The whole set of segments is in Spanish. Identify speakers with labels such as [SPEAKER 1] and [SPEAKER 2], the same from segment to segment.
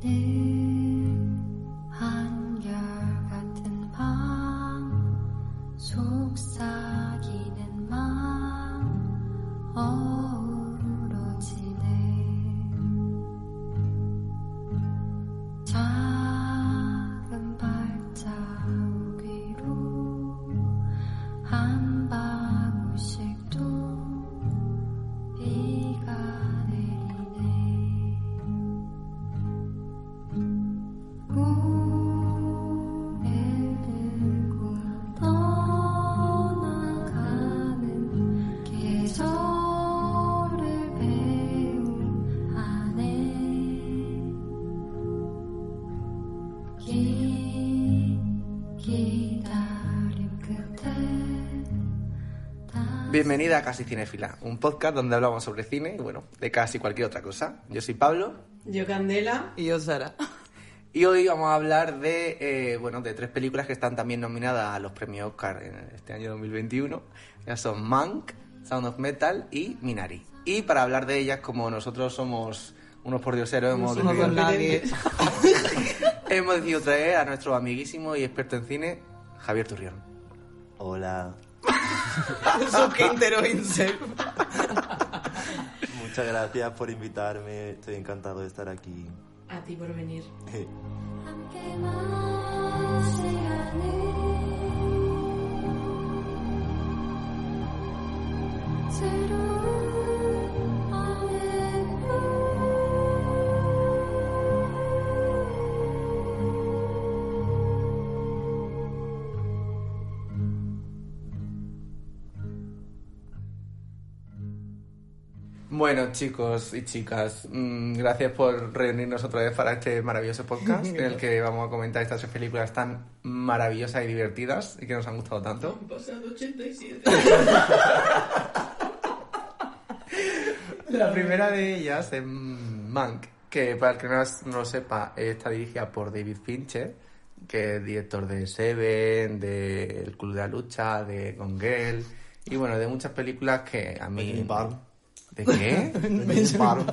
[SPEAKER 1] 늘 한결같은 밤 속삭이는 맘 어우러지네 작은 발자국으로 한 방울씩 도 비가 내리네 고개를 들고 떠나가는 계절을 배운 아내 긴 기다림 끝에 다
[SPEAKER 2] Bienvenida a Casi Cinefila, un podcast donde hablamos sobre cine y bueno, de casi cualquier otra cosa. Yo soy Pablo
[SPEAKER 3] Yo Candela.
[SPEAKER 4] Y yo, Sara.
[SPEAKER 2] y hoy vamos a hablar de eh, bueno, de tres películas que están también nominadas a los premios Oscar en este año 2021. Ya son Mank, Sound of Metal y Minari. Y para hablar de ellas, como nosotros somos unos pordioseros, hemos
[SPEAKER 4] No
[SPEAKER 2] decidido,
[SPEAKER 4] con nadie.
[SPEAKER 2] hemos decidido traer a nuestro amiguísimo y experto en cine, Javier Turrión.
[SPEAKER 5] Hola,
[SPEAKER 4] Eso que entero insert.
[SPEAKER 5] muchas gracias por invitarme, estoy encantado de estar aquí.
[SPEAKER 3] A ti por venir.
[SPEAKER 1] 함께 마시하는 새로운
[SPEAKER 2] Bueno, chicos y chicas, mm, gracias por reunirnos otra vez para este maravilloso podcast en el que vamos a comentar estas tres películas tan maravillosas y divertidas y que nos han gustado tanto.
[SPEAKER 3] Pasado 87.
[SPEAKER 2] La primera de ellas es Mank, que para el que no, as- no lo sepa, está dirigida por David Fincher, que es director de Seven, de El Club de la Lucha, de Gone Girl y bueno, de muchas películas que a mí...
[SPEAKER 5] Benjamin Button.
[SPEAKER 2] ¿De qué?
[SPEAKER 5] Benjamin Button.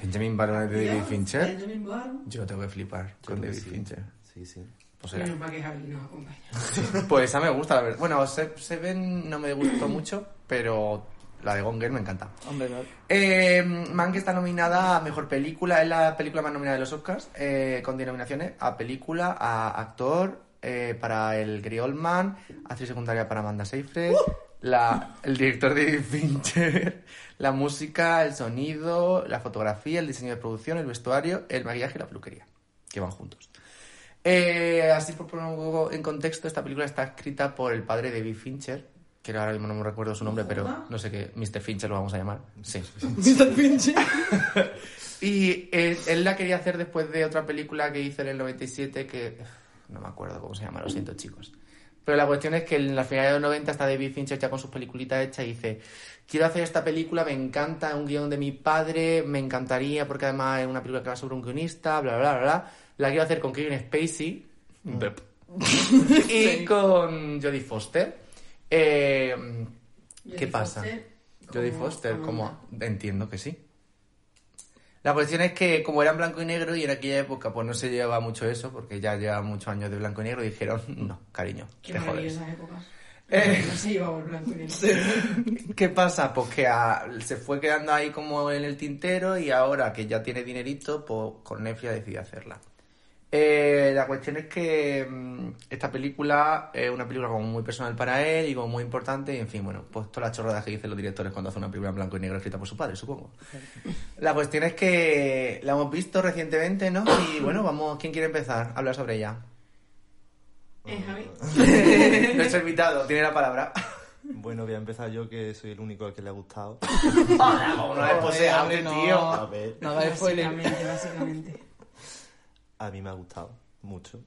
[SPEAKER 2] Benjamin Button es de David Fincher.
[SPEAKER 3] Benjamin Barr.
[SPEAKER 2] Yo tengo que flipar con David Fincher.
[SPEAKER 5] Sí, sí.
[SPEAKER 2] Pues, era-
[SPEAKER 3] Menos para que Javi nos acompaña.
[SPEAKER 2] pues esa me gusta, la verdad. Bueno, Se- Seven no me gustó mucho, pero la de Gone Girl me encanta.
[SPEAKER 4] Hombre, no.
[SPEAKER 2] Eh, Mank está nominada a Mejor Película, es la película más nominada de los Oscars, eh, con 10 nominaciones a Película, a Actor, eh, para el Gary Oldman, Actriz Secundaria para Amanda Seyfried,
[SPEAKER 4] ¡Uh!
[SPEAKER 2] la, el director de Fincher, la música, el sonido, la fotografía, el diseño de producción, el vestuario, el maquillaje y la peluquería, que van juntos. Eh, así por poner un poco en contexto, esta película está escrita por el padre de David Fincher, que ahora mismo no me recuerdo su nombre, pero no sé qué, Mr. Fincher lo vamos a llamar. Sí.
[SPEAKER 4] Mr. Pinche.
[SPEAKER 2] Y él, él la quería hacer después de otra película que hizo en el 97 que... No me acuerdo cómo se llama, lo siento chicos. Pero la cuestión es que en la final de los 90 está David Fincher ya con sus peliculitas hechas y dice, quiero hacer esta película, me encanta, un guión de mi padre, me encantaría porque además es una película que va sobre un guionista, bla, bla, bla, bla. La quiero hacer con Kevin Spacey Bep. y con Jodie Foster. Eh, ¿Qué
[SPEAKER 3] Jodie
[SPEAKER 2] pasa?
[SPEAKER 3] Foster
[SPEAKER 2] Jodie
[SPEAKER 3] como
[SPEAKER 2] Foster,
[SPEAKER 3] Amanda.
[SPEAKER 2] como... Entiendo que sí. La cuestión es que como eran blanco y negro y en aquella época pues no se llevaba mucho eso porque ya llevaba muchos años de blanco y negro y dijeron, no, cariño,
[SPEAKER 3] Qué
[SPEAKER 2] te jodes.
[SPEAKER 3] maravillosas épocas.
[SPEAKER 2] Eh.
[SPEAKER 3] No se llevaba el blanco y negro.
[SPEAKER 2] ¿Qué pasa? Pues que a- se fue quedando ahí como en el tintero y ahora que ya tiene dinerito, pues con Netflix decidió hacerla. Eh, la cuestión es que mm, esta película es una película como muy personal para él y como muy importante y en fin, bueno, pues todas las chorradas que dicen los directores cuando hacen una película en blanco y negro escrita por su padre, supongo. La cuestión es que la hemos visto recientemente, ¿no? Y bueno, vamos, ¿quién quiere empezar a hablar sobre ella?
[SPEAKER 3] Eh, Javi.
[SPEAKER 2] Nuestro invitado tiene la palabra.
[SPEAKER 5] Bueno, voy a empezar yo, que soy el único al que le ha gustado.
[SPEAKER 2] Hola, vámonos después pues se
[SPEAKER 4] Joder,
[SPEAKER 2] abre,
[SPEAKER 4] no.
[SPEAKER 2] tío.
[SPEAKER 5] A ver,
[SPEAKER 4] No hagas spoiler.
[SPEAKER 3] Básicamente, básicamente.
[SPEAKER 5] a mí me ha gustado mucho.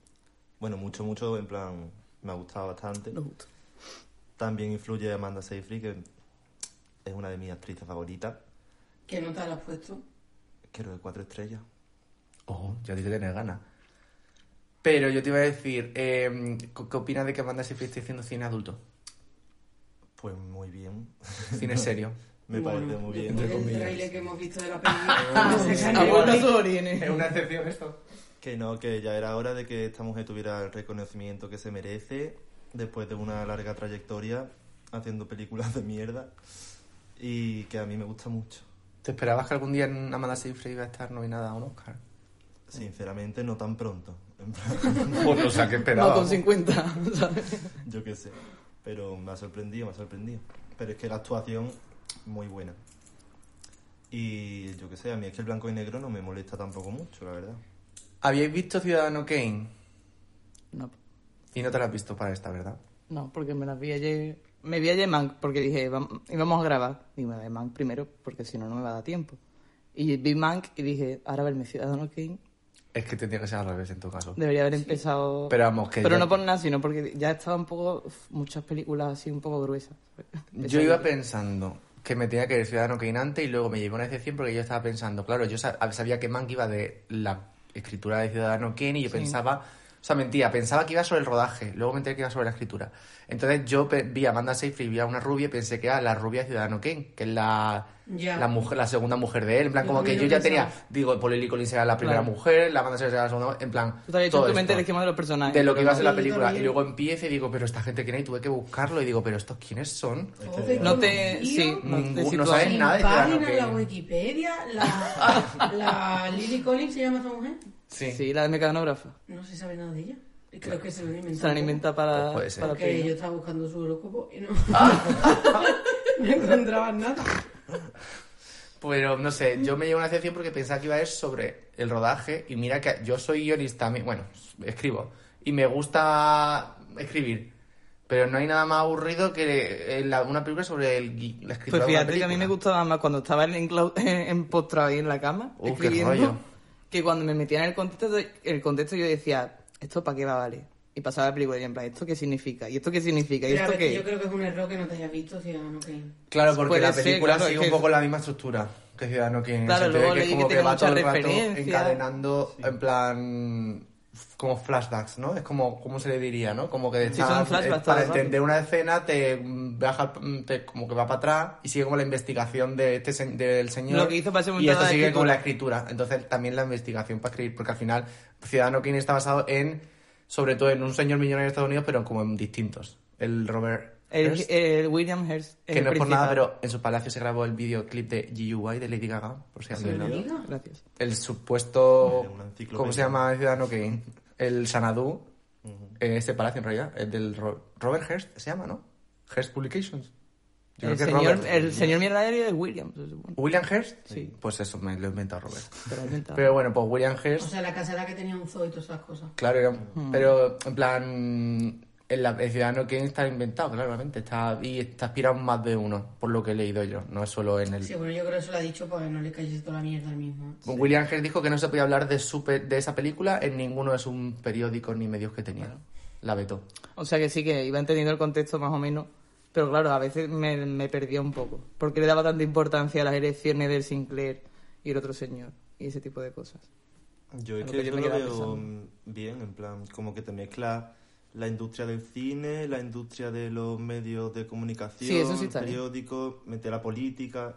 [SPEAKER 5] Bueno, mucho, mucho, en plan, me ha gustado bastante.
[SPEAKER 4] Nos gusta.
[SPEAKER 5] También influye Amanda Seyfried, que es una de mis actrices favoritas.
[SPEAKER 3] ¿Qué nota le has puesto?
[SPEAKER 5] Creo que cuatro estrellas.
[SPEAKER 2] Oh, ya dije tener ganas. Pero yo te iba a decir, eh, ¿qué qué opinas de que Amanda Seyfried esté haciendo cine adulto?
[SPEAKER 5] Pues muy bien.
[SPEAKER 2] Cine serio.
[SPEAKER 5] Me
[SPEAKER 3] Bueno,
[SPEAKER 5] parece muy bien,
[SPEAKER 3] después
[SPEAKER 5] entre
[SPEAKER 3] del
[SPEAKER 5] comillas.
[SPEAKER 3] trailer que hemos visto de la
[SPEAKER 2] Ah,
[SPEAKER 3] película. se
[SPEAKER 4] A
[SPEAKER 3] sale-
[SPEAKER 4] vuelta sus orígenes.
[SPEAKER 2] una excepción esto.
[SPEAKER 5] Que no, que ya era hora de que esta mujer tuviera el reconocimiento que se merece después de una larga trayectoria haciendo películas de mierda y que a mí me gusta mucho.
[SPEAKER 2] ¿Te esperabas que algún día Amanda Seyfried iba a estar nominada a un Oscar?
[SPEAKER 5] Sinceramente, no tan pronto. En plan,
[SPEAKER 2] Pues, o sea, que
[SPEAKER 4] No con 50, ¿sabes?
[SPEAKER 5] Yo qué sé. Pero me ha sorprendido, me ha sorprendido. Pero es que la actuación, muy buena. Y yo qué sé, a mí es que el blanco y negro no me molesta tampoco mucho, la verdad.
[SPEAKER 2] ¿Habíais visto Ciudadano Kane?
[SPEAKER 4] No,
[SPEAKER 2] Y no te lo has visto para esta, ¿verdad?
[SPEAKER 4] no, porque me las vi ayer. Me vi ayer Mank porque dije, vam- íbamos a grabar. Digo, me voy a Mank primero porque si no, no me va a dar tiempo. Y vi Mank y dije, ahora verme Ciudadano Kane.
[SPEAKER 2] Es que tendría que ser al revés en tu caso.
[SPEAKER 4] Debería haber empezado.
[SPEAKER 2] Pero vamos, que
[SPEAKER 4] Pero
[SPEAKER 2] ya-
[SPEAKER 4] no por nada, sino porque ya estaba un poco. uf, Muchas películas así un poco gruesas.
[SPEAKER 2] Yo iba pensando que me tenía que ir Ciudadano Kane antes y luego me llevé una decepción porque yo estaba pensando, claro, yo sa- sabía que Mank iba de la escritura de Ciudadano Kane y yo pensaba, o sea, mentía, pensaba que iba sobre el rodaje, luego me enteré que iba sobre la escritura. Entonces yo pe- vi a Amanda Seyfried, vi a una rubia y pensé que era la rubia de Ciudadano Kane, que es la,
[SPEAKER 3] Ya.
[SPEAKER 2] la mujer, la segunda mujer de él, en plan,
[SPEAKER 3] Yo
[SPEAKER 2] como que yo
[SPEAKER 3] también
[SPEAKER 2] ya
[SPEAKER 3] lo
[SPEAKER 2] tenía,
[SPEAKER 3] pensaba.
[SPEAKER 2] digo, Polly Collins será la primera
[SPEAKER 4] Claro.
[SPEAKER 2] mujer, la Amanda Seyfried será la segunda, en plan,
[SPEAKER 4] Tú te has hecho en
[SPEAKER 2] todo
[SPEAKER 4] tu
[SPEAKER 2] esto
[SPEAKER 4] mente el esquema de los personajes.
[SPEAKER 2] de lo que iba a ser la
[SPEAKER 3] Sí,
[SPEAKER 2] película. Y
[SPEAKER 3] también.
[SPEAKER 2] luego empieza y digo, pero esta gente quién es, y tuve que buscarlo. Y digo, pero estos quiénes son.
[SPEAKER 4] No te. Sí,
[SPEAKER 3] Tío,
[SPEAKER 4] no te
[SPEAKER 2] Ningún- no
[SPEAKER 4] sitúas.
[SPEAKER 2] sabes nada de
[SPEAKER 3] página,
[SPEAKER 2] Ciudadano
[SPEAKER 3] la
[SPEAKER 2] Kane.
[SPEAKER 3] Wikipedia, la, la Lily Collins se llama esta mujer.
[SPEAKER 2] Sí.
[SPEAKER 4] Sí, la de mecanógrafa.
[SPEAKER 3] No se sabe nada de ella. Y Creo que se lo han inventado.
[SPEAKER 4] Se la han inventado para.
[SPEAKER 2] Pues puede ser.
[SPEAKER 4] para
[SPEAKER 3] Porque
[SPEAKER 4] pedir.
[SPEAKER 3] yo estaba buscando su horóscopo y no, no encontraba nada.
[SPEAKER 2] Pero no sé, yo me llevo una decepción porque pensaba que iba a ir sobre el rodaje. Y mira que yo soy guionista, mi- bueno, escribo. Y me gusta escribir. Pero no hay nada más aburrido que eh, la- una película sobre el, gui- la escritura
[SPEAKER 4] Pues
[SPEAKER 2] de una
[SPEAKER 4] fíjate que a mí me
[SPEAKER 2] película.
[SPEAKER 4] gustaba más cuando estaba en, clau- en postrado ahí en la cama,
[SPEAKER 2] Uh, qué
[SPEAKER 4] escribiendo,
[SPEAKER 2] rollo.
[SPEAKER 4] que cuando me metía en el contexto, de- el contexto yo decía, ¿esto para qué va a valer? Y pasaba la película y en plan, ¿esto qué significa? ¿Y esto qué significa? ¿Y
[SPEAKER 3] Pero a
[SPEAKER 4] esto
[SPEAKER 3] ver,
[SPEAKER 4] qué?
[SPEAKER 3] yo creo que es un error que no te haya visto, Ciudadano Kane.
[SPEAKER 2] Claro, porque
[SPEAKER 4] Puede
[SPEAKER 2] la
[SPEAKER 4] ser,
[SPEAKER 2] película
[SPEAKER 4] claro,
[SPEAKER 2] sigue
[SPEAKER 4] es
[SPEAKER 2] un
[SPEAKER 4] que-
[SPEAKER 2] poco la misma estructura que Ciudadano Kane. en el
[SPEAKER 4] Claro,
[SPEAKER 2] sentido de
[SPEAKER 4] luego
[SPEAKER 2] que es
[SPEAKER 4] leí que
[SPEAKER 2] como
[SPEAKER 4] tiene
[SPEAKER 2] va todo el
[SPEAKER 4] muchas
[SPEAKER 2] rato
[SPEAKER 4] referencias.
[SPEAKER 2] encadenando en plan f- como flashbacks, ¿no? Es como, ¿cómo se le diría, no? Como que
[SPEAKER 4] Sí, son
[SPEAKER 2] estás-
[SPEAKER 4] flashbacks
[SPEAKER 2] eh,
[SPEAKER 4] todo
[SPEAKER 2] para
[SPEAKER 4] el rato.
[SPEAKER 2] entender una escena te mm, baja, mm, te- como que va para atrás y sigue como la investigación de este se- del señor.
[SPEAKER 4] Lo que hizo para ese
[SPEAKER 2] Y
[SPEAKER 4] momento
[SPEAKER 2] esto
[SPEAKER 4] la
[SPEAKER 2] sigue con
[SPEAKER 4] escritura.
[SPEAKER 2] la escritura. Entonces también la investigación para escribir, porque al final Ciudadano Kane está basado en, sobre todo en un señor millonario de Estados Unidos, pero como en distintos. El Robert
[SPEAKER 4] El,
[SPEAKER 2] Hearst.
[SPEAKER 4] el William Hearst. el
[SPEAKER 2] Que no es por nada,
[SPEAKER 4] principal.
[SPEAKER 2] pero en su palacio se grabó el videoclip de GUI de Lady Gaga, por si alguien lo-
[SPEAKER 3] Amiga.
[SPEAKER 4] Gracias.
[SPEAKER 2] El supuesto.
[SPEAKER 5] Vale, una enciclopedia.
[SPEAKER 2] ¿Cómo se llama el ciudadano que.? El Sanadú. eh, ese palacio en realidad. El del Ro- Robert Hearst, se llama, ¿no? Hearst Publications. Yo creo
[SPEAKER 4] El
[SPEAKER 2] que es
[SPEAKER 4] señor,
[SPEAKER 2] Robert.
[SPEAKER 4] el señor millonario es William, se supone.
[SPEAKER 2] ¿William Hearst?
[SPEAKER 4] Sí.
[SPEAKER 2] Pues eso, me lo he inventado Robert.
[SPEAKER 4] Te lo he inventado.
[SPEAKER 2] Pero bueno, pues William
[SPEAKER 3] O
[SPEAKER 4] Ah,
[SPEAKER 2] Hearst.
[SPEAKER 3] sea, la casa era que tenía un zoo y todas esas cosas.
[SPEAKER 2] Claro, era- pero en plan. El, la- el ciudadano que está inventado, claramente. Está, y está inspirado en más de uno, por lo que he leído yo. No es solo en el.
[SPEAKER 3] Sí, bueno, yo creo que eso lo ha dicho para que no le cayese toda la mierda al mismo.
[SPEAKER 2] William Hearst dijo que no se podía hablar de, su pe- de esa película en ninguno de sus periódicos ni medios que tenía. La vetó.
[SPEAKER 4] O sea que sí que iba entendiendo el contexto más o menos, pero claro, a veces me, me perdía un poco, porque le daba tanta importancia a las elecciones del Sinclair y el otro señor, y ese tipo de cosas.
[SPEAKER 5] Yo es
[SPEAKER 4] Lo
[SPEAKER 5] que,
[SPEAKER 4] que yo
[SPEAKER 5] yo
[SPEAKER 4] me
[SPEAKER 5] lo
[SPEAKER 4] quedaba
[SPEAKER 5] veo
[SPEAKER 4] pensando.
[SPEAKER 5] bien, en plan, como que te mezcla la industria del cine, la industria de los medios de comunicación,
[SPEAKER 4] Sí, eso sí está bien.
[SPEAKER 5] periódicos, meter la política.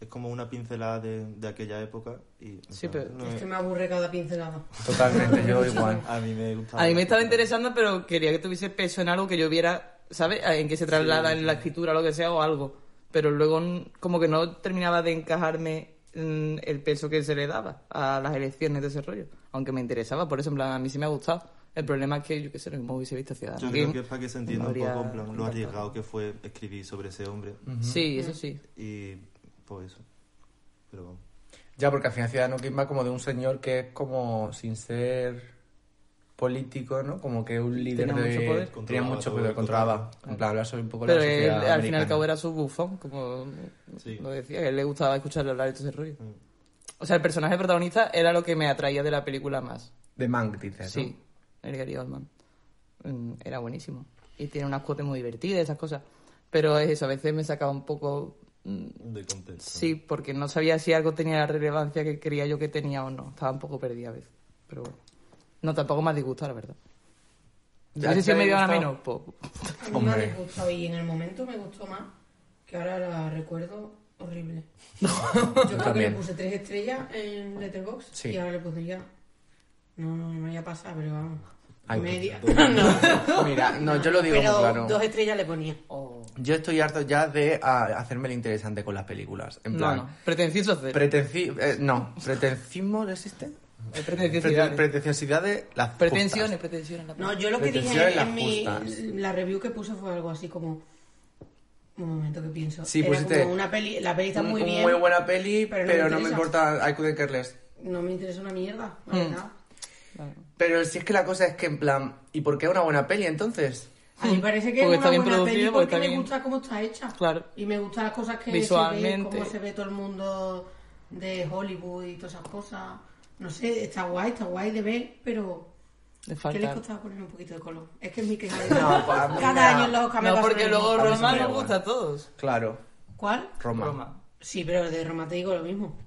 [SPEAKER 5] Es como una pincelada de, de aquella época. Y, en
[SPEAKER 4] Sí,
[SPEAKER 5] plan,
[SPEAKER 4] pero-
[SPEAKER 5] no
[SPEAKER 3] Es
[SPEAKER 2] eh.
[SPEAKER 5] es-
[SPEAKER 3] que me aburre cada pincelada.
[SPEAKER 2] Totalmente, yo igual.
[SPEAKER 5] a mí me gusta.
[SPEAKER 4] A mí me estaba interesando, pero quería que tuviese peso en algo que yo viera, ¿sabes? En que se traslada en la escritura, lo que sea, o algo. Pero luego n- como que no terminaba de encajarme mm, el peso que se le daba a las elecciones de ese rollo. Aunque me interesaba, por eso, en plan, a mí sí me ha gustado. El problema es que, yo qué sé, lo mismo hubiese visto Ciudadanos.
[SPEAKER 5] Yo creo que es para que se entienda un
[SPEAKER 4] habría
[SPEAKER 5] poco en plan, lo
[SPEAKER 4] impactado.
[SPEAKER 5] arriesgado que fue escribir sobre ese hombre.
[SPEAKER 4] Sí, eso sí.
[SPEAKER 5] Y pues eso. Pero vamos.
[SPEAKER 2] Ya, porque al final Ciudadano Kane va como de un señor que es como sin ser político, ¿no? Como que un líder
[SPEAKER 4] Tenía
[SPEAKER 2] de-
[SPEAKER 4] mucho poder.
[SPEAKER 2] tenía
[SPEAKER 5] Controlaba
[SPEAKER 2] mucho
[SPEAKER 5] todo,
[SPEAKER 2] poder, controlaba. En plan, hablaba sobre un poco
[SPEAKER 4] Pero
[SPEAKER 2] la
[SPEAKER 4] él,
[SPEAKER 2] sociedad
[SPEAKER 4] al fin y al
[SPEAKER 2] americana.
[SPEAKER 4] cabo, era su bufón, como
[SPEAKER 5] Sí. Mm.
[SPEAKER 4] lo decía. que A él le gustaba escucharle hablar y todo ese rollo. O sea, el personaje protagonista era lo que me atraía de la película más.
[SPEAKER 2] De Mank, dices, ¿no?
[SPEAKER 4] Sí, el Gary Oldman. Mm, Era buenísimo. Y tiene unas cuotas muy divertidas, esas cosas. Pero es eso, a veces me sacaba un poco... mm,
[SPEAKER 5] De contexto.
[SPEAKER 4] Sí, porque no sabía si algo tenía la relevancia que creía yo que tenía o no. Estaba un poco perdida a veces. Pero bueno. No, tampoco me ha disgustado, la verdad.
[SPEAKER 2] Ya,
[SPEAKER 4] No sé
[SPEAKER 2] ¿te
[SPEAKER 4] si
[SPEAKER 2] ha
[SPEAKER 4] me dio ahora
[SPEAKER 2] disgustado?
[SPEAKER 4] menos. pues, po-
[SPEAKER 3] A mí me
[SPEAKER 2] Hombre.
[SPEAKER 3] ha gustado y en el momento me gustó más, que ahora la recuerdo horrible. Yo creo que le
[SPEAKER 2] también.
[SPEAKER 3] puse tres estrellas en Letterboxd
[SPEAKER 2] Sí.
[SPEAKER 3] y ahora le puse ya. No, no, no ya pasa, pero vamos.
[SPEAKER 2] Ay, pues,
[SPEAKER 3] media.
[SPEAKER 5] dos.
[SPEAKER 3] no.
[SPEAKER 2] Mira, no, yo lo digo
[SPEAKER 3] pero
[SPEAKER 2] muy claro.
[SPEAKER 3] Dos estrellas le ponía.
[SPEAKER 2] Yo estoy harto ya de ah, hacerme el interesante con las películas. En
[SPEAKER 4] No,
[SPEAKER 2] plan,
[SPEAKER 4] no. Pretencioso cero.
[SPEAKER 2] pretenci- eh, no, pretencismo existe.
[SPEAKER 4] Eh,
[SPEAKER 2] Preten-
[SPEAKER 4] pretenciosidades.
[SPEAKER 2] Pretenciosidades, las justas.
[SPEAKER 4] Pretensiones, pretensiones. la
[SPEAKER 3] No, yo lo que
[SPEAKER 2] Pretensiones
[SPEAKER 3] dije en,
[SPEAKER 2] las
[SPEAKER 3] mi,
[SPEAKER 2] justas.
[SPEAKER 3] la review que puse fue algo así como un momento que pienso.
[SPEAKER 2] Sí,
[SPEAKER 3] Era
[SPEAKER 2] pusiste
[SPEAKER 3] como una peli, la peli está
[SPEAKER 2] Un-
[SPEAKER 3] muy
[SPEAKER 2] un
[SPEAKER 3] bien.
[SPEAKER 2] muy buena peli,
[SPEAKER 3] pero
[SPEAKER 2] pero,
[SPEAKER 3] no me
[SPEAKER 2] no me
[SPEAKER 3] interesa.
[SPEAKER 2] importa. I couldn't care less.
[SPEAKER 3] No me interesa una mierda, la
[SPEAKER 4] Hmm.
[SPEAKER 3] verdad.
[SPEAKER 2] Pero si es que la cosa es que, en plan, ¿y por qué es una buena peli entonces?
[SPEAKER 3] A mí me parece que
[SPEAKER 4] Hmm. Porque
[SPEAKER 3] es
[SPEAKER 4] está
[SPEAKER 3] una
[SPEAKER 4] bien
[SPEAKER 3] buena peli
[SPEAKER 4] producido, porque
[SPEAKER 3] porque,
[SPEAKER 4] está
[SPEAKER 3] me
[SPEAKER 4] bien-
[SPEAKER 3] gusta cómo está hecha.
[SPEAKER 4] Claro.
[SPEAKER 3] Y me gustan las cosas que se ve,
[SPEAKER 4] Visualmente.
[SPEAKER 3] cómo se ve todo el mundo de Hollywood y todas esas cosas. No sé, está guay, está guay de ver, pero
[SPEAKER 4] Le
[SPEAKER 3] ¿qué les
[SPEAKER 4] falta.
[SPEAKER 3] costaba poner un poquito de color? Es que es mi queja.
[SPEAKER 2] No, pues a mí me
[SPEAKER 3] Cada
[SPEAKER 2] da-
[SPEAKER 3] año en los Oscar me
[SPEAKER 4] No,
[SPEAKER 3] pasa
[SPEAKER 4] porque
[SPEAKER 3] lo
[SPEAKER 4] luego
[SPEAKER 3] mismo.
[SPEAKER 2] A mí se me
[SPEAKER 4] Roma
[SPEAKER 2] da
[SPEAKER 4] nos
[SPEAKER 2] igual.
[SPEAKER 4] gusta a todos.
[SPEAKER 2] Claro,
[SPEAKER 3] ¿Cuál?
[SPEAKER 2] Roma.
[SPEAKER 4] Roma.
[SPEAKER 3] Sí, pero de Roma te digo lo mismo.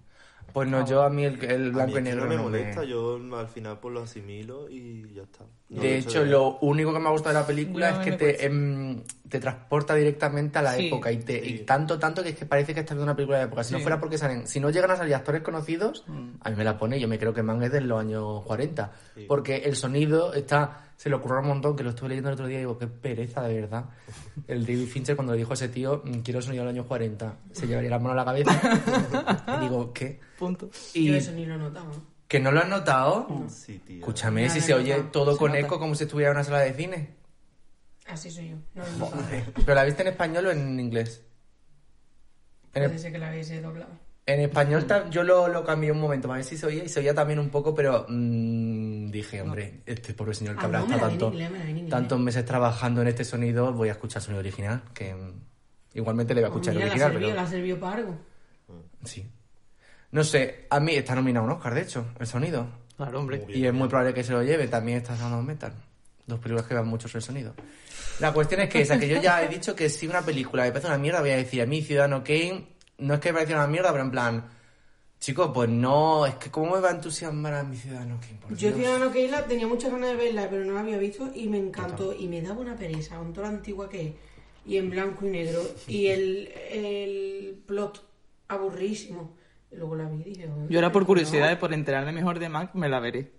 [SPEAKER 2] Pues
[SPEAKER 3] Ah,
[SPEAKER 2] no, yo a mí el, el
[SPEAKER 5] A mí
[SPEAKER 2] blanco
[SPEAKER 5] es
[SPEAKER 2] y
[SPEAKER 5] que
[SPEAKER 2] negro
[SPEAKER 5] no me
[SPEAKER 2] no me-
[SPEAKER 5] molesta, yo al final pues lo asimilo y ya está. No
[SPEAKER 2] De
[SPEAKER 5] lo
[SPEAKER 2] hecho,
[SPEAKER 5] de-
[SPEAKER 2] lo único que me ha gustado de la
[SPEAKER 4] Yo
[SPEAKER 2] película
[SPEAKER 4] no
[SPEAKER 2] es que
[SPEAKER 4] me
[SPEAKER 2] te, em, te transporta directamente a la
[SPEAKER 4] Sí.
[SPEAKER 2] época y, te, y
[SPEAKER 5] Sí.
[SPEAKER 2] tanto, tanto que es que parece que estás viendo una película de época. Si no
[SPEAKER 4] Sí.
[SPEAKER 2] fuera porque salen, si no llegan a salir actores conocidos, a mí me la pone, yo me creo que Mann es de los años 40,
[SPEAKER 5] Mm. Sí.
[SPEAKER 2] porque el sonido está, se le ocurrió un montón, que lo estuve leyendo el otro día y digo, qué pereza de verdad. El David Fincher cuando le dijo a ese tío, "Mm, quiero sonido de los años 40, se llevaría la mano a la cabeza y digo, ¿qué?
[SPEAKER 4] Punto.
[SPEAKER 2] Y
[SPEAKER 3] Yo eso ni lo he notado. ¿no?
[SPEAKER 2] que no lo has notado.
[SPEAKER 5] Sí, tío.
[SPEAKER 2] Escúchame,
[SPEAKER 3] Nada,
[SPEAKER 2] si se
[SPEAKER 3] no,
[SPEAKER 2] oye
[SPEAKER 3] no,
[SPEAKER 2] todo
[SPEAKER 4] se
[SPEAKER 2] con
[SPEAKER 4] nota.
[SPEAKER 2] eco como si estuviera en una sala de cine.
[SPEAKER 3] Así soy yo. No lo he notado.
[SPEAKER 2] ¿Pero la viste en español o en inglés? En,
[SPEAKER 3] Puede ser que la hubiese doblado.
[SPEAKER 2] en español
[SPEAKER 3] mm.
[SPEAKER 2] ta- yo lo, lo cambié un momento para ver si se oía y se oía también un poco, pero mm, dije, hombre, este pobre señor que
[SPEAKER 3] Ah,
[SPEAKER 2] habrá
[SPEAKER 3] no, me
[SPEAKER 2] estado
[SPEAKER 3] la vi en
[SPEAKER 2] tanto-
[SPEAKER 3] inglés, me la vi en inglés.
[SPEAKER 2] tantos meses trabajando en este sonido, voy a escuchar el sonido original, que mm, igualmente le voy a escuchar
[SPEAKER 3] Pues Mira,
[SPEAKER 2] el
[SPEAKER 3] la
[SPEAKER 2] original,
[SPEAKER 3] sirvió,
[SPEAKER 2] pero
[SPEAKER 3] la sirvió para algo.
[SPEAKER 2] sí. No sé, a mí está nominado a un Oscar, de hecho, el sonido.
[SPEAKER 4] Claro, hombre.
[SPEAKER 5] Muy
[SPEAKER 2] Y es muy probable que se lo lleve. También está Sound of Metal. Dos películas que van mucho sobre el sonido. La cuestión es que esa, que yo ya he dicho que si una película me parece una mierda, voy a decir a mí, Ciudadano Kane, no es que me parezca una mierda, pero en plan, chicos, pues no, es que cómo me va a entusiasmar a mi Ciudadano Kane, por
[SPEAKER 3] Yo
[SPEAKER 2] Dios.
[SPEAKER 3] Ciudadano Keila tenía muchas ganas de verla, pero no la había visto y me encantó. Y me daba una pereza, con todo lo antigua que es, y en blanco y negro, y el, el plot aburrísimo. Y luego la vi y dije... "Joder,
[SPEAKER 4] Yo ahora por
[SPEAKER 3] no".
[SPEAKER 4] curiosidad, y por enterarme mejor de Mac, me la veré.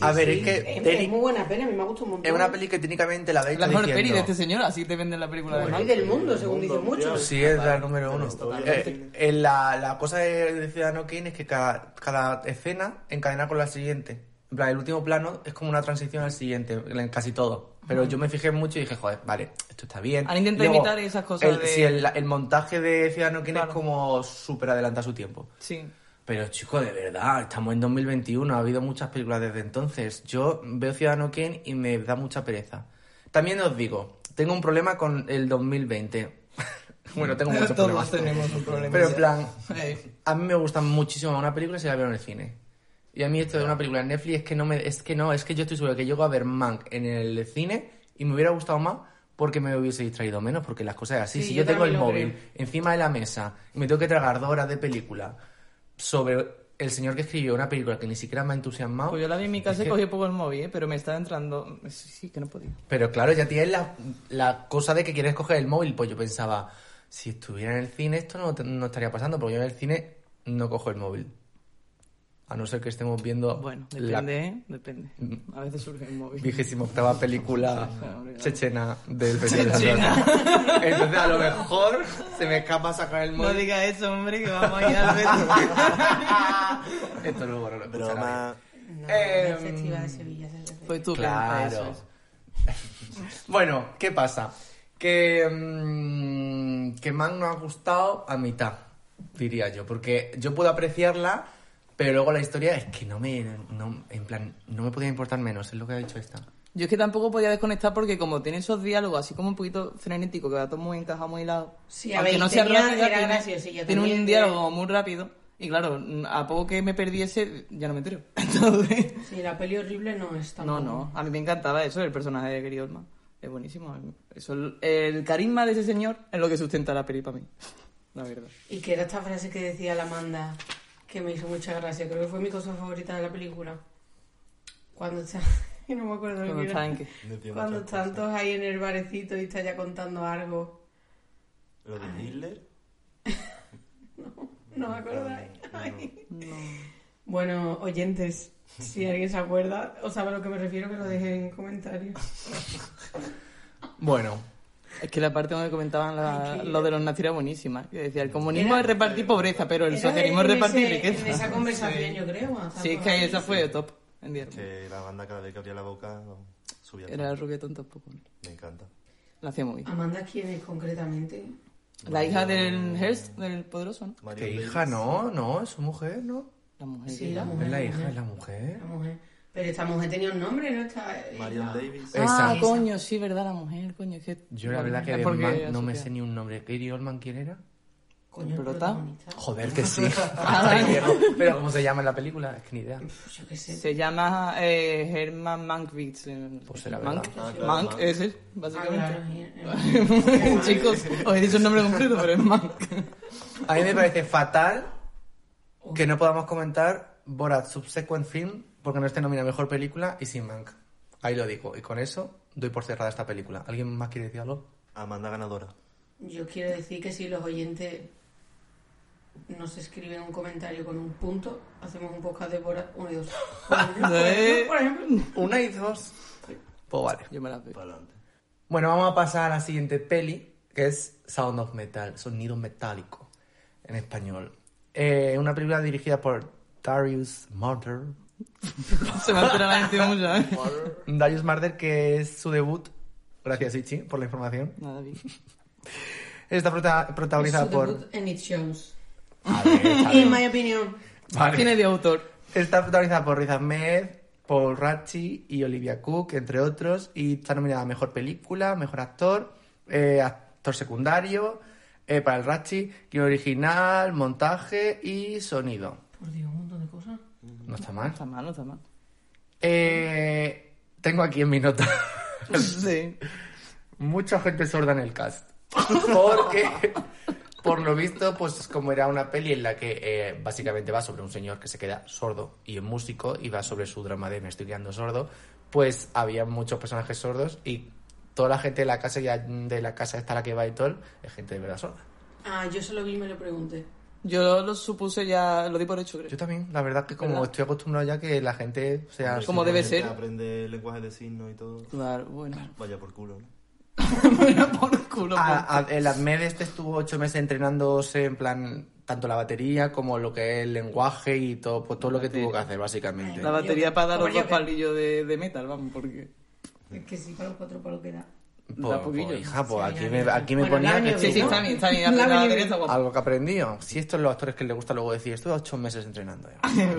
[SPEAKER 2] a ver, es
[SPEAKER 3] Es,
[SPEAKER 2] que
[SPEAKER 3] es
[SPEAKER 2] técnic-
[SPEAKER 3] muy buena peli, a mí me gusta un montón.
[SPEAKER 2] es una peli que técnicamente la veis
[SPEAKER 4] La mejor peli de
[SPEAKER 2] diciendo,
[SPEAKER 4] este señor, así te venden la película de
[SPEAKER 3] Bueno, y
[SPEAKER 4] Mac.
[SPEAKER 3] del mundo, según dicen muchos.
[SPEAKER 2] Sí, es la número uno.
[SPEAKER 5] Totalmente.
[SPEAKER 2] Eh, eh, la, la cosa de, de Ciudadano Kane es que cada, cada escena encadena con la siguiente. En plan, el último plano es como una transición al siguiente, en casi todo. Pero yo me fijé mucho y dije, joder, vale, esto está bien.
[SPEAKER 4] Han intentado
[SPEAKER 2] Luego,
[SPEAKER 4] imitar esas cosas
[SPEAKER 2] El,
[SPEAKER 4] de-
[SPEAKER 2] sí, el, el montaje de Ciudadano Kane
[SPEAKER 4] Claro.
[SPEAKER 2] es como súper adelanta su tiempo.
[SPEAKER 4] Sí.
[SPEAKER 2] Pero chicos, de verdad, estamos en 2021, ha habido muchas películas desde entonces. Yo veo Ciudadano Kane y me da mucha pereza. También os digo, tengo un problema con el 2020. bueno, tengo muchos problemas.
[SPEAKER 4] Todos tenemos un problema.
[SPEAKER 2] Pero en plan,
[SPEAKER 4] Eh,
[SPEAKER 2] a mí me gusta muchísimo una película si la veo en el cine. Y a mí esto de una película en Netflix es que no me, es que no, es que yo estoy seguro que llego a ver Mank en el cine y me hubiera gustado más porque me hubiese distraído menos, porque las cosas así.
[SPEAKER 3] Sí,
[SPEAKER 2] si
[SPEAKER 3] yo
[SPEAKER 2] yo, tengo el
[SPEAKER 3] también lo
[SPEAKER 2] móvil encima de la mesa y me tengo que tragar dos horas de película sobre el señor que escribió una película que ni siquiera me ha entusiasmado.
[SPEAKER 4] Pues yo la vi en mi
[SPEAKER 2] Es
[SPEAKER 4] casa y
[SPEAKER 2] que-
[SPEAKER 4] cogí poco el móvil, eh, pero me estaba entrando... Sí, sí, que no podía.
[SPEAKER 2] Pero claro, ya tienes la, la cosa de que quieres coger el móvil. Pues yo pensaba, si estuviera en el cine esto no, te- no estaría pasando, porque yo en el cine no cojo el móvil. A no ser que estemos viendo
[SPEAKER 4] Bueno,
[SPEAKER 2] la
[SPEAKER 4] depende, ¿eh? Depende. A veces surge el móvil.
[SPEAKER 2] vigésima octava película chechena del Festival de
[SPEAKER 4] Chechena.
[SPEAKER 2] Andorra. Entonces a lo mejor se me escapa sacar el
[SPEAKER 4] No
[SPEAKER 2] móvil.
[SPEAKER 4] digas eso, hombre, que vamos a ir al reto.
[SPEAKER 2] Esto luego no lo escuchará nadie.
[SPEAKER 5] Broma.
[SPEAKER 3] No,
[SPEAKER 2] Eh,
[SPEAKER 3] el Festival de Sevilla. se refiere.
[SPEAKER 4] Em, Pues tú, que eso
[SPEAKER 2] Claro.
[SPEAKER 4] es.
[SPEAKER 2] bueno, ¿qué pasa? Que, mm, que Man no ha gustado a mitad, diría yo, porque yo puedo apreciarla Pero luego la historia es que no me. No, en plan, no me podía importar menos, es lo que ha dicho esta.
[SPEAKER 4] Yo es que tampoco podía desconectar porque como tiene esos diálogos así como un poquito frenético que va todo muy encajado, muy hilado.
[SPEAKER 3] Sí, a ver, tenía- era graciosilla
[SPEAKER 4] tiene
[SPEAKER 3] también,
[SPEAKER 4] un
[SPEAKER 3] pero-
[SPEAKER 4] diálogo muy rápido. Y claro, a poco que me perdiese, ya no me entero. Entonces...
[SPEAKER 3] Sí, la peli horrible no es tan.
[SPEAKER 4] No, no, a mí me encantaba eso, el personaje de Gary Oldman. Es buenísimo. Eso, el, el carisma de ese señor es lo que sustenta la peli para mí. La verdad.
[SPEAKER 3] Y que era esta frase que decía la Amanda, que me hizo mucha gracia. Creo que fue mi cosa favorita de la película. Cuando está. y no me acuerdo lo
[SPEAKER 4] Cuando
[SPEAKER 3] que
[SPEAKER 4] está
[SPEAKER 3] era.
[SPEAKER 4] en qué.
[SPEAKER 5] Decía
[SPEAKER 3] Cuando
[SPEAKER 5] muchas
[SPEAKER 3] están todos ahí en el barecito y está ya contando algo.
[SPEAKER 5] cosas. Lo de Hitler. um,
[SPEAKER 3] No me acordáis. Ay. Bueno, oyentes, si alguien se acuerda o sabe a lo que me refiero, que lo dejen en comentarios.
[SPEAKER 4] Pues
[SPEAKER 2] Bueno,
[SPEAKER 4] Es que la parte donde comentaban la-
[SPEAKER 3] Ay, qué-
[SPEAKER 4] lo de los nazis era buenísima. Que decía, el comunismo
[SPEAKER 3] Era-
[SPEAKER 4] es repartir pobreza, pero el
[SPEAKER 3] Era
[SPEAKER 4] socialismo es
[SPEAKER 3] en
[SPEAKER 4] repartir
[SPEAKER 3] ese-
[SPEAKER 4] riqueza.
[SPEAKER 3] En esa conversación, yo creo. más
[SPEAKER 4] Sí, es que ahí esa fue top. En día.
[SPEAKER 5] Que la banda cada vez que abría la boca um, subía. el
[SPEAKER 4] Era
[SPEAKER 5] tono.
[SPEAKER 4] ruguetón tampoco.
[SPEAKER 5] Me encanta.
[SPEAKER 4] pues, La hacía
[SPEAKER 2] Ah.
[SPEAKER 4] muy bien.
[SPEAKER 3] Amanda, ¿quién es concretamente?
[SPEAKER 4] La hija del Hearst, del poderoso, ¿no?
[SPEAKER 5] Mario
[SPEAKER 2] que
[SPEAKER 5] Reyes.
[SPEAKER 2] hija, no, no, es su mujer, ¿no?
[SPEAKER 4] La mujer.
[SPEAKER 3] Sí,
[SPEAKER 4] que-
[SPEAKER 3] la mujer.
[SPEAKER 2] Es la hija, es la mujer.
[SPEAKER 3] La mujer. Pero esta mujer tenía un nombre, ¿no? Esta, eh,
[SPEAKER 5] Marion
[SPEAKER 3] la-
[SPEAKER 5] Davis.
[SPEAKER 2] Eh.
[SPEAKER 4] Ah,
[SPEAKER 2] Esa.
[SPEAKER 4] coño, sí, verdad, la mujer, coño. es que-
[SPEAKER 2] Yo la verdad que
[SPEAKER 4] Es
[SPEAKER 2] de
[SPEAKER 4] porque
[SPEAKER 2] Man no me
[SPEAKER 4] asociado.
[SPEAKER 2] sé ni un nombre. ¿Gary Oldman quién era?
[SPEAKER 3] Coño, el
[SPEAKER 4] ¿Prota?
[SPEAKER 3] protagonista.
[SPEAKER 2] Joder, que sí. Ay, viejo. Pero ¿cómo se llama en la película? Es que ni idea.
[SPEAKER 3] Pues yo qué sé.
[SPEAKER 4] Se llama eh, Herman Mankiewicz. eh,
[SPEAKER 2] Pues será
[SPEAKER 4] Mank,
[SPEAKER 5] verdad. Ah, claro,
[SPEAKER 4] Mank,
[SPEAKER 5] Mank.
[SPEAKER 4] ese,
[SPEAKER 3] Ah,
[SPEAKER 4] básicamente.
[SPEAKER 3] claro, sí, eh.
[SPEAKER 4] Chicos, os he dicho el nombre completo, pero es Mank.
[SPEAKER 2] A mí me parece fatal que no podamos comentar Borat Subsequent Film porque no esté nominada a Mejor Película y sin Mank. Ahí lo digo. Y con eso doy por cerrada esta película. ¿Alguien más quiere decir algo?
[SPEAKER 5] Amanda ganadora.
[SPEAKER 3] Yo quiero decir que si los oyentes nos escriben un comentario con un punto, hacemos un podcast de Borat 1 y 2. Por ejemplo, por ejemplo, por ejemplo.
[SPEAKER 2] Una y dos. Pues vale.
[SPEAKER 4] Yo me la veo.
[SPEAKER 5] Para adelante.
[SPEAKER 2] Bueno, vamos a pasar a la siguiente peli, que es Sound of Metal, Sonido Metálico, en español. Eh, una película dirigida por Darius Marder.
[SPEAKER 4] Se me ha enterado la gente mucho, ¿eh?
[SPEAKER 2] Darius Marder, que es su debut. Gracias, Ichi, por la información.
[SPEAKER 4] Nada, bien.
[SPEAKER 2] Está prota- protagonizada
[SPEAKER 3] Su
[SPEAKER 2] por...
[SPEAKER 3] debut en It Shows.
[SPEAKER 2] A ver, está bien.
[SPEAKER 3] En mi opinión.
[SPEAKER 2] Vale.
[SPEAKER 4] Tiene de autor.
[SPEAKER 2] Está protagonizada por Riz Ahmed, Paul Ratchi y Olivia Cook, entre otros, y está nominada a Mejor Película, Mejor Actor, eh, Actor Secundario, eh, para el Ratchi, Guión Original, Montaje y Sonido.
[SPEAKER 3] Por Dios, un montón de cosas.
[SPEAKER 2] No está mal.
[SPEAKER 4] Está mal, no está mal.
[SPEAKER 2] Eh, tengo aquí en mi nota
[SPEAKER 4] Sí.
[SPEAKER 2] mucha gente sorda en el cast. Porque, por lo visto, pues como era una peli en la que eh, básicamente va sobre un señor que se queda sordo y es músico y va sobre su drama de me estoy quedando sordo, pues había muchos personajes sordos y toda la gente de la casa ya- de la casa está la que va y todo es gente de verdad sorda.
[SPEAKER 3] Ah, yo se lo vi y me lo pregunté.
[SPEAKER 4] Yo lo, lo supuse ya, lo di por hecho, creo.
[SPEAKER 2] Yo también, la verdad que como
[SPEAKER 4] ¿Verdad?
[SPEAKER 2] estoy acostumbrado ya que la gente sea...
[SPEAKER 4] Como debe ser.
[SPEAKER 5] Aprende el lenguaje de signos y todo.
[SPEAKER 4] Claro, bueno.
[SPEAKER 5] Vaya por culo, ¿no?
[SPEAKER 4] Bueno, por culo.
[SPEAKER 2] Ah,
[SPEAKER 4] por-
[SPEAKER 2] A- a- el Ahmed este estuvo ocho meses entrenándose en plan tanto la batería como lo que es el lenguaje y todo, pues, todo lo que tuvo que hacer básicamente.
[SPEAKER 4] La batería para dar los
[SPEAKER 3] Coño,
[SPEAKER 4] dos
[SPEAKER 3] que-
[SPEAKER 4] palillos de, de metal, vamos, porque...
[SPEAKER 3] Es que sí, para los cuatro palos que da.
[SPEAKER 2] Pues,
[SPEAKER 4] Da poquillo.
[SPEAKER 2] pues, hija, pues
[SPEAKER 3] Sí,
[SPEAKER 2] aquí
[SPEAKER 3] ya,
[SPEAKER 2] me,
[SPEAKER 3] ya.
[SPEAKER 2] aquí me
[SPEAKER 3] Bueno, la
[SPEAKER 2] ponía que
[SPEAKER 3] han
[SPEAKER 4] Sí, sí,
[SPEAKER 2] estuvo-
[SPEAKER 4] está bien, está bien.
[SPEAKER 3] La
[SPEAKER 4] La
[SPEAKER 3] venía
[SPEAKER 4] batería está guapa.
[SPEAKER 2] algo que aprendió. Si estos son los actores que les gusta luego decir, estuve ocho meses entrenando.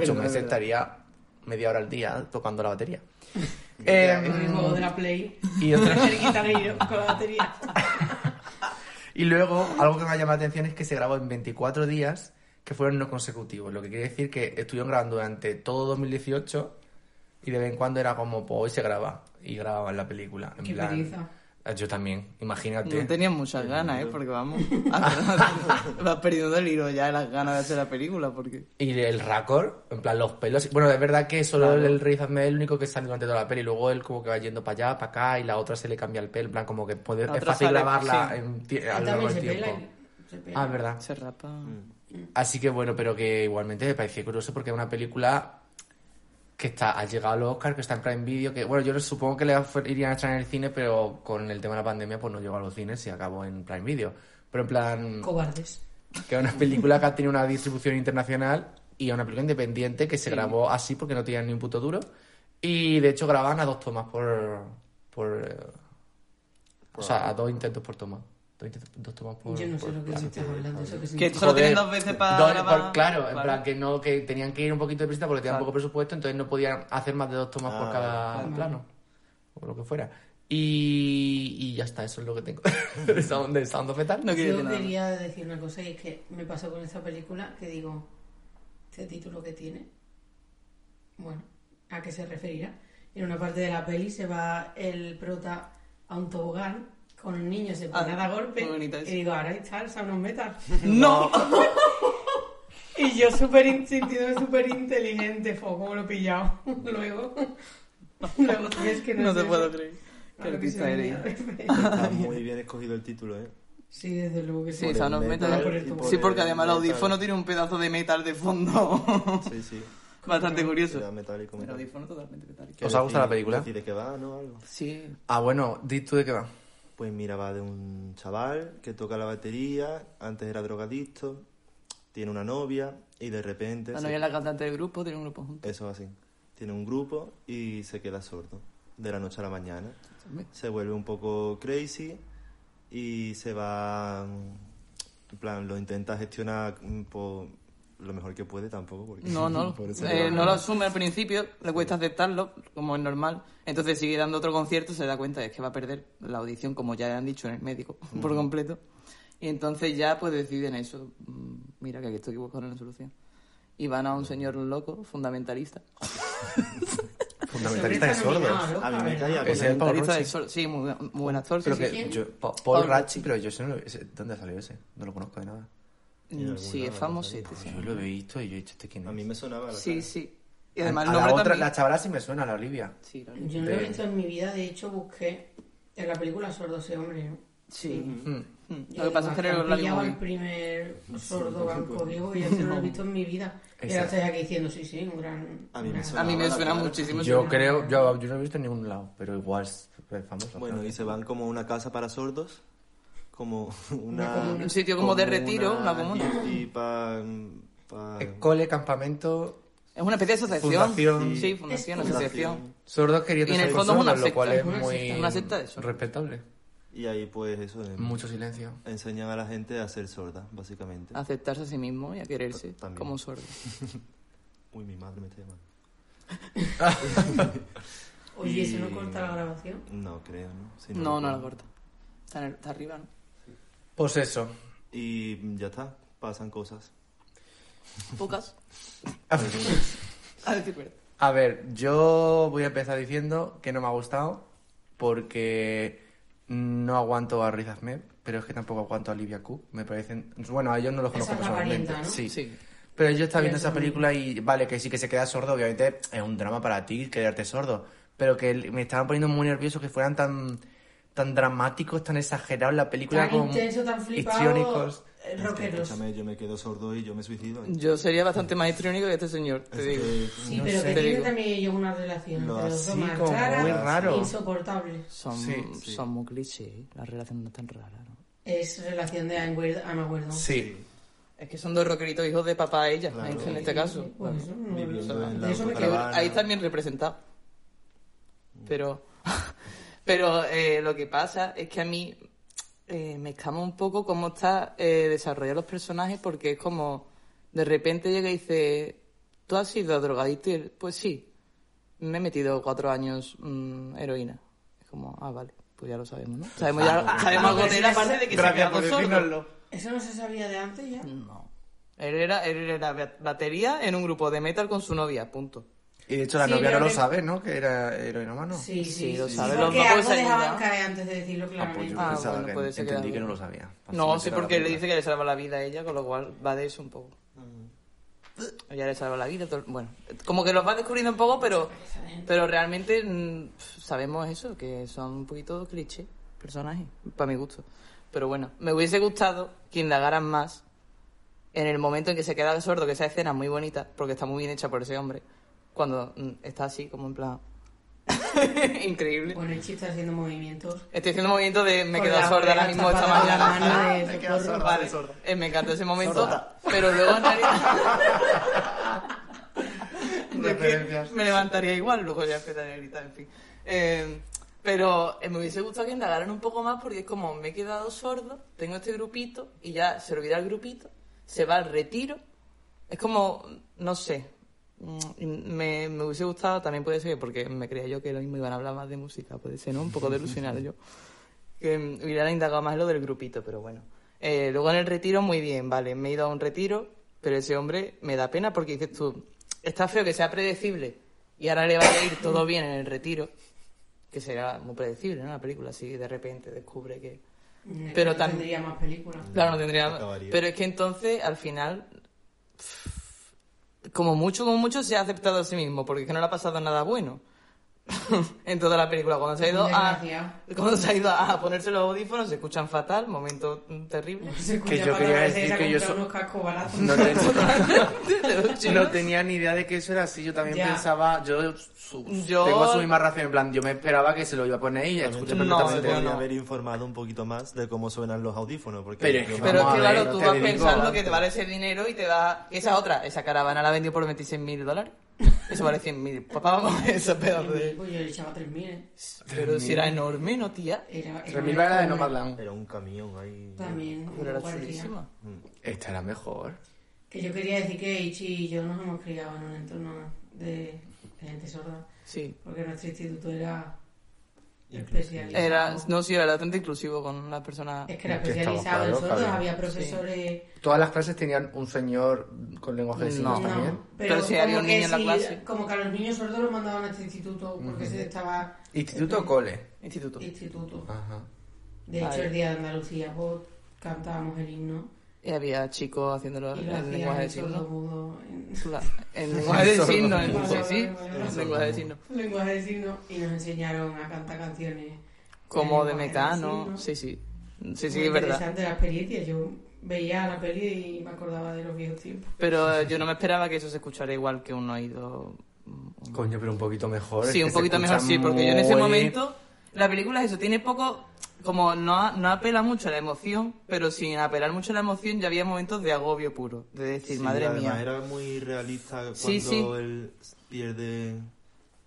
[SPEAKER 2] ocho meses estaría media hora al día tocando la batería.
[SPEAKER 3] En el juego de
[SPEAKER 2] Eh,
[SPEAKER 3] la Play.
[SPEAKER 2] y otra-
[SPEAKER 3] El guitarrillo con la batería.
[SPEAKER 2] Y luego, algo que me ha llamado la atención es que se grabó en 24 días que fueron no consecutivos, lo que quiere decir que estuvieron grabando durante todo 2018 y de vez en cuando era como, pues hoy se graba y grababan la película. En
[SPEAKER 3] Qué
[SPEAKER 2] plan,
[SPEAKER 3] pereza.
[SPEAKER 2] eh, Yo también, imagínate.
[SPEAKER 4] No tenías muchas ganas, ¿eh? Porque vamos, ah, vas perdiendo el hilo ya de las ganas de hacer la película, porque...
[SPEAKER 2] Y el récord, en plan los pelos. Bueno, es verdad que solo el Riz Ahmed es el único que sale durante toda la peli. Luego él como que va yendo para allá, para acá y la otra se le cambia el pelo. En plan, como que puede-
[SPEAKER 4] La
[SPEAKER 2] es
[SPEAKER 4] otra
[SPEAKER 2] fácil
[SPEAKER 4] sale,
[SPEAKER 2] grabarla
[SPEAKER 4] sí.
[SPEAKER 2] en ti- Eh, a
[SPEAKER 3] Él
[SPEAKER 2] lo largo
[SPEAKER 3] también
[SPEAKER 2] del
[SPEAKER 3] se pela.
[SPEAKER 2] tiempo.
[SPEAKER 3] y- Se pela.
[SPEAKER 2] Ah, es verdad.
[SPEAKER 4] Se rapa...
[SPEAKER 5] Mm.
[SPEAKER 2] Así que bueno, pero que igualmente me parecía curioso porque es una película que está, ha llegado al Oscar, que está en Prime Video, que bueno, yo supongo que le ofre- irían a echar en el cine, pero con el tema de la pandemia pues no llegó a los cines y acabó en Prime Video. Pero en plan,
[SPEAKER 3] Cobardes.
[SPEAKER 2] que es una película que ha tenido una distribución internacional y es una película independiente que se grabó así porque no tenían ni un puto duro. Y de hecho grababan a dos tomas por... por eh, o sea, a dos intentos por toma.
[SPEAKER 6] 22 tomadas por.
[SPEAKER 3] Yo no sé
[SPEAKER 6] por
[SPEAKER 3] lo que me
[SPEAKER 6] plato.
[SPEAKER 3] estás hablando, eso que
[SPEAKER 4] Que
[SPEAKER 3] significa.
[SPEAKER 4] esto lo tenían dos veces para
[SPEAKER 6] eh, dos-
[SPEAKER 4] grabar.
[SPEAKER 6] por- claro, en
[SPEAKER 4] Vale.
[SPEAKER 6] plan que no, que tenían que ir un poquito de prisa porque tenían
[SPEAKER 4] Claro.
[SPEAKER 6] poco presupuesto, entonces no podían hacer más de dos tomas por
[SPEAKER 5] Ah,
[SPEAKER 6] cada plano. O lo que fuera. Y, y ya está, eso es lo que tengo. de Sound, de sound of Metal.
[SPEAKER 4] No quiero decir
[SPEAKER 3] Yo
[SPEAKER 4] nada. más.
[SPEAKER 3] quería decir una cosa y es que me pasó con esta película que digo, este título que tiene, bueno, ¿a qué se referirá? En una parte de la peli se va el prota a un tobogán con un niño, se pone a dar golpe
[SPEAKER 4] muy bonita
[SPEAKER 3] y
[SPEAKER 4] esa.
[SPEAKER 3] digo, ahora está el Sound of Metal.
[SPEAKER 4] ¡No!
[SPEAKER 3] Y yo súper in- sintiéndome súper inteligente, fue como lo he pillado. Luego, luego es que no,
[SPEAKER 4] No
[SPEAKER 3] sé
[SPEAKER 4] te puedo
[SPEAKER 3] si-
[SPEAKER 4] creer.
[SPEAKER 3] a lo
[SPEAKER 4] Qué
[SPEAKER 3] que
[SPEAKER 4] artista
[SPEAKER 3] se
[SPEAKER 4] eres.
[SPEAKER 3] venía.
[SPEAKER 5] Está muy bien escogido el título, ¿eh?
[SPEAKER 3] Sí, desde luego que sí.
[SPEAKER 4] Sí, Sound of
[SPEAKER 5] metal
[SPEAKER 4] Metal.
[SPEAKER 3] y por
[SPEAKER 4] Sí, porque
[SPEAKER 5] el
[SPEAKER 4] además el
[SPEAKER 5] metal.
[SPEAKER 4] audífono tiene un pedazo de metal de fondo.
[SPEAKER 5] Sí, sí.
[SPEAKER 4] Bastante
[SPEAKER 5] Era
[SPEAKER 4] curioso.
[SPEAKER 5] metálico.
[SPEAKER 4] El
[SPEAKER 5] metal.
[SPEAKER 4] audífono totalmente metálico.
[SPEAKER 5] ¿Qué
[SPEAKER 2] ¿Os ha
[SPEAKER 5] decir-
[SPEAKER 2] gustado la película?
[SPEAKER 5] decir de qué va, ¿no? Algo.
[SPEAKER 4] Sí.
[SPEAKER 2] Ah, bueno, di tú de qué va.
[SPEAKER 5] Pues mira, va de un chaval que toca la batería, antes era drogadicto, tiene una novia y de repente...
[SPEAKER 4] La
[SPEAKER 5] se-
[SPEAKER 4] novia es Ah, la cantante del grupo, tiene un grupo juntos.
[SPEAKER 5] Eso es así. Tiene un grupo y se queda sordo de la noche a la mañana. Se vuelve un poco crazy y se va... mm, En plan, lo intenta gestionar mm, por lo mejor que puede tampoco. Porque
[SPEAKER 4] No, no,
[SPEAKER 5] por eso
[SPEAKER 4] eh,
[SPEAKER 5] no-
[SPEAKER 4] no lo asume al principio, le cuesta aceptarlo, como es normal. Entonces sigue dando otro concierto, se da cuenta de que va a perder la audición, como ya han dicho en el médico, por completo. Y entonces ya pues deciden eso, mm, mira que aquí estoy equivocado en la solución. Y van a un señor loco, fundamentalista.
[SPEAKER 2] Fundamentalista es sordo.
[SPEAKER 5] A mí me caía
[SPEAKER 2] Ese es
[SPEAKER 5] bien.
[SPEAKER 2] el Paul
[SPEAKER 4] Fundamentalista
[SPEAKER 2] Roche.
[SPEAKER 4] del sol, sí, muy, muy buen actor. sí,
[SPEAKER 2] Pero
[SPEAKER 4] sí,
[SPEAKER 2] que
[SPEAKER 4] sí.
[SPEAKER 2] yo, Pa-
[SPEAKER 4] Paul
[SPEAKER 2] Paul Ratchi, pero yo ese no lo- ese- ¿Dónde ha salido ese? No lo conozco de nada.
[SPEAKER 4] Mm, sí, es famoso. Sí, sí.
[SPEAKER 2] Yo lo he visto y yo he dicho, ¿este quién
[SPEAKER 5] A mí me sonaba la
[SPEAKER 4] sí,
[SPEAKER 5] cara.
[SPEAKER 4] sí. Y
[SPEAKER 2] Y
[SPEAKER 4] además el
[SPEAKER 2] a la,
[SPEAKER 4] nombre
[SPEAKER 2] otra,
[SPEAKER 4] también...
[SPEAKER 2] la chavala sí me suena, la Olivia.
[SPEAKER 4] Sí, la-
[SPEAKER 3] Yo no lo he
[SPEAKER 2] De-
[SPEAKER 3] visto en mi vida, de hecho busqué en la película Sordo ese hombre, ¿no?
[SPEAKER 4] sí.
[SPEAKER 2] Mm.
[SPEAKER 4] Mm, Lo que pasa es que no
[SPEAKER 3] han
[SPEAKER 4] la vi
[SPEAKER 3] pillado al
[SPEAKER 4] muy bien.
[SPEAKER 3] primer sordo banco vivo y eso no lo he visto en mi vida. Y ahora
[SPEAKER 2] Exacto.
[SPEAKER 3] estoy aquí diciendo, sí, sí, un gran...
[SPEAKER 5] A mí me
[SPEAKER 3] una-
[SPEAKER 5] suena.
[SPEAKER 4] A mí me
[SPEAKER 5] la
[SPEAKER 4] suena
[SPEAKER 5] cara.
[SPEAKER 4] muchísimo.
[SPEAKER 6] Yo creo, yo, yo no lo he visto en ningún lado, pero igual es es famoso.
[SPEAKER 5] Bueno, y se van como a una casa para sordos, como una...
[SPEAKER 4] comuna. Un sitio como de retiro, una comuna.
[SPEAKER 5] Y, mm, para...
[SPEAKER 6] Es
[SPEAKER 4] eh,
[SPEAKER 6] Cole, campamento,
[SPEAKER 4] Es una especie de asociación.
[SPEAKER 6] Fundación.
[SPEAKER 4] Sí, fundación, asociación.
[SPEAKER 6] sordos queriendo
[SPEAKER 4] Y en
[SPEAKER 6] ser
[SPEAKER 4] el fondo es una
[SPEAKER 6] sordos, lo
[SPEAKER 4] secta,
[SPEAKER 6] cual
[SPEAKER 4] es
[SPEAKER 6] es
[SPEAKER 4] una
[SPEAKER 6] muy
[SPEAKER 4] secta, una secta de sordos.
[SPEAKER 6] respetable.
[SPEAKER 5] Y ahí pues eso, eh,
[SPEAKER 6] Mucho silencio.
[SPEAKER 5] enseñan a la gente a ser sorda, básicamente.
[SPEAKER 4] A aceptarse a sí mismo y a quererse
[SPEAKER 5] También.
[SPEAKER 4] como un sordo.
[SPEAKER 5] Uy, mi madre me está llamando.
[SPEAKER 3] Oye, ¿eso
[SPEAKER 5] Y-
[SPEAKER 3] no corta la grabación?
[SPEAKER 5] No, creo, ¿no? Sí,
[SPEAKER 4] No, no la
[SPEAKER 5] recuerdo.
[SPEAKER 4] corta. Está, en el- está arriba, ¿no?
[SPEAKER 6] Pues eso.
[SPEAKER 5] Y ya está, pasan cosas.
[SPEAKER 4] Pocas. A decir verdad.
[SPEAKER 2] A ver, yo voy a empezar diciendo que no me ha gustado porque no aguanto a Riz Ahmed, pero es que tampoco aguanto a Olivia Cook. Me parecen... Bueno, a ellos no los
[SPEAKER 3] Esa
[SPEAKER 2] conozco
[SPEAKER 3] es la
[SPEAKER 2] personalmente.
[SPEAKER 3] parienta, ¿no?
[SPEAKER 2] Sí.
[SPEAKER 4] Sí.
[SPEAKER 2] Pero yo estaba viendo esa película y vale, que sí que se queda sordo, obviamente es un drama para ti quedarte sordo, pero que el- me estaban poniendo muy nervioso que fueran tan tan dramáticos, tan exagerados en la película
[SPEAKER 3] Tan
[SPEAKER 2] como
[SPEAKER 3] intenso, tan flipado,
[SPEAKER 2] histriónicos.
[SPEAKER 3] eh,
[SPEAKER 5] Es que,
[SPEAKER 3] rockeros.
[SPEAKER 5] escúchame, Este, yo me quedo sordo y yo me suicido. ¿eh?
[SPEAKER 4] Yo sería bastante más histriónico que este señor, te
[SPEAKER 5] Es
[SPEAKER 4] digo.
[SPEAKER 5] que- mm,
[SPEAKER 3] Sí,
[SPEAKER 2] No
[SPEAKER 3] pero
[SPEAKER 2] sé.
[SPEAKER 3] que
[SPEAKER 4] Te
[SPEAKER 3] tienen
[SPEAKER 4] digo.
[SPEAKER 3] también ellos una relación
[SPEAKER 5] No,
[SPEAKER 3] entre los dos
[SPEAKER 2] así
[SPEAKER 3] más
[SPEAKER 2] como
[SPEAKER 3] rara,
[SPEAKER 2] muy raro.
[SPEAKER 3] insoportable.
[SPEAKER 4] Son,
[SPEAKER 2] Sí,
[SPEAKER 5] sí.
[SPEAKER 4] son muy clichés. La relación no es tan rara, ¿no?
[SPEAKER 3] Es relación de Anne Weird- Ana Gordon.
[SPEAKER 2] Sí.
[SPEAKER 4] Es que son dos rockeritos hijos de papá a ella,
[SPEAKER 5] Claro.
[SPEAKER 4] en este caso.
[SPEAKER 3] Pues eso no-
[SPEAKER 5] Viviendo en la
[SPEAKER 3] de eso me
[SPEAKER 4] Que
[SPEAKER 3] quedo.
[SPEAKER 5] autocaravana.
[SPEAKER 4] ahí está bien representado. Pero, pero eh, lo que pasa es que a mí eh, me escama un poco cómo está eh, desarrollado los personajes porque es como de repente llega y dice, ¿tú has sido drogadicto? Y él, pues sí, me he metido cuatro años mm, heroína. Es como, ah, vale, pues ya lo sabemos, ¿no? Sabemos, ya, sabemos algo de la parte de que se ha quedado sordo.
[SPEAKER 3] ¿Eso no se sabía de antes ya?
[SPEAKER 4] No. Él era, él era batería en un grupo de metal con su novia, punto.
[SPEAKER 2] Y de hecho la
[SPEAKER 3] Sí,
[SPEAKER 2] novia no
[SPEAKER 3] pero
[SPEAKER 2] lo
[SPEAKER 3] que-
[SPEAKER 2] sabe, ¿no? Que era heroína mano.
[SPEAKER 3] Sí,
[SPEAKER 4] Sí,
[SPEAKER 3] sí,
[SPEAKER 4] lo
[SPEAKER 3] sí,
[SPEAKER 4] saben
[SPEAKER 3] porque
[SPEAKER 4] los dos,
[SPEAKER 3] algo
[SPEAKER 4] pues,
[SPEAKER 3] dejaban
[SPEAKER 4] ayuda.
[SPEAKER 3] caer antes de decirlo
[SPEAKER 2] Ah, pues
[SPEAKER 3] claramente.
[SPEAKER 2] yo
[SPEAKER 4] Ah,
[SPEAKER 2] pensaba
[SPEAKER 4] bueno,
[SPEAKER 2] que
[SPEAKER 4] puede ser que
[SPEAKER 2] entendí
[SPEAKER 4] era-
[SPEAKER 2] que no lo sabía.
[SPEAKER 4] No, sí,
[SPEAKER 2] Básicamente era
[SPEAKER 4] porque
[SPEAKER 2] la
[SPEAKER 4] le
[SPEAKER 2] película.
[SPEAKER 4] dice que le salva la vida a ella, con lo cual va de eso un poco.
[SPEAKER 3] Mm.
[SPEAKER 4] Ella le salva la vida, todo- bueno, como que los va descubriendo un poco, pero, pero realmente mm, pf, sabemos eso, que son un poquito clichés, personajes, para mi gusto. Pero bueno, me hubiese gustado que indagaran más en el momento en que se queda sordo, que esa escena es muy bonita, porque está muy bien hecha por ese hombre, cuando mm, está así, como en plan... Increíble.
[SPEAKER 3] Bueno, el chiste haciendo movimientos.
[SPEAKER 4] Estoy haciendo movimiento de me
[SPEAKER 3] Con
[SPEAKER 4] quedo
[SPEAKER 3] la
[SPEAKER 4] sorda ahora
[SPEAKER 3] pera
[SPEAKER 4] mismo esta
[SPEAKER 3] tapada, la
[SPEAKER 4] mañana.
[SPEAKER 3] mano de
[SPEAKER 4] Me
[SPEAKER 3] Me
[SPEAKER 4] quedo
[SPEAKER 3] quedo socorro.
[SPEAKER 4] sorda,
[SPEAKER 3] sorda,
[SPEAKER 4] vale. Eh, me encantó ese momento. Pero luego en realidad. Yo es que
[SPEAKER 2] Referencias.
[SPEAKER 4] me levantaría igual, luego ya empezaría a gritar, en fin. Eh, Pero eh, me hubiese gustado que indagaran un poco más porque es como me he quedado sordo, tengo este grupito y ya se olvida el grupito, se va al retiro. Es como, no sé, mm, me, me hubiese gustado, también puede ser, porque me creía yo que lo mismo iban a hablar más de música, puede ser, ¿no? Un poco delusionado yo. Que mm, hubieran indagado más lo del grupito, pero bueno. Eh, luego en el retiro, muy bien, vale, me he ido a un retiro, pero ese hombre me da pena porque dices tú, está feo que sea predecible y ahora le vaya a ir todo bien en el retiro que será muy predecible, ¿no? La película, así de repente descubre que... Pero
[SPEAKER 3] No
[SPEAKER 4] tam-
[SPEAKER 3] tendría más películas.
[SPEAKER 4] Claro, no tendría...
[SPEAKER 5] Acabaría.
[SPEAKER 4] Pero es que entonces, al final, como mucho, como mucho, se ha aceptado a sí mismo, porque es que no le ha pasado nada bueno en toda la película. Cuando se ha ido a,
[SPEAKER 3] Desgraciado.
[SPEAKER 4] cuando se ha ido a ponerse los audífonos, se escuchan fatal, momento terrible.
[SPEAKER 3] Se escucha
[SPEAKER 2] Que yo
[SPEAKER 3] para
[SPEAKER 2] quería
[SPEAKER 3] ver si
[SPEAKER 2] decir
[SPEAKER 3] se ha
[SPEAKER 2] que yo
[SPEAKER 3] comprado
[SPEAKER 2] so-
[SPEAKER 3] unos cascos baratos.
[SPEAKER 2] No, ten-
[SPEAKER 4] Le doy un chino.
[SPEAKER 2] no tenía ni idea de que eso era así. Yo también
[SPEAKER 3] Ya.
[SPEAKER 2] pensaba. Yo, su-
[SPEAKER 4] Yo-
[SPEAKER 2] tengo su misma razón. En plan, yo me esperaba que se lo iba a poner y escuché
[SPEAKER 4] No,
[SPEAKER 2] perfectamente.
[SPEAKER 4] yo
[SPEAKER 5] podría
[SPEAKER 4] no.
[SPEAKER 5] haber informado un poquito más de cómo suenan los audífonos. Porque
[SPEAKER 2] Pero es que-
[SPEAKER 4] Pero es
[SPEAKER 2] Vamos
[SPEAKER 4] que,
[SPEAKER 2] a ver,
[SPEAKER 4] claro,
[SPEAKER 2] no
[SPEAKER 4] tú
[SPEAKER 2] te
[SPEAKER 4] vas
[SPEAKER 2] digo,
[SPEAKER 4] pensando
[SPEAKER 2] vamos.
[SPEAKER 4] que te vale ese dinero y te da... Esa otra, esa caravana la vendió por 26 mil dólares. Eso vale 100 mil. Papá, vamos a ver ese pedazo de...
[SPEAKER 3] Pues yo le echaba 3.000, ¿eh?
[SPEAKER 4] Pero si era enorme, ¿no, tía?
[SPEAKER 3] Era, era
[SPEAKER 2] 3000 balas de
[SPEAKER 3] una-
[SPEAKER 2] Nomadland.
[SPEAKER 5] Era un camión ahí.
[SPEAKER 3] También.
[SPEAKER 4] Pero era
[SPEAKER 3] una guardería.
[SPEAKER 4] chulísima.
[SPEAKER 2] Esta era mejor.
[SPEAKER 3] Que yo quería decir que Ichi y yo nos hemos criado en un entorno de gente sorda,
[SPEAKER 4] Sí.
[SPEAKER 3] porque nuestro instituto era
[SPEAKER 5] Inclusive.
[SPEAKER 3] especializado.
[SPEAKER 4] Era, no, sí, era bastante inclusivo con las personas...
[SPEAKER 3] Es que era
[SPEAKER 2] Es que estaba
[SPEAKER 3] especializado en
[SPEAKER 2] claro,
[SPEAKER 3] sordos,
[SPEAKER 2] claro.
[SPEAKER 3] había profesores...
[SPEAKER 2] Todas las clases tenían un señor con lenguaje de signos
[SPEAKER 4] No.
[SPEAKER 2] también.
[SPEAKER 4] Pero si había
[SPEAKER 3] como
[SPEAKER 4] un
[SPEAKER 3] que
[SPEAKER 4] niño en la
[SPEAKER 3] si-
[SPEAKER 4] clase.
[SPEAKER 3] Como que a los niños sordos los mandaban a este instituto, porque se estaba...
[SPEAKER 2] Instituto Cole.
[SPEAKER 4] Instituto.
[SPEAKER 3] Instituto.
[SPEAKER 2] Ajá.
[SPEAKER 3] De hecho,
[SPEAKER 4] Ay.
[SPEAKER 3] el día de Andalucía, pues, cantábamos el himno
[SPEAKER 4] Y había chicos haciéndolo
[SPEAKER 3] y lo
[SPEAKER 4] en
[SPEAKER 3] hacían
[SPEAKER 4] lenguaje de
[SPEAKER 3] en
[SPEAKER 4] signos.
[SPEAKER 3] sordo mudo. en-
[SPEAKER 4] Chula. En lenguaje de
[SPEAKER 2] Sordo.
[SPEAKER 4] signos, entonces, sí.
[SPEAKER 3] Vale, vale,
[SPEAKER 4] En
[SPEAKER 3] vale.
[SPEAKER 4] lenguaje de signos.
[SPEAKER 3] lenguaje de signos y nos enseñaron a cantar canciones
[SPEAKER 4] Como
[SPEAKER 3] lenguaje
[SPEAKER 4] de
[SPEAKER 3] de
[SPEAKER 4] mecano,
[SPEAKER 3] signos.
[SPEAKER 4] sí, sí. Sí, sí,
[SPEAKER 3] Muy
[SPEAKER 4] es verdad.
[SPEAKER 3] interesante la experiencia yo veía la peli y me acordaba de los viejos tiempos
[SPEAKER 4] Pero eh, yo no me esperaba que eso se escuchara igual que un oído... mm,
[SPEAKER 2] Coño, pero un poquito mejor. es
[SPEAKER 4] Sí,
[SPEAKER 2] que
[SPEAKER 4] un
[SPEAKER 2] se
[SPEAKER 4] poquito
[SPEAKER 2] escucha
[SPEAKER 4] mejor, sí, porque yo en ese
[SPEAKER 2] muy-
[SPEAKER 4] momento. La película es eso, tiene poco. Como no, no apela mucho a la emoción, pero sin apelar mucho a la emoción ya había momentos de agobio puro. De decir,
[SPEAKER 5] Sí,
[SPEAKER 4] madre
[SPEAKER 5] además
[SPEAKER 4] mía.
[SPEAKER 5] Era muy realista cuando
[SPEAKER 4] Sí, sí.
[SPEAKER 5] él pierde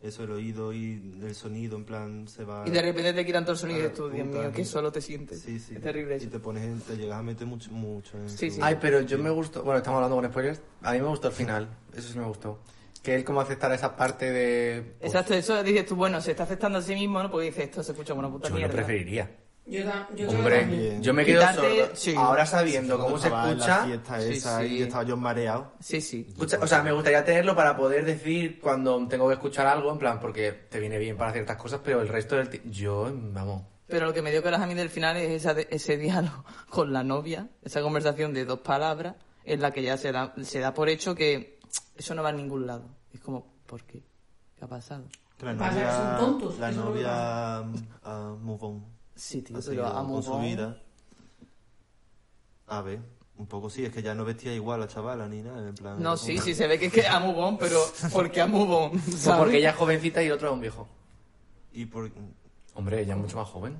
[SPEAKER 5] eso, el oído y el sonido, en plan, se va.
[SPEAKER 4] Y de repente te quitan todo el sonido y
[SPEAKER 5] Era
[SPEAKER 4] dices tú, Dios
[SPEAKER 5] puta,
[SPEAKER 4] mío,
[SPEAKER 5] ¿no?
[SPEAKER 4] que solo te sientes.
[SPEAKER 5] Sí, sí.
[SPEAKER 4] Es terrible
[SPEAKER 5] Y
[SPEAKER 4] eso.
[SPEAKER 5] te pones, en- te llegas a meter mucho, mucho en
[SPEAKER 4] Sí,
[SPEAKER 5] su-
[SPEAKER 4] sí.
[SPEAKER 2] Ay, pero yo me gustó. Bueno, estamos hablando con spoilers. A mí me gustó el final. Eso sí me gustó. Que él como aceptara esa parte de. pues,
[SPEAKER 4] Exacto, eso dices tú, bueno, se está aceptando a sí mismo, ¿no? Porque dices, esto se escucha como una puta
[SPEAKER 2] Yo lo
[SPEAKER 4] mierda.
[SPEAKER 2] preferiría.
[SPEAKER 3] yo, ta- yo creo que también.
[SPEAKER 2] Hombre,
[SPEAKER 5] también.
[SPEAKER 2] yo me quedo
[SPEAKER 4] Quitarte-
[SPEAKER 2] sordo.
[SPEAKER 4] sí.
[SPEAKER 2] Ahora sabiendo cómo se
[SPEAKER 5] Estaba en la
[SPEAKER 2] escucha.
[SPEAKER 5] fiesta
[SPEAKER 4] Sí,
[SPEAKER 5] esa
[SPEAKER 4] sí.
[SPEAKER 5] y estaba yo mareado.
[SPEAKER 4] Sí, sí.
[SPEAKER 2] Escucha- o sea, me gustaría tenerlo para poder decir cuando tengo que escuchar algo, en plan, porque te viene bien para ciertas cosas, pero el resto del... ti- Yo, vamos...
[SPEAKER 4] Pero lo que me dio coraje a mí del final es esa de- ese diálogo con la novia, esa conversación de dos palabras, en la que ya se da, se da por hecho que eso no va a ningún lado. Es como, ¿por qué? ¿Qué ha pasado?
[SPEAKER 5] Que La
[SPEAKER 3] Pasa que son
[SPEAKER 5] novia.
[SPEAKER 3] tontos,
[SPEAKER 5] La
[SPEAKER 3] eso es lo que
[SPEAKER 5] novia. ah, move on.
[SPEAKER 4] Sí, tío,
[SPEAKER 5] Ha
[SPEAKER 4] pero
[SPEAKER 5] seguido
[SPEAKER 4] a
[SPEAKER 5] con su
[SPEAKER 4] Mudón-
[SPEAKER 5] vida. A ver, un poco sí, es que ya no vestía igual la chavala ni nada. En plan,
[SPEAKER 4] No,
[SPEAKER 5] era
[SPEAKER 4] sí,
[SPEAKER 5] como-
[SPEAKER 4] sí, se ve que es que a Mubón, pero ¿por qué a Mubón?
[SPEAKER 2] Pues porque ella es jovencita y el otro es un viejo.
[SPEAKER 5] Y por.
[SPEAKER 2] Hombre, ella es mucho más joven.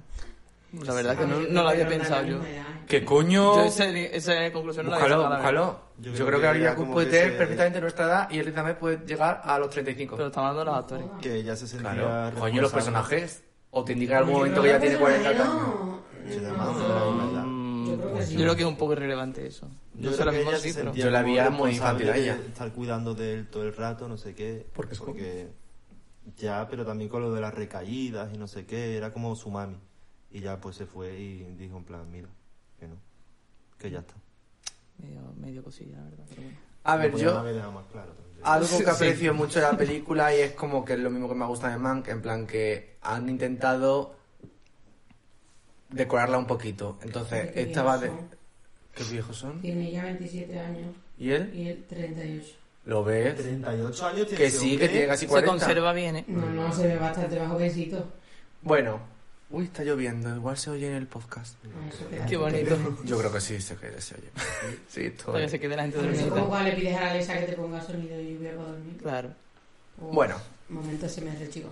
[SPEAKER 4] La verdad que no, no lo había pensado yo.
[SPEAKER 2] ¿Qué coño?
[SPEAKER 4] Yo ese- esa conclusión no la había
[SPEAKER 2] Búscalo,
[SPEAKER 4] sacado. la verdad.
[SPEAKER 2] búscalo.
[SPEAKER 5] Yo
[SPEAKER 2] Yo
[SPEAKER 5] creo
[SPEAKER 2] creo que
[SPEAKER 5] que
[SPEAKER 2] Abril
[SPEAKER 5] ella como
[SPEAKER 2] puede
[SPEAKER 5] que
[SPEAKER 2] tener
[SPEAKER 5] se-
[SPEAKER 2] perfectamente nuestra edad y Elizabeth puede llegar a los 35.
[SPEAKER 4] Pero estamos hablando de los actores.
[SPEAKER 5] Que ella se sentía.
[SPEAKER 2] Claro. Coño,
[SPEAKER 5] responsable.
[SPEAKER 2] los personajes. O te indica en algún momento que ya tiene 40 años.
[SPEAKER 3] no,
[SPEAKER 5] Sí,
[SPEAKER 3] no,
[SPEAKER 5] además, era verdad.
[SPEAKER 3] yo creo que sí
[SPEAKER 4] Yo creo que es un poco irrelevante eso.
[SPEAKER 5] Yo
[SPEAKER 4] No
[SPEAKER 5] creo
[SPEAKER 4] sé ahora
[SPEAKER 5] que
[SPEAKER 4] mismo
[SPEAKER 5] ella
[SPEAKER 4] sí,
[SPEAKER 5] se
[SPEAKER 4] pero-
[SPEAKER 5] sentía
[SPEAKER 2] Yo la
[SPEAKER 5] como
[SPEAKER 2] vi muy
[SPEAKER 5] responsable
[SPEAKER 2] infantil a
[SPEAKER 5] de
[SPEAKER 2] ella.
[SPEAKER 5] Estar cuidando de él todo el rato, no sé qué.
[SPEAKER 2] Porque es joven.
[SPEAKER 5] porque ya, pero también con lo de las recaídas y no sé qué, era como su mami. Y ya pues se fue y dijo en plan, mira, que no, que ya está.
[SPEAKER 4] medio, medio cosilla, la verdad. Pero bueno.
[SPEAKER 2] A ver,
[SPEAKER 5] Lo podían
[SPEAKER 2] yo...
[SPEAKER 5] haber dejado más claro también.
[SPEAKER 2] Algo
[SPEAKER 4] Sí.
[SPEAKER 2] que aprecio mucho de la película y es como que es lo mismo que me gusta de Mank, en plan que han intentado decorarla un poquito. Entonces,
[SPEAKER 3] Qué
[SPEAKER 2] estaba de...
[SPEAKER 3] viejos
[SPEAKER 2] ¿Qué viejos son?
[SPEAKER 3] tiene ya 27 años
[SPEAKER 2] ¿Y él?
[SPEAKER 3] y él 38
[SPEAKER 2] ¿Lo ves?
[SPEAKER 5] 38 años tiene
[SPEAKER 2] Que
[SPEAKER 5] ese
[SPEAKER 2] sí, que
[SPEAKER 5] hombre.
[SPEAKER 2] tiene casi
[SPEAKER 4] Se
[SPEAKER 2] 40.
[SPEAKER 4] conserva bien, ¿eh?
[SPEAKER 3] no, no, se ve bastante más jovencito
[SPEAKER 2] Bueno. Uy, está lloviendo. Igual se oye en el podcast.
[SPEAKER 3] No, eso
[SPEAKER 4] Qué bonito.
[SPEAKER 2] Yo creo que sí, se, que se oye. sí, todo.
[SPEAKER 4] Para que se quede la gente
[SPEAKER 3] Pero eso es como
[SPEAKER 4] dormida.
[SPEAKER 3] cuando le pides a la Alexa que te ponga sonido de lluvia para dormir
[SPEAKER 4] Claro.
[SPEAKER 3] Pues,
[SPEAKER 2] Bueno.
[SPEAKER 3] momento se me hace chico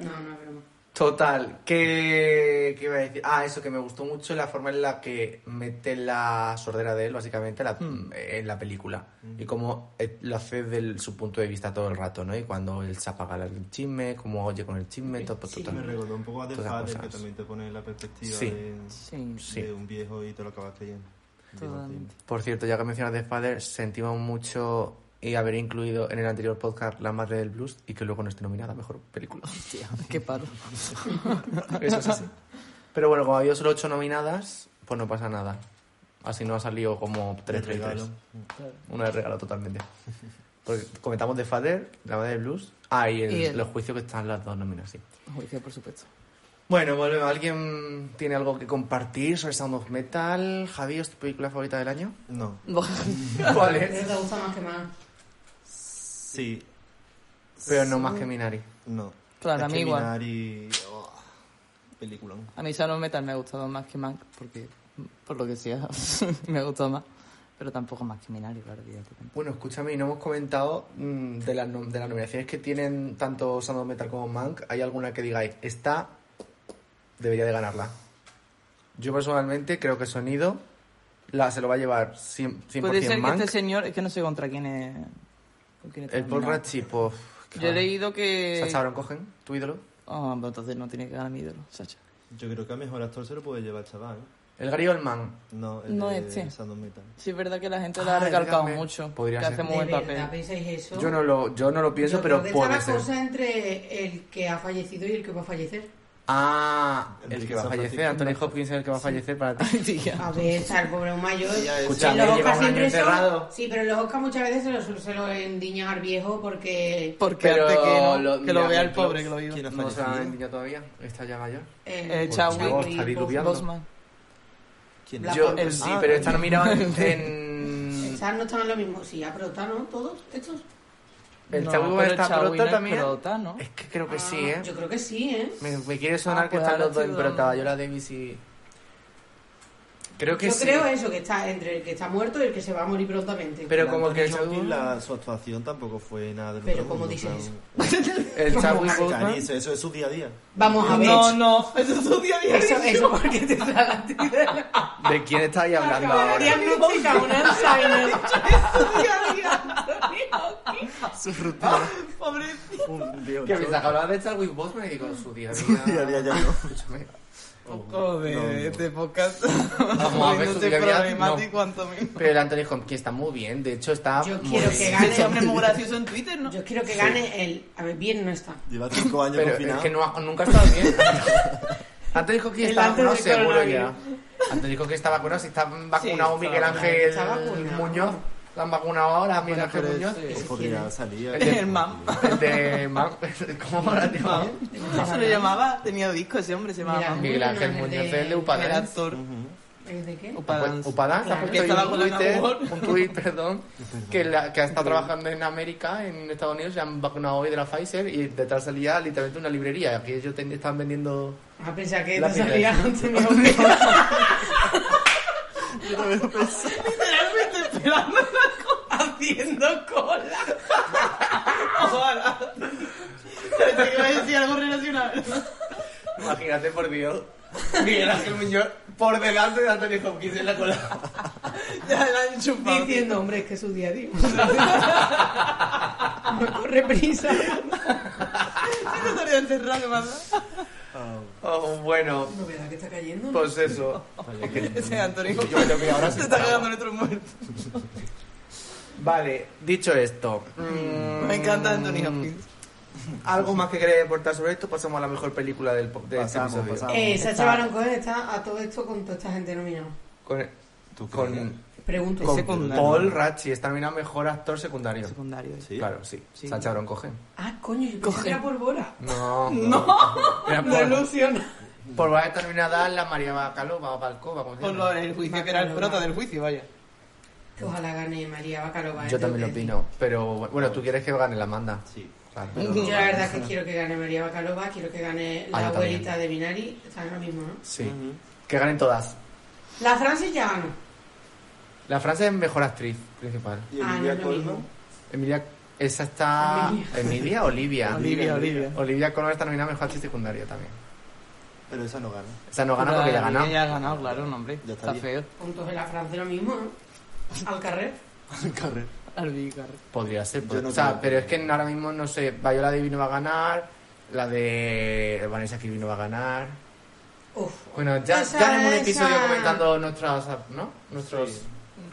[SPEAKER 3] no, no es broma
[SPEAKER 2] Total, que, que iba a decir, ah, eso que me gustó mucho la forma en la que mete la sordera de él, básicamente, la- en la película. Y cómo eh, lo hace desde su punto de vista todo el rato, ¿no? Y cuando él se apaga el chisme, cómo oye con el chisme, todo, todo, todo.
[SPEAKER 5] Me recordó un poco a The
[SPEAKER 2] Todas
[SPEAKER 5] Father,
[SPEAKER 2] cosas.
[SPEAKER 5] que también te pone la perspectiva
[SPEAKER 2] pues, Sí.
[SPEAKER 5] de,
[SPEAKER 4] Sí.
[SPEAKER 2] Sí.
[SPEAKER 5] de un viejo y te lo acabas creyendo. Viejo
[SPEAKER 4] Totalmente.
[SPEAKER 5] tío.
[SPEAKER 2] Por cierto, ya que mencionas The Father, sentimos mucho y haber incluido en el anterior podcast La Madre del Blues y que luego no esté nominada a Mejor Película.
[SPEAKER 4] Hostia, qué palo.
[SPEAKER 2] Eso es así. Pero bueno, como ha habido solo ocho nominadas, pues no pasa nada. Así no ha salido como tres
[SPEAKER 5] Un regalo.
[SPEAKER 2] regalos. Una de regalo totalmente. Porque comentamos de Father, la madre de Blues. Ah, y, el-
[SPEAKER 4] Y el-
[SPEAKER 2] los juicios que están las dos nóminas, sí.
[SPEAKER 4] Juicio, por supuesto.
[SPEAKER 2] Bueno, volvemos. ¿Alguien tiene algo que compartir sobre Sound of Metal? Javi, ¿es tu película favorita del año?
[SPEAKER 5] No.
[SPEAKER 2] ¿Cuál
[SPEAKER 3] Pero
[SPEAKER 2] es?
[SPEAKER 3] te gusta más que más.
[SPEAKER 5] Sí,
[SPEAKER 2] Pero no más que Minari.
[SPEAKER 5] no.
[SPEAKER 4] Claro, a mí igual.
[SPEAKER 5] Minari, Este oh, peliculón.
[SPEAKER 4] A mí Shadow Metal me ha gustado más que Mank, porque, por lo que sea, me ha gustado más. Pero tampoco más que Minari, claro, evidentemente.
[SPEAKER 2] Bueno, escúchame, y no hemos comentado mm, de, las nom- de las nominaciones que tienen tanto Sound of Metal como Mank. ¿Hay alguna que digáis, esta debería de ganarla? Yo personalmente creo que Sonido la, se lo va a llevar 100%, 100
[SPEAKER 4] Puede ser
[SPEAKER 2] Mank.
[SPEAKER 4] que este señor, es que no sé contra quién es. con quién está
[SPEAKER 2] El Paul
[SPEAKER 4] nominado.
[SPEAKER 2] Ratchie, pues...
[SPEAKER 4] Yo he leído que.
[SPEAKER 2] Sacha Baron Cohen, tu ídolo.
[SPEAKER 4] Ah, pero entonces no tiene que ganar mi ídolo, Sacha.
[SPEAKER 5] Yo creo que a mejor actor se lo puede llevar el chaval. ¿eh?
[SPEAKER 2] El Gary Oldman.
[SPEAKER 5] No, el
[SPEAKER 4] No,
[SPEAKER 5] de
[SPEAKER 4] este.
[SPEAKER 5] Sound of Metal.
[SPEAKER 4] Sí, es verdad que la gente
[SPEAKER 2] Ah,
[SPEAKER 4] la ha recalcado
[SPEAKER 2] dígame.
[SPEAKER 4] mucho.
[SPEAKER 2] Podría
[SPEAKER 4] que
[SPEAKER 2] ser.
[SPEAKER 4] hace muy
[SPEAKER 3] ¿De
[SPEAKER 4] buen
[SPEAKER 3] verdad
[SPEAKER 4] papel.
[SPEAKER 3] pensáis eso?
[SPEAKER 2] Yo no lo, yo no lo pienso, pero puede
[SPEAKER 3] Es la
[SPEAKER 2] ser.
[SPEAKER 3] cosa entre el que ha fallecido y el que va a fallecer.
[SPEAKER 2] Ah, el que
[SPEAKER 5] Enrique
[SPEAKER 2] va a
[SPEAKER 5] San
[SPEAKER 2] fallecer,
[SPEAKER 5] Francisco.
[SPEAKER 2] Anthony Hopkins es el que va a fallecer para ti.
[SPEAKER 4] Tía.
[SPEAKER 3] A ver, está el pobre un mayor.
[SPEAKER 2] Escucha,
[SPEAKER 3] los
[SPEAKER 2] me lleva
[SPEAKER 3] Oscar
[SPEAKER 2] un año
[SPEAKER 3] siempre son-
[SPEAKER 2] encerrado.
[SPEAKER 3] Sí, pero los Oscar muchas veces se lo, se lo endiñan al viejo porque... eh,
[SPEAKER 4] Porque
[SPEAKER 2] Pero
[SPEAKER 4] antes que, no-
[SPEAKER 2] lo-
[SPEAKER 4] que lo
[SPEAKER 2] mira,
[SPEAKER 4] vea el
[SPEAKER 2] Mel Brooks,
[SPEAKER 4] pobre, que lo
[SPEAKER 5] ¿Quién
[SPEAKER 4] diga.
[SPEAKER 5] ha
[SPEAKER 2] No se ha
[SPEAKER 5] fallecido?
[SPEAKER 2] vendido todavía, está ya mayor.
[SPEAKER 4] Eh,
[SPEAKER 3] El
[SPEAKER 4] Chadwick
[SPEAKER 2] Por favor, está diluviando.
[SPEAKER 4] Bosman.
[SPEAKER 5] ¿Quién
[SPEAKER 3] La-
[SPEAKER 2] Yo,
[SPEAKER 4] el-
[SPEAKER 2] sí,
[SPEAKER 4] ah,
[SPEAKER 2] pero
[SPEAKER 4] el-
[SPEAKER 2] esta no miraba en...
[SPEAKER 3] Pensar no estaban lo mismo. Sí, ya, pero están, ¿no? Todos estos.
[SPEAKER 2] El
[SPEAKER 4] No,
[SPEAKER 2] Chabu
[SPEAKER 4] pero
[SPEAKER 2] está
[SPEAKER 4] Chadwick no
[SPEAKER 2] prota
[SPEAKER 4] ¿eh? es
[SPEAKER 2] también.
[SPEAKER 4] prota, ¿no?
[SPEAKER 2] Es que creo que
[SPEAKER 3] Ah,
[SPEAKER 2] sí, ¿eh?
[SPEAKER 3] Yo creo que sí, ¿eh?
[SPEAKER 2] Me, me quiere sonar
[SPEAKER 4] Ah,
[SPEAKER 2] que
[SPEAKER 4] pues
[SPEAKER 2] están
[SPEAKER 4] ahora
[SPEAKER 2] los dos
[SPEAKER 4] estoy
[SPEAKER 2] en prota,
[SPEAKER 4] dudando.
[SPEAKER 2] Viola Davis y... Creo que
[SPEAKER 3] Yo
[SPEAKER 2] sí.
[SPEAKER 3] creo eso, que está entre el que está muerto y el que se va a morir prontamente.
[SPEAKER 2] Pero como que el
[SPEAKER 5] Anthony Hopkins,
[SPEAKER 2] Chabu...
[SPEAKER 5] la- su actuación tampoco fue nada del
[SPEAKER 3] Pero
[SPEAKER 5] otro
[SPEAKER 3] ¿cómo
[SPEAKER 5] mundo,
[SPEAKER 3] dices
[SPEAKER 5] en
[SPEAKER 3] eso?
[SPEAKER 2] El Chabu
[SPEAKER 5] plan,
[SPEAKER 2] Boseman...
[SPEAKER 5] Carice, eso es su día a día.
[SPEAKER 3] Vamos a ver.
[SPEAKER 4] No, no, eso es su día a día.
[SPEAKER 3] Eso, eso porque te tragaste de la...
[SPEAKER 2] ¿De quién estáis hablando
[SPEAKER 3] Acaba de
[SPEAKER 2] ahora?
[SPEAKER 3] diagnosticar un Alzheimer.
[SPEAKER 2] Su rutina.
[SPEAKER 4] Pobrecito.
[SPEAKER 5] Un día
[SPEAKER 2] Que
[SPEAKER 5] ocho.
[SPEAKER 2] pensaba que hablabas de Chadwick Boseman y digo, su día a día...
[SPEAKER 5] día a día ya no.
[SPEAKER 2] Escúchame.
[SPEAKER 4] Oh, Poco de
[SPEAKER 5] No, no.
[SPEAKER 4] este podcast.
[SPEAKER 2] Vamos a ver, su
[SPEAKER 4] Poniéndose
[SPEAKER 2] día a día,
[SPEAKER 4] problemático,
[SPEAKER 2] no.
[SPEAKER 4] Antonio.
[SPEAKER 2] Pero el Anthony Hopkins está muy bien, de hecho está...
[SPEAKER 3] Yo
[SPEAKER 2] muy
[SPEAKER 3] quiero
[SPEAKER 2] bien.
[SPEAKER 3] que
[SPEAKER 4] Ese
[SPEAKER 3] gane.
[SPEAKER 4] hombre es muy gracioso en Twitter, ¿no?
[SPEAKER 3] Yo quiero que gane el. A ver, bien no está.
[SPEAKER 5] Lleva cinco años
[SPEAKER 2] Pero
[SPEAKER 5] confinado.
[SPEAKER 2] es que no ha- nunca ha estado bien. Antes dijo que
[SPEAKER 3] El
[SPEAKER 2] estaba
[SPEAKER 3] antes
[SPEAKER 2] vacunado,
[SPEAKER 3] del
[SPEAKER 2] seguro ya.
[SPEAKER 3] coronavirus.
[SPEAKER 2] Antes dijo que está vacunado. Si está vacunado
[SPEAKER 4] está
[SPEAKER 2] Miguel
[SPEAKER 4] vacunado.
[SPEAKER 2] Ángel
[SPEAKER 3] Está vacunado.
[SPEAKER 2] Muñoz, la han vacunado ahora Miguel
[SPEAKER 5] Bueno,
[SPEAKER 2] Ángel
[SPEAKER 5] pero eh.
[SPEAKER 2] Muñoz.
[SPEAKER 5] es- podría salir.
[SPEAKER 2] El de-
[SPEAKER 4] El mam.
[SPEAKER 2] El de Mar- ¿Cómo era el de Mar-
[SPEAKER 4] ¿Cómo se le llamaba? Tenía disco ese hombre, se llamaba
[SPEAKER 3] Mira,
[SPEAKER 4] Mam.
[SPEAKER 2] Miguel Ángel
[SPEAKER 3] Bueno, el
[SPEAKER 2] Muñoz,
[SPEAKER 3] de-
[SPEAKER 2] el de
[SPEAKER 4] Era
[SPEAKER 2] Upadán.
[SPEAKER 4] actor.
[SPEAKER 3] ¿El de qué?
[SPEAKER 4] Upadán.
[SPEAKER 2] Upadán, se ha
[SPEAKER 3] Claro.
[SPEAKER 2] puesto
[SPEAKER 4] Que
[SPEAKER 2] ahí
[SPEAKER 4] estaba
[SPEAKER 2] un
[SPEAKER 4] con Ana
[SPEAKER 2] Twitter,
[SPEAKER 4] Ward.
[SPEAKER 2] un tuit, perdón, que, la- que ha estado trabajando en América, en Estados Unidos, se han vacunado hoy de la Pfizer y detrás salía literalmente una librería. Aquí ellos ten- estaban vendiendo
[SPEAKER 3] A pensar Ah, que
[SPEAKER 2] La
[SPEAKER 3] te
[SPEAKER 2] primera.
[SPEAKER 3] salía Antonio Hopkins.
[SPEAKER 4] Literalmente esperando haciendo cola. Ojalá. Pensé que iba a decir algo relacionado.
[SPEAKER 2] Imagínate, por Dios. Miguel Ángel Muñoz por delante de Anthony Hopkins en la cola.
[SPEAKER 4] Ya la han chupado.
[SPEAKER 3] Diciendo, hombre, es que es su día a día. Me corre prisa.
[SPEAKER 4] Te estaría encerrado, mamá.
[SPEAKER 2] Oh, bueno,
[SPEAKER 3] Novedad que está cayendo. ¿no?
[SPEAKER 2] pues eso.
[SPEAKER 4] Ese es Antonio.
[SPEAKER 2] Yo creo que ahora sí
[SPEAKER 4] Se está cagando en otro muerto.
[SPEAKER 2] Vale, dicho esto, mm,
[SPEAKER 4] Me encanta Anthony Hopkins.
[SPEAKER 2] ¿algo más que queréis aportar sobre esto? Pasamos a la mejor película del po- de este
[SPEAKER 5] Pasamos,
[SPEAKER 2] episodio.
[SPEAKER 5] pasamos.
[SPEAKER 3] Eh, Sacha
[SPEAKER 4] Está-
[SPEAKER 3] Baron Cohen está a todo esto con toda esta gente nominada.
[SPEAKER 2] Con,
[SPEAKER 5] ¿Tú crees?
[SPEAKER 2] con,
[SPEAKER 3] Pregunto.
[SPEAKER 2] con
[SPEAKER 4] secundario.
[SPEAKER 2] Paul Ratchi, está nominado mejor actor secundario.
[SPEAKER 4] Secundario.
[SPEAKER 5] Sí.
[SPEAKER 2] Claro, sí.
[SPEAKER 4] Sí.
[SPEAKER 2] Sacha Baron Cohen.
[SPEAKER 3] Ah, coño, yo pensé
[SPEAKER 4] Coge.
[SPEAKER 3] que era por Bora.
[SPEAKER 2] No,
[SPEAKER 4] No,
[SPEAKER 2] Mira,
[SPEAKER 4] no
[SPEAKER 2] por,
[SPEAKER 4] ilusiona.
[SPEAKER 2] por va a estar nominada la María Bacalova o Balcova. como se
[SPEAKER 4] Por
[SPEAKER 2] llama.
[SPEAKER 4] lo del juicio, que era el prota del juicio, vaya.
[SPEAKER 3] Que ojalá gane María Bacalova. ¿eh?
[SPEAKER 2] Yo
[SPEAKER 3] entonces.
[SPEAKER 2] también lo opino, pero bueno, tú quieres que gane la Amanda.
[SPEAKER 5] Sí.
[SPEAKER 2] Claro.
[SPEAKER 3] Yo la verdad es que quiero que gane María Bacalova, quiero que gane la
[SPEAKER 2] Ah, yo también.
[SPEAKER 3] abuelita de Minari. Están lo mismo, ¿no?
[SPEAKER 2] Sí. Que ganen todas.
[SPEAKER 3] La Francis ya ganó.
[SPEAKER 2] La Francia es mejor actriz principal.
[SPEAKER 5] Y
[SPEAKER 3] Ah, no
[SPEAKER 5] Olivia
[SPEAKER 3] es lo
[SPEAKER 5] Colman.
[SPEAKER 3] mismo.
[SPEAKER 2] Emilia, esa está. Emilia, Olivia.
[SPEAKER 4] Olivia, Olivia.
[SPEAKER 2] Olivia Colman está nominada a mejor actriz secundaria también.
[SPEAKER 5] Pero esa no gana.
[SPEAKER 7] O sea, no gana porque ya ha ganado.
[SPEAKER 4] Ya ha ganado, claro, no, hombre.
[SPEAKER 5] Ya está
[SPEAKER 4] está
[SPEAKER 5] bien.
[SPEAKER 4] feo.
[SPEAKER 3] Puntos de la Francia lo mismo, ¿no? Al carrer.
[SPEAKER 5] Carrer.
[SPEAKER 4] Albicar.
[SPEAKER 2] Podría ser.
[SPEAKER 5] Yo
[SPEAKER 2] pod-
[SPEAKER 5] no
[SPEAKER 2] o sea,
[SPEAKER 5] creo.
[SPEAKER 2] pero es que ahora mismo no sé. Viola Divino va a ganar. La de Vanessa Kirby no va a ganar.
[SPEAKER 3] Uf.
[SPEAKER 2] Bueno, ya,
[SPEAKER 3] Esa-
[SPEAKER 2] ya haremos un episodio
[SPEAKER 3] esa-
[SPEAKER 2] comentando nuestras, ¿no? Nuestros...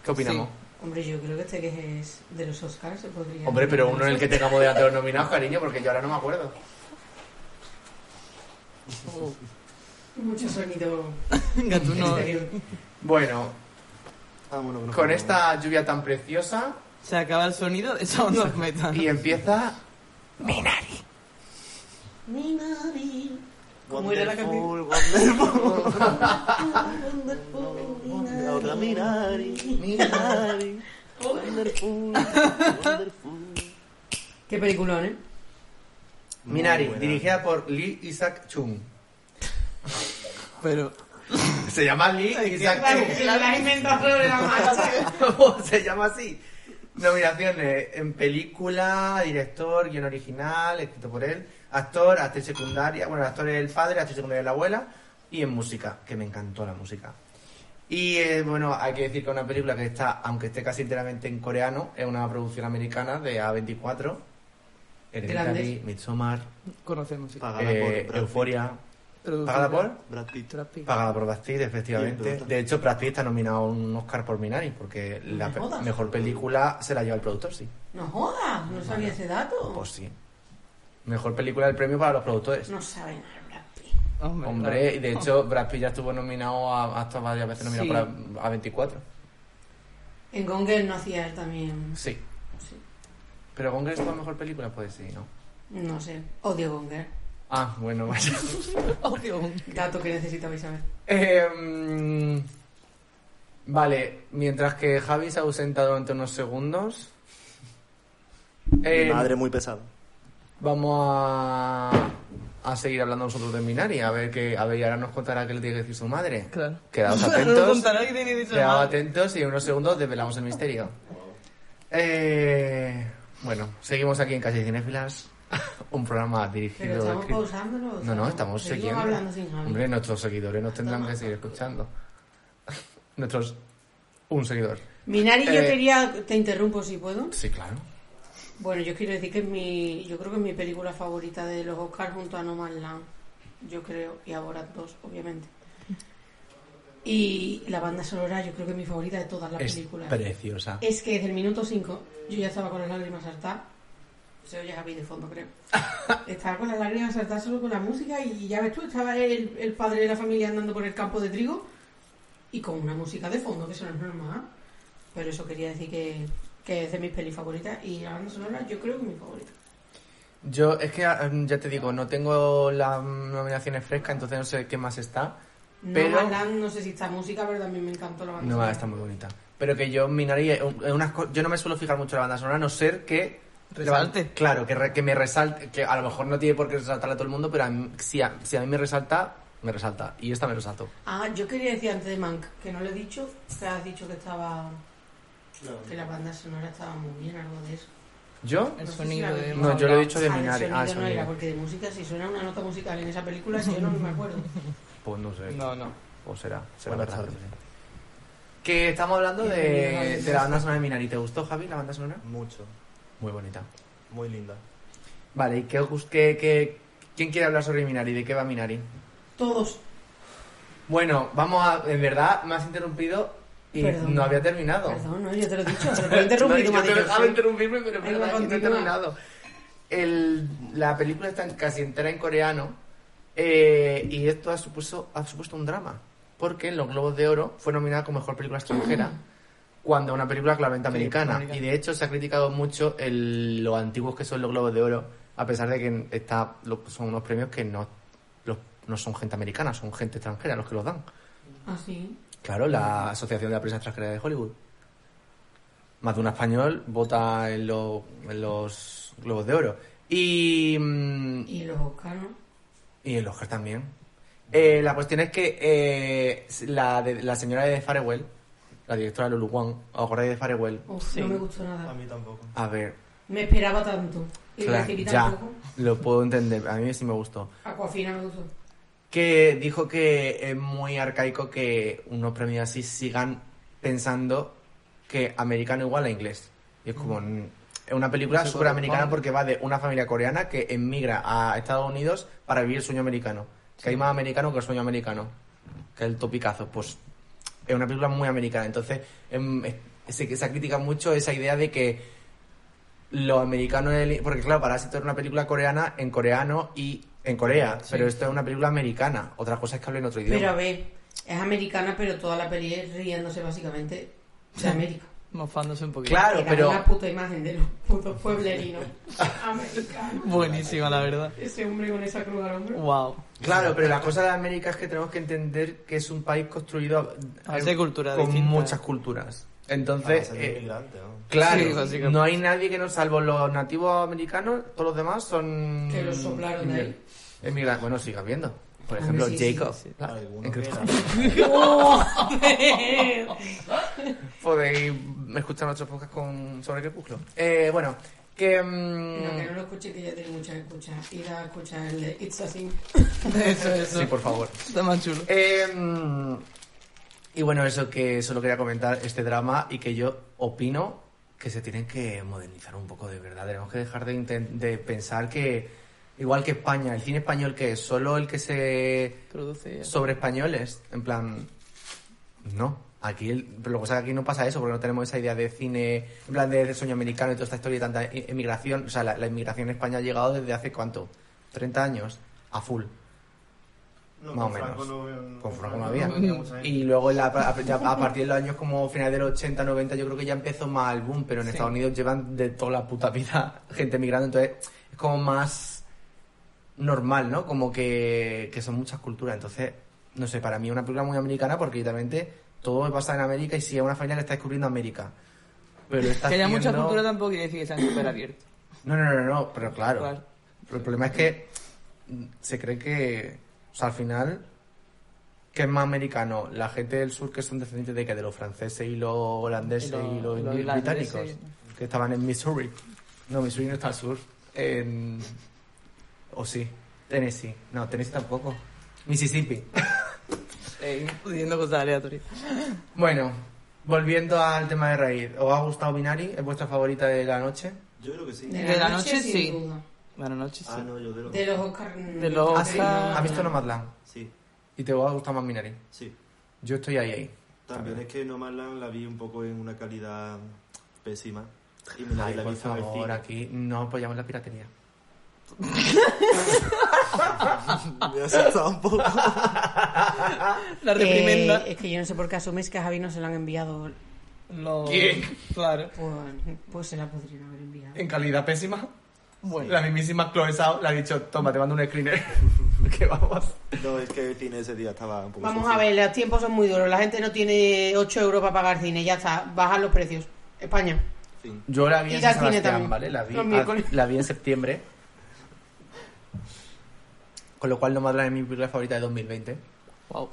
[SPEAKER 2] ¿Qué opinamos?
[SPEAKER 3] Hombre, yo creo que este que es de los Oscars se podría.
[SPEAKER 2] Hombre, pero uno en el que tengamos delante los nominados, cariño, porque yo ahora no me acuerdo.
[SPEAKER 3] Mucho sonido.
[SPEAKER 4] Gatuno.
[SPEAKER 3] exterior.
[SPEAKER 2] Bueno,
[SPEAKER 5] Ah, bueno, que nos
[SPEAKER 2] con
[SPEAKER 5] vamos.
[SPEAKER 2] esta lluvia tan preciosa
[SPEAKER 4] Se acaba el sonido de esa onda metal.
[SPEAKER 2] y empieza...
[SPEAKER 3] Ni nadie. ¿Cómo era la canción?
[SPEAKER 5] Wonderful, wonderful.
[SPEAKER 3] Wonderful.
[SPEAKER 5] La otra Minari. Minari. Wonderful. Wonderful.
[SPEAKER 3] Qué peliculón, ¿eh?
[SPEAKER 5] Muy
[SPEAKER 2] Minari,
[SPEAKER 5] buena.
[SPEAKER 2] dirigida por Lee Isaac Chung.
[SPEAKER 4] Pero.
[SPEAKER 2] Se llama Lee Isaac Chung.
[SPEAKER 3] La has inventado sobre la marcha.
[SPEAKER 2] Se llama así. Nominaciones en película, director, guión original, escrito por él, actor, actriz secundaria, bueno, el actor es el padre, la actriz secundaria es la abuela, y en música, que me encantó la música. Y eh, bueno, hay que decir que es una película que está, aunque esté casi enteramente en coreano, es una producción americana de A24, Hereditary,
[SPEAKER 3] Grandes.
[SPEAKER 2] Midsommar,
[SPEAKER 4] Conocemos, sí.
[SPEAKER 5] Pagada
[SPEAKER 2] eh,
[SPEAKER 5] por Brad
[SPEAKER 2] Euforia,
[SPEAKER 4] Pero-
[SPEAKER 2] pagada por...
[SPEAKER 5] Brad Pitt.
[SPEAKER 4] Brad Pitt.
[SPEAKER 2] Pagada por Brad Pitt,
[SPEAKER 5] Bien,
[SPEAKER 2] efectivamente.
[SPEAKER 5] pero-
[SPEAKER 2] De hecho, Brad Pitt está nominado a un Oscar por Minari, porque la
[SPEAKER 3] me
[SPEAKER 2] pe-
[SPEAKER 3] jodas.
[SPEAKER 2] mejor película se la lleva el productor, sí.
[SPEAKER 3] No jodas, no sabía ese dato.
[SPEAKER 2] Pues sí. Mejor película del premio para los productores.
[SPEAKER 3] No saben hablar.
[SPEAKER 4] Hombre,
[SPEAKER 2] Hombre, y de hecho, Brad Pitt ya estuvo nominado a, hasta varias veces nominado
[SPEAKER 4] Sí.
[SPEAKER 2] para A24.
[SPEAKER 3] En Gone Girl no hacía él también.
[SPEAKER 2] Sí.
[SPEAKER 3] Sí.
[SPEAKER 2] Pero Congreso es la mejor película, pues sí, ¿no?
[SPEAKER 3] No sé. Odio Gone Girl.
[SPEAKER 2] Ah, bueno, vaya.
[SPEAKER 4] Oh, Dios.
[SPEAKER 3] Dato que necesitabais saber.
[SPEAKER 2] Eh, mm, vale, mientras que Javi se ausenta durante unos segundos.
[SPEAKER 5] Mi
[SPEAKER 2] eh,
[SPEAKER 5] madre muy pesada.
[SPEAKER 2] Vamos a, a seguir hablando nosotros de Minari, a ver que a ver, y ahora nos contará qué le tiene que decir su madre.
[SPEAKER 4] Claro.
[SPEAKER 2] Quedaos
[SPEAKER 4] No lo
[SPEAKER 2] atentos.
[SPEAKER 4] contará que tiene dicho
[SPEAKER 2] quedaos
[SPEAKER 4] nada.
[SPEAKER 2] atentos y en unos segundos desvelamos el misterio. Eh, bueno, seguimos aquí en Calle Cinefilas, un programa dirigido.
[SPEAKER 3] Pero estamos
[SPEAKER 2] escrito-
[SPEAKER 3] pausándolo. o
[SPEAKER 2] no,
[SPEAKER 3] sea,
[SPEAKER 2] no, estamos siguiendo.
[SPEAKER 3] hablando sin Javi.
[SPEAKER 2] Hombre, nuestros seguidores nos tendrán que seguir escuchando. Nuestros. Un seguidor.
[SPEAKER 3] Minari, yo
[SPEAKER 2] Eh,
[SPEAKER 3] quería. Te interrumpo si puedo.
[SPEAKER 2] Sí, claro.
[SPEAKER 3] Bueno, yo quiero decir que es mi. Yo creo que es mi película favorita de los Oscars junto a No Man's Land. Yo creo. Y a Borat 2, obviamente. Y la banda sonora, yo creo que es mi favorita de todas las
[SPEAKER 2] Es
[SPEAKER 3] películas.
[SPEAKER 2] preciosa.
[SPEAKER 3] Es que desde el minuto 5 yo ya estaba con las lágrimas saltadas. Se oye Javi de fondo, creo. estaba con las lágrimas saltadas solo con la música y ya ves tú, estaba el, el padre de la familia andando por el campo de trigo y con una música de fondo, que eso no es normal. Pero eso quería decir que, que es de mis pelis favoritas y la banda sonora yo creo que es mi favorita.
[SPEAKER 2] Yo es que ah, ya te digo, no tengo las nominaciones frescas, entonces no sé qué más está. Pero-
[SPEAKER 3] No, Alan, no sé si está música, pero también me encantó la banda
[SPEAKER 2] No,
[SPEAKER 3] sonora.
[SPEAKER 2] está muy bonita. Pero que yo Minari es un- es unas co- yo no me suelo fijar mucho en la banda sonora, a no ser que
[SPEAKER 4] Resalte.
[SPEAKER 2] Claro, que, re- que me resalte, que a lo mejor no tiene por qué resaltarle a todo el mundo, pero a mí- si, a, si a mí me resalta, me resalta. Y esta me resaltó.
[SPEAKER 3] Ah, yo quería decir antes de Mank, que no lo he dicho, que has dicho que estaba... Que la banda sonora estaba muy bien, algo de eso.
[SPEAKER 2] ¿Yo?
[SPEAKER 3] No
[SPEAKER 4] El
[SPEAKER 3] sé si
[SPEAKER 4] sonido
[SPEAKER 3] la
[SPEAKER 4] de.
[SPEAKER 3] vi.
[SPEAKER 2] No, yo lo he dicho de
[SPEAKER 3] Ah, del
[SPEAKER 2] Minari.
[SPEAKER 3] sonido
[SPEAKER 2] Ah,
[SPEAKER 3] no era,
[SPEAKER 2] sonido.
[SPEAKER 3] porque de música, si suena una nota musical en esa película, si yo no me acuerdo.
[SPEAKER 2] Pues no sé.
[SPEAKER 4] No, no.
[SPEAKER 2] O será. será
[SPEAKER 5] Buenas
[SPEAKER 2] verdad.
[SPEAKER 5] tardes.
[SPEAKER 2] Que estamos hablando de,
[SPEAKER 3] Bienvenido,
[SPEAKER 2] de la banda sonora de Minari. ¿Te gustó, Javi, la banda sonora?
[SPEAKER 5] Mucho.
[SPEAKER 2] Muy bonita.
[SPEAKER 5] Muy linda.
[SPEAKER 2] Vale, ¿y qué, os gust- qué- qué- quién quiere hablar sobre Minari? ¿De qué va Minari?
[SPEAKER 3] Todos.
[SPEAKER 2] Bueno, vamos a... En verdad, me has interrumpido y
[SPEAKER 3] Perdón.
[SPEAKER 2] no había terminado.
[SPEAKER 3] Perdón, no, yo te lo he dicho, te lo he interrumpido,
[SPEAKER 2] No, yo
[SPEAKER 3] me
[SPEAKER 2] te
[SPEAKER 3] ha dicho,
[SPEAKER 2] dejaba
[SPEAKER 3] sí.
[SPEAKER 2] interrumpirme, pero es
[SPEAKER 3] Venga,
[SPEAKER 2] verdad, que no he
[SPEAKER 3] continúa.
[SPEAKER 2] terminado. El- la película está casi entera en coreano eh, y esto ha supuesto, ha supuesto un drama. Porque en los Globos de Oro fue nominada como mejor película extranjera cuando una película claramente americana.
[SPEAKER 4] americana.
[SPEAKER 2] Y de hecho se ha criticado mucho el- lo antiguos que son los Globos de Oro, a pesar de que está, lo- son unos premios que no, los- no son gente americana, son gente extranjera los que los dan.
[SPEAKER 3] Ah, sí.
[SPEAKER 2] Claro, la Asociación de la Prensa Extranjera de Hollywood. Más de un español vota en, lo- en los Globos de Oro. Y, mm,
[SPEAKER 3] Y los Oscar, ¿no?
[SPEAKER 2] y en los Oscar también. Eh, la cuestión es que eh, la, de- la señora de Farewell, la directora de Lulu Wang, ¿os acordáis de Farewell?
[SPEAKER 3] Uf, no me gustó
[SPEAKER 5] A
[SPEAKER 3] nada.
[SPEAKER 5] mí tampoco.
[SPEAKER 2] A ver,
[SPEAKER 3] Me esperaba tanto. Y
[SPEAKER 2] claro,
[SPEAKER 3] recibí
[SPEAKER 2] ya,
[SPEAKER 3] tampoco.
[SPEAKER 2] lo puedo entender. A mí sí me gustó.
[SPEAKER 3] Aquafina me gustó.
[SPEAKER 2] que dijo que es muy arcaico que unos premios así sigan pensando que americano igual a inglés. Y es como. mm, Es una película
[SPEAKER 5] No se
[SPEAKER 2] súper americana
[SPEAKER 5] corresponde.
[SPEAKER 2] porque va de una familia coreana que emigra a Estados Unidos para vivir el sueño americano. Que hay más americano que el sueño americano. Que el topicazo. Pues es una película muy americana. Entonces, em, es- se, se critica mucho esa idea de que los americanos. el- Porque, claro, Parásito era una película coreana en coreano y en Corea. Pero esto es una película americana. Otra cosa es que hablen otro idioma.
[SPEAKER 3] Pero a ver, es americana, pero toda la peli es riéndose básicamente de América.
[SPEAKER 4] mofándose un poquito.
[SPEAKER 2] claro,
[SPEAKER 3] Era
[SPEAKER 2] pero.
[SPEAKER 3] una puta imagen de los putos pueblerinos americanos.
[SPEAKER 4] Buenísima, la verdad.
[SPEAKER 3] Ese hombre con esa cruz al hombro.
[SPEAKER 4] Wow.
[SPEAKER 2] Claro, pero la cosa de América es que tenemos que entender que es un país construido eh,
[SPEAKER 4] A base de cultura
[SPEAKER 2] con
[SPEAKER 4] distinta. Ah,
[SPEAKER 2] muchas culturas. Entonces, eh,
[SPEAKER 5] inmigrante, ¿no?
[SPEAKER 2] claro,
[SPEAKER 4] Sí, básicamente.
[SPEAKER 2] no hay nadie que no, salvo los nativos americanos, todos los demás son...
[SPEAKER 3] Que los soplaron de ahí.
[SPEAKER 2] Emigrantes. Bueno, sigas viendo. Por
[SPEAKER 3] Ah,
[SPEAKER 2] ejemplo,
[SPEAKER 3] sí, sí,
[SPEAKER 2] Jacob.
[SPEAKER 3] sí.
[SPEAKER 2] claro,
[SPEAKER 5] Algunos
[SPEAKER 2] en
[SPEAKER 5] que
[SPEAKER 2] Cristo.
[SPEAKER 3] ¡Oh! ¡Joder!
[SPEAKER 2] Podéis escuchar nuestros podcasts con... sobre Crepúsculo. Eh, bueno, que... mm,
[SPEAKER 3] No, que no lo escuché, que ya tiene muchas escuchas. Ir a escuchar el de It's a Sin.
[SPEAKER 4] Eso, eso.
[SPEAKER 2] Sí, por favor.
[SPEAKER 4] Está más chulo.
[SPEAKER 2] Eh, y bueno, eso que solo quería comentar este drama y que yo opino que se tienen que modernizar un poco de verdad. Tenemos que dejar de, inten- de pensar que, igual que España, el cine español que es solo el que se
[SPEAKER 4] Produce.
[SPEAKER 2] sobre españoles, en plan, no. Aquí, el- pero lo que pasa es que aquí no pasa eso, porque no tenemos esa idea de cine, en plan de, de sueño americano y toda esta historia de tanta i- emigración. O sea, la, la inmigración en España ha llegado desde hace cuánto? 30 años, a full.
[SPEAKER 5] No,
[SPEAKER 2] Más
[SPEAKER 5] con
[SPEAKER 2] o
[SPEAKER 5] Franco
[SPEAKER 2] menos.
[SPEAKER 5] no-
[SPEAKER 2] Con
[SPEAKER 5] con
[SPEAKER 2] Franco
[SPEAKER 5] Franco
[SPEAKER 2] no había.
[SPEAKER 5] no había mucha gente.
[SPEAKER 2] Y luego en la- a, ya a partir de los años como final de los 80, 90, yo creo que ya empezó más el boom, pero en Estados Unidos llevan de toda la puta vida gente migrando, entonces es como más normal, ¿no? Como que, que son muchas culturas, entonces, no sé, para mí es una película muy americana porque literalmente todo pasa en América y sí, es una familia que está descubriendo América. Pero está
[SPEAKER 4] Que haya mucha
[SPEAKER 2] haciendo-
[SPEAKER 4] cultura tampoco quiere decir que sean súper abiertos.
[SPEAKER 2] no, no, no, no, pero claro.
[SPEAKER 4] Claro.
[SPEAKER 2] Pero el problema es que mm, se cree que, o sea, al final, que es más americano? La gente del sur que son descendientes de que de los franceses y los holandeses
[SPEAKER 4] Y los-
[SPEAKER 2] eh, y los,
[SPEAKER 4] los
[SPEAKER 2] ingleses-
[SPEAKER 4] irlandeses.
[SPEAKER 2] británicos, que estaban en Missouri. No, Missouri no está al sur. En... O sí, Tennessee. No, Tennessee tampoco. Mississippi.
[SPEAKER 4] Eh, pudiendo cosas aleatorias.
[SPEAKER 2] Bueno, volviendo al tema de raíz. ¿Os ha gustado Binari? ¿Es vuestra favorita de la noche?
[SPEAKER 5] Yo creo que sí.
[SPEAKER 3] De
[SPEAKER 4] la noche,
[SPEAKER 3] sin
[SPEAKER 4] sí.
[SPEAKER 3] duda.
[SPEAKER 4] Buenas noches.
[SPEAKER 5] Ah, no, yo de los...
[SPEAKER 3] De los Oscar. Eh, no.
[SPEAKER 4] De los
[SPEAKER 2] Ah, sí.
[SPEAKER 4] Oscar.
[SPEAKER 2] ¿Has visto Nomadland?
[SPEAKER 5] Sí,
[SPEAKER 2] ¿Y te va a gustar más Minari?
[SPEAKER 5] sí.
[SPEAKER 2] Yo estoy ahí, ahí.
[SPEAKER 5] También es que Nomadland la vi un poco en una calidad pésima. Y me la,
[SPEAKER 2] Ay,
[SPEAKER 5] la
[SPEAKER 2] por
[SPEAKER 5] vi en el
[SPEAKER 2] favor,
[SPEAKER 5] cine.
[SPEAKER 2] aquí no apoyamos la piratería.
[SPEAKER 5] Me ha asustado un poco.
[SPEAKER 4] La reprimenda.
[SPEAKER 3] Eh, es que yo no sé por qué asumes que a Javi no se la han enviado.
[SPEAKER 4] Lo-
[SPEAKER 2] ¿Quién?
[SPEAKER 4] Claro.
[SPEAKER 3] Pues, pues se la podrían haber enviado.
[SPEAKER 2] En calidad pésima,
[SPEAKER 4] Bueno.
[SPEAKER 2] la mismísima Chloe Zhao le ha dicho, toma, te mando un screener. que vamos.
[SPEAKER 5] No, es que el cine ese día estaba un poco...
[SPEAKER 3] Vamos a
[SPEAKER 5] sucio.
[SPEAKER 3] ver, los tiempos son muy duros. La gente no tiene 8 euros para pagar cine. Ya está, bajan los precios. España.
[SPEAKER 5] Fin.
[SPEAKER 2] Yo la vi
[SPEAKER 3] Y
[SPEAKER 2] en
[SPEAKER 3] al
[SPEAKER 2] San
[SPEAKER 3] cine
[SPEAKER 2] Sebastián,
[SPEAKER 3] también.
[SPEAKER 2] ¿vale? La vi,
[SPEAKER 3] Los
[SPEAKER 2] a-
[SPEAKER 3] miércoles.
[SPEAKER 2] la vi en septiembre. Con lo cual no me hablan de mi película favorita de 2020.
[SPEAKER 4] Wow.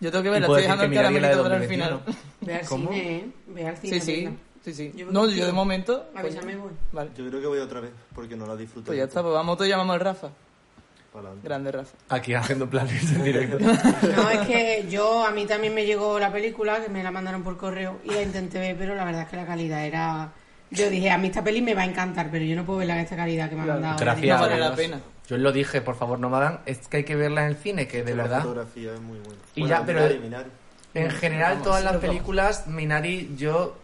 [SPEAKER 4] Yo tengo que
[SPEAKER 2] Y
[SPEAKER 4] ver, la
[SPEAKER 2] puedo
[SPEAKER 4] estoy dejando
[SPEAKER 2] decir
[SPEAKER 4] el
[SPEAKER 2] que Minari
[SPEAKER 4] caramelito
[SPEAKER 2] la
[SPEAKER 4] para
[SPEAKER 2] de
[SPEAKER 4] el final.
[SPEAKER 2] 2021.
[SPEAKER 3] Ve al
[SPEAKER 2] ¿Cómo?
[SPEAKER 3] cine, ¿eh? Ve al cine.
[SPEAKER 4] Sí, sí.
[SPEAKER 3] venga.
[SPEAKER 4] Sí, sí.
[SPEAKER 3] Yo-
[SPEAKER 4] No, yo de momento. pues-
[SPEAKER 3] Avísame, voy.
[SPEAKER 4] Vale.
[SPEAKER 5] Yo creo que voy otra vez, porque no la disfruté.
[SPEAKER 4] Pues ya está,
[SPEAKER 5] mucho.
[SPEAKER 4] pues vamos, todos llamamos al Rafa.
[SPEAKER 5] Pa'lante.
[SPEAKER 4] Grande Rafa.
[SPEAKER 2] Aquí haciendo planes en directo.
[SPEAKER 3] No, es que yo, a mí también me llegó la película, que me la mandaron por correo y la intenté ver, pero la verdad es que la calidad era... Yo dije, a mí esta peli me va a encantar, pero yo no puedo verla en esta calidad que me han mandado.
[SPEAKER 2] Gracias.
[SPEAKER 4] No vale
[SPEAKER 2] Dios.
[SPEAKER 4] la pena.
[SPEAKER 2] Yo lo dije, por favor, no me hagan. Es que hay que verla en el cine, que de
[SPEAKER 5] La
[SPEAKER 2] verdad.
[SPEAKER 5] fotografía es muy buena.
[SPEAKER 2] Y
[SPEAKER 5] Bueno,
[SPEAKER 2] ya, pero-
[SPEAKER 5] Minari, Minari.
[SPEAKER 2] En general,
[SPEAKER 4] Vamos,
[SPEAKER 2] todas las
[SPEAKER 4] nos vamos.
[SPEAKER 2] películas, Minari, yo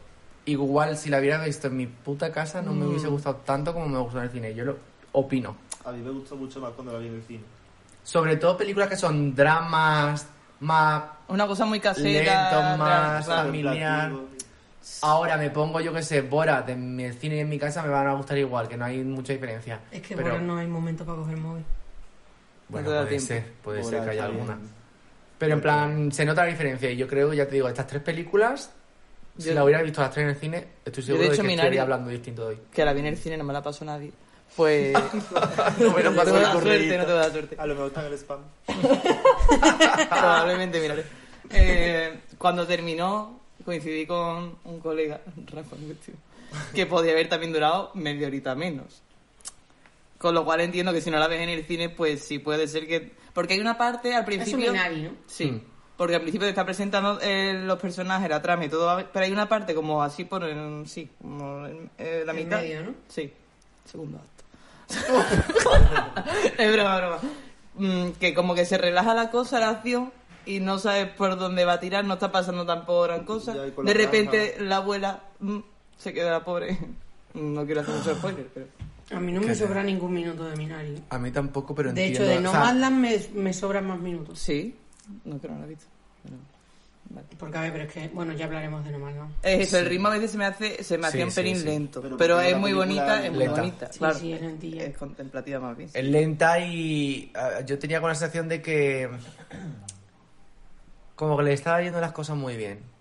[SPEAKER 2] igual si la hubiera visto en mi puta casa no me
[SPEAKER 4] Mm.
[SPEAKER 2] hubiese gustado tanto como me gustó en el cine. Yo lo opino.
[SPEAKER 5] A mí me gustó mucho más cuando la vi en el cine.
[SPEAKER 2] Sobre todo películas que son dramas, más
[SPEAKER 4] Una cosa muy casera.
[SPEAKER 2] lentos, más
[SPEAKER 4] real, real.
[SPEAKER 2] familiar. Ahora me pongo, yo que sé, Borat en el cine y en mi casa me van a gustar igual, que no hay mucha diferencia.
[SPEAKER 3] Es que
[SPEAKER 2] Pero-
[SPEAKER 3] bueno, no hay momento para coger móvil.
[SPEAKER 2] Bueno,
[SPEAKER 4] No te da
[SPEAKER 2] puede
[SPEAKER 4] tiempo.
[SPEAKER 2] ser, puede
[SPEAKER 5] Hola,
[SPEAKER 2] ser que haya
[SPEAKER 5] está bien.
[SPEAKER 2] alguna. Pero en plan, se nota la diferencia. Y yo creo, ya te digo, estas tres películas, si
[SPEAKER 4] Yo-
[SPEAKER 2] la hubiera visto las tres en el cine, estoy
[SPEAKER 4] Yo, de
[SPEAKER 2] seguro de,
[SPEAKER 4] hecho,
[SPEAKER 2] que
[SPEAKER 4] Minari-
[SPEAKER 2] estaría hablando distinto de hoy.
[SPEAKER 4] Que la vi en el cine, no me la pasó nadie. Pues.
[SPEAKER 2] No
[SPEAKER 4] no
[SPEAKER 2] me
[SPEAKER 4] te
[SPEAKER 2] pasó
[SPEAKER 4] da
[SPEAKER 2] el
[SPEAKER 4] suerte, no te da suerte.
[SPEAKER 5] A lo mejor está en el spam.
[SPEAKER 4] Probablemente miraré. Eh, cuando terminó, coincidí con un colega, Rafa, tío, que podía haber también durado media horita menos. Con lo cual entiendo que si no la ves en el cine, pues sí puede ser que. Porque hay una parte al
[SPEAKER 3] Es
[SPEAKER 4] principio.
[SPEAKER 3] un Minari, ¿no?
[SPEAKER 4] Sí.
[SPEAKER 5] Mm.
[SPEAKER 4] Porque al principio te está presentando eh, los personajes, la trama y todo, pero hay una parte como así por en- sí, como en- eh, la
[SPEAKER 3] En
[SPEAKER 4] mitad.
[SPEAKER 3] medio, ¿no?
[SPEAKER 4] Sí. Segundo acto. es broma, broma. Mm, que como que se relaja la cosa, la acción, y no sabes por dónde va a tirar, no está pasando tampoco gran cosa.
[SPEAKER 5] Ya, y con
[SPEAKER 4] De
[SPEAKER 5] la
[SPEAKER 4] repente la abuela mm, se queda pobre. No quiero hacer mucho spoiler, pero.
[SPEAKER 3] A mí no me sobra ningún minuto de Minari.
[SPEAKER 8] A mí tampoco, pero
[SPEAKER 3] De
[SPEAKER 8] entiendo.
[SPEAKER 3] hecho, de
[SPEAKER 8] o sea,
[SPEAKER 3] Nomadland me, me sobran más minutos.
[SPEAKER 4] Sí, no creo que no la he visto. pero- vale.
[SPEAKER 3] Porque, a ver, pero es que, bueno, ya hablaremos de Nomadland.
[SPEAKER 4] Es eso, el ritmo a veces se me hace, se me
[SPEAKER 8] Sí,
[SPEAKER 4] hacía un
[SPEAKER 8] sí,
[SPEAKER 4] pelín
[SPEAKER 8] sí.
[SPEAKER 4] lento, pero,
[SPEAKER 5] Pero porque
[SPEAKER 4] es
[SPEAKER 5] la
[SPEAKER 4] muy
[SPEAKER 5] película
[SPEAKER 4] bonita, es
[SPEAKER 5] es
[SPEAKER 4] muy
[SPEAKER 8] lenta.
[SPEAKER 4] bonita,
[SPEAKER 3] Sí,
[SPEAKER 4] claro.
[SPEAKER 3] sí, es lentilla.
[SPEAKER 4] Es contemplativa más bien. sí.
[SPEAKER 2] Es lenta y ah, yo tenía con la sensación de que como que le estaba yendo las cosas muy bien.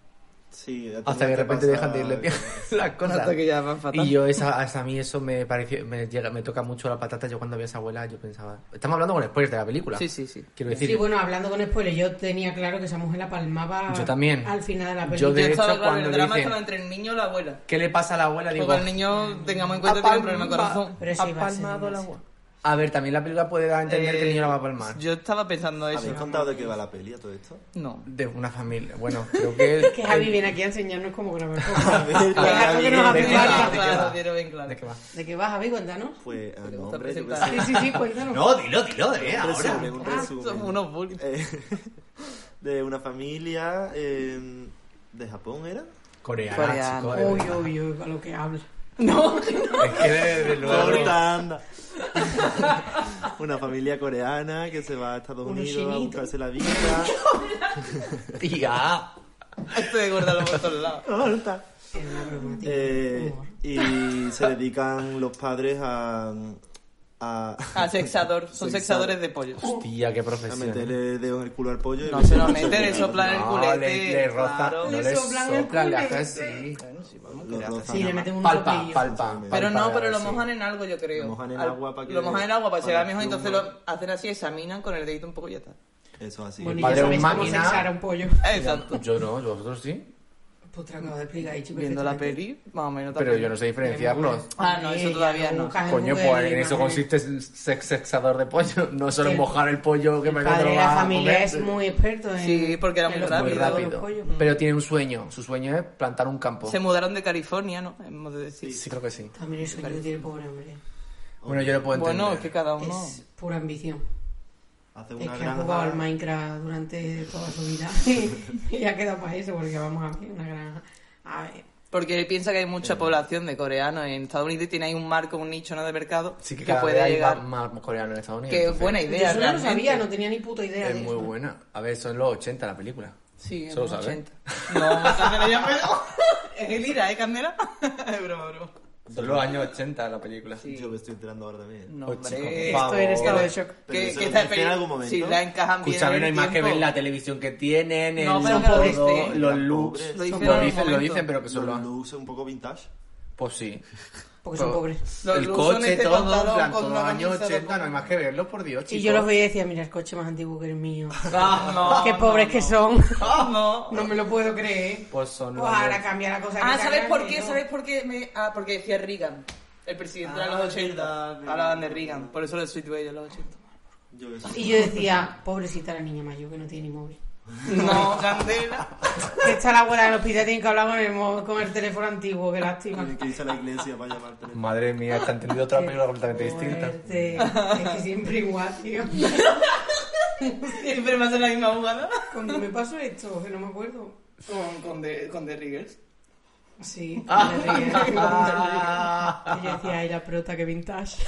[SPEAKER 5] Sí, ha
[SPEAKER 2] Hasta que
[SPEAKER 5] tenido
[SPEAKER 2] de repente
[SPEAKER 5] pasar-
[SPEAKER 2] dejan de irle bien las cosas.
[SPEAKER 4] Hasta que ya van fatal.
[SPEAKER 2] Y yo, esa, hasta a mí eso me pareció, me, llega, me toca mucho la patata. Yo cuando vi a esa abuela, yo pensaba... Estamos hablando con spoilers de la película.
[SPEAKER 4] Sí, sí, sí.
[SPEAKER 2] Quiero decir,
[SPEAKER 3] Sí, bueno, hablando con spoiler, yo tenía claro que esa mujer la palmaba
[SPEAKER 2] Yo también.
[SPEAKER 3] al final de la
[SPEAKER 2] Yo
[SPEAKER 3] película.
[SPEAKER 2] de
[SPEAKER 4] Yo estaba
[SPEAKER 2] hecho,
[SPEAKER 4] claro,
[SPEAKER 2] cuando
[SPEAKER 4] el drama
[SPEAKER 2] dicen-
[SPEAKER 4] estaba entre el niño y la abuela.
[SPEAKER 2] ¿qué le pasa a la abuela? Digo,
[SPEAKER 4] Porque el niño, tengamos en cuenta, tiene un problema de corazón.
[SPEAKER 3] Pero sí, va a ser, va a ser.
[SPEAKER 2] a ver, también la película puede dar a entender que el niño la va a palmar.
[SPEAKER 4] Eh, Yo estaba pensando eso.
[SPEAKER 5] ¿Habéis contado de qué va la peli a todo esto?
[SPEAKER 4] No.
[SPEAKER 2] De una familia. Bueno, creo que...
[SPEAKER 3] Que Javi viene aquí a enseñarnos cómo grabar.
[SPEAKER 5] A
[SPEAKER 3] Claro,
[SPEAKER 5] ver,
[SPEAKER 4] Ah,
[SPEAKER 3] porque
[SPEAKER 5] la-
[SPEAKER 3] nos hace
[SPEAKER 2] ¿De qué va?
[SPEAKER 3] falta.
[SPEAKER 2] ¿De qué va?
[SPEAKER 4] quiero bien claro.
[SPEAKER 2] ¿De qué va?
[SPEAKER 3] ¿De qué vas, Javi? Cuéntanos.
[SPEAKER 5] Pues, ah, no,
[SPEAKER 4] gusta
[SPEAKER 5] hombre, yo qué
[SPEAKER 4] presentar.
[SPEAKER 5] sé.
[SPEAKER 3] Sí, sí, sí, cuéntanos.
[SPEAKER 2] No, dilo, dilo, eh,
[SPEAKER 5] Un
[SPEAKER 2] ahora. ah,
[SPEAKER 5] resumen, un resumen.
[SPEAKER 4] Somos Ah, unos bullies.
[SPEAKER 5] Eh, de una familia eh, de Japón, ¿era?
[SPEAKER 2] Coreana,
[SPEAKER 4] Coreana.
[SPEAKER 2] chico. de
[SPEAKER 3] Uy,
[SPEAKER 2] verdad.
[SPEAKER 3] uy, uy, a lo que habla.
[SPEAKER 2] Es que desde luego...
[SPEAKER 5] Corta, anda. una familia coreana que se va a Estados
[SPEAKER 3] Unos
[SPEAKER 5] Unidos a
[SPEAKER 3] chinitos.
[SPEAKER 5] buscarse la vida.
[SPEAKER 2] Tía.
[SPEAKER 4] Estoy de gordarlo por todos lados.
[SPEAKER 5] Corta.
[SPEAKER 3] Es una bromática.
[SPEAKER 5] Eh,
[SPEAKER 3] Humor.
[SPEAKER 5] y se dedican los padres a. a.
[SPEAKER 4] Ah, sexador. Son sexadores de pollos.
[SPEAKER 2] Tía, qué
[SPEAKER 5] a
[SPEAKER 2] profesión.
[SPEAKER 5] meterle el dedo en el culo al pollo. y-
[SPEAKER 4] No se lo meten, le soplan el
[SPEAKER 2] No,
[SPEAKER 4] culete.
[SPEAKER 2] le, le roza,
[SPEAKER 4] claro.
[SPEAKER 2] no
[SPEAKER 3] Le
[SPEAKER 2] le
[SPEAKER 3] soplan el
[SPEAKER 2] soplan, le hace
[SPEAKER 3] culete.
[SPEAKER 2] así.
[SPEAKER 5] Lo rozan
[SPEAKER 3] Sí,
[SPEAKER 5] a
[SPEAKER 3] le
[SPEAKER 5] ma-
[SPEAKER 3] meten un
[SPEAKER 2] Palpa,
[SPEAKER 3] toquillo.
[SPEAKER 2] palpa.
[SPEAKER 4] Pero
[SPEAKER 2] palpa,
[SPEAKER 4] no, pero lo
[SPEAKER 2] sí.
[SPEAKER 4] mojan en algo, yo creo.
[SPEAKER 5] Lo mojan en
[SPEAKER 4] Al-
[SPEAKER 5] agua para que-
[SPEAKER 4] Lo mojan en agua para que se vea
[SPEAKER 5] para
[SPEAKER 4] mejor,
[SPEAKER 5] que
[SPEAKER 4] entonces
[SPEAKER 5] pluma.
[SPEAKER 4] lo hacen así, examinan con el dedito un poco y ya está.
[SPEAKER 5] Eso así.
[SPEAKER 3] Bueno, y
[SPEAKER 2] Padre,
[SPEAKER 3] ya
[SPEAKER 2] un
[SPEAKER 3] sabéis cómo
[SPEAKER 2] máquina.
[SPEAKER 3] sexar a un pollo.
[SPEAKER 4] Exacto.
[SPEAKER 2] Yo no, yo vosotros sí.
[SPEAKER 3] Pues te lo acabo de explicar, dicho
[SPEAKER 4] Viendo la
[SPEAKER 3] perfectamente.
[SPEAKER 4] peli, más o menos
[SPEAKER 2] Pero
[SPEAKER 4] también.
[SPEAKER 2] yo no sé diferenciarlos.
[SPEAKER 4] Ah, no, eso
[SPEAKER 3] Ella,
[SPEAKER 4] todavía no.
[SPEAKER 3] buscas en
[SPEAKER 2] Coño,
[SPEAKER 3] Google
[SPEAKER 2] pues en eso
[SPEAKER 3] imágenes.
[SPEAKER 2] consiste el sex sexador de pollo. No solo
[SPEAKER 3] El-
[SPEAKER 2] mojar el pollo que me
[SPEAKER 3] El
[SPEAKER 2] que te
[SPEAKER 3] padre
[SPEAKER 2] lo
[SPEAKER 3] de
[SPEAKER 2] vas
[SPEAKER 3] la
[SPEAKER 2] a
[SPEAKER 3] familia
[SPEAKER 2] comer.
[SPEAKER 3] es muy experto en...
[SPEAKER 4] Sí, porque era
[SPEAKER 3] en
[SPEAKER 4] muy Mm.
[SPEAKER 3] los
[SPEAKER 4] rápido.
[SPEAKER 2] Muy
[SPEAKER 3] pollos, los
[SPEAKER 2] rápido.
[SPEAKER 3] pollos.
[SPEAKER 2] Pero tiene un sueño. Su sueño es plantar un campo.
[SPEAKER 4] Se mudaron de California, ¿no? Hemos de decir.
[SPEAKER 2] Sí, creo que sí.
[SPEAKER 3] También es útil, pobre hombre.
[SPEAKER 2] Bueno, yo le puedo entender.
[SPEAKER 4] Bueno, es que cada uno.
[SPEAKER 3] Es pura ambición.
[SPEAKER 5] Hace
[SPEAKER 3] Es
[SPEAKER 5] una
[SPEAKER 3] que ha jugado al
[SPEAKER 5] granja.
[SPEAKER 3] Minecraft durante toda su vida. y ha quedado para eso, porque vamos a ver una granja. A ver.
[SPEAKER 4] Porque él piensa que hay mucha población de coreanos en Estados Unidos y tiene ahí un marco, un nicho ¿no? de mercado
[SPEAKER 2] Sí que,
[SPEAKER 4] que
[SPEAKER 2] cada
[SPEAKER 4] puede
[SPEAKER 2] vez hay
[SPEAKER 4] llegar.
[SPEAKER 2] más, ¿eh? más coreanos en Estados Unidos.
[SPEAKER 4] Que es
[SPEAKER 2] entonces,
[SPEAKER 4] buena
[SPEAKER 3] Yo
[SPEAKER 4] idea.
[SPEAKER 3] eso no lo
[SPEAKER 4] realmente.
[SPEAKER 3] sabía, no tenía ni puta idea de
[SPEAKER 2] Es muy
[SPEAKER 3] eso.
[SPEAKER 2] buena. A ver, son los 80 la película.
[SPEAKER 4] Sí, en
[SPEAKER 2] Eso lo
[SPEAKER 4] los
[SPEAKER 2] sabe.
[SPEAKER 4] 80. No, Candela ya me- Es el ira, ¿eh, Candela? Es broma, broma.
[SPEAKER 2] Son los años 80 la película.
[SPEAKER 5] Yo me estoy enterando ahora también.
[SPEAKER 4] No,
[SPEAKER 2] Oh, chico, por
[SPEAKER 4] hombre.
[SPEAKER 3] Estoy en
[SPEAKER 2] favor.
[SPEAKER 3] estado de shock.
[SPEAKER 5] Pero
[SPEAKER 4] que,
[SPEAKER 5] eso
[SPEAKER 4] que
[SPEAKER 5] lo
[SPEAKER 4] esta
[SPEAKER 5] dicen en
[SPEAKER 4] peli-
[SPEAKER 5] algún momento.
[SPEAKER 4] Si la encajan bien.
[SPEAKER 2] Escúchame,
[SPEAKER 4] en
[SPEAKER 2] no hay
[SPEAKER 4] el
[SPEAKER 2] más que ver
[SPEAKER 4] tiempo.
[SPEAKER 2] la televisión que tienen, el
[SPEAKER 4] No, pero
[SPEAKER 2] todo,
[SPEAKER 4] que lo dicen.
[SPEAKER 2] los
[SPEAKER 5] Los
[SPEAKER 2] looks.
[SPEAKER 5] pobres.
[SPEAKER 4] Lo
[SPEAKER 2] Lo
[SPEAKER 4] dicen
[SPEAKER 2] dicen,
[SPEAKER 4] en
[SPEAKER 2] lo
[SPEAKER 4] algún
[SPEAKER 2] dicen,
[SPEAKER 4] momento.
[SPEAKER 2] pero que son
[SPEAKER 5] Los
[SPEAKER 2] los.
[SPEAKER 5] looks un poco vintage.
[SPEAKER 2] Pues sí.
[SPEAKER 3] Porque son
[SPEAKER 2] Pero-
[SPEAKER 3] pobres.
[SPEAKER 4] Los
[SPEAKER 2] el
[SPEAKER 4] looks son
[SPEAKER 2] coche,
[SPEAKER 4] este
[SPEAKER 2] todo,
[SPEAKER 4] pantalón
[SPEAKER 2] en plan,
[SPEAKER 4] con
[SPEAKER 2] todos
[SPEAKER 4] una
[SPEAKER 2] los años
[SPEAKER 4] camisa de
[SPEAKER 2] 80, no hay
[SPEAKER 4] poco.
[SPEAKER 2] más que verlos, por Dios, chicos.
[SPEAKER 3] Y yo los veía y decía, mira, el coche más antiguo que el mío.
[SPEAKER 4] Ah, no,
[SPEAKER 3] Qué
[SPEAKER 4] no,
[SPEAKER 3] pobres
[SPEAKER 4] no.
[SPEAKER 3] que son.
[SPEAKER 4] No.
[SPEAKER 3] No me lo puedo creer.
[SPEAKER 2] Pues son
[SPEAKER 3] Pues
[SPEAKER 2] los-
[SPEAKER 3] ahora cambia la cosa.
[SPEAKER 4] Ah,
[SPEAKER 3] que
[SPEAKER 4] ¿sabes
[SPEAKER 3] sacan,
[SPEAKER 4] por
[SPEAKER 3] que
[SPEAKER 4] qué?
[SPEAKER 3] no.
[SPEAKER 4] ¿Sabes por qué? Me... Ah, porque decía Reagan. El presidente
[SPEAKER 3] Ah,
[SPEAKER 4] de los 80. Hablaban de Reagan. Por eso lo de Sweet Bay de los 80.
[SPEAKER 5] Yo eso.
[SPEAKER 3] Y yo decía, pobrecita la niña mayor que no tiene ni móvil.
[SPEAKER 4] No, Candela.
[SPEAKER 3] Que está la abuela en el hospital y tiene que hablar con el, mo- con el teléfono antiguo, qué lástima.
[SPEAKER 5] Tienen que irse a la iglesia para llamarte.
[SPEAKER 2] Madre mía, está entendido otra película completamente distinta.
[SPEAKER 3] Fuerte. Es que siempre igual, tío.
[SPEAKER 4] Siempre me hace la misma jugada.
[SPEAKER 3] ¿Cuándo me pasó esto? Que no me acuerdo.
[SPEAKER 4] Con, con, de, con The Riggers.
[SPEAKER 3] Sí. me
[SPEAKER 4] Ah.
[SPEAKER 3] reía. Y yo decía, ay, la prota, que vintage.
[SPEAKER 2] Ah.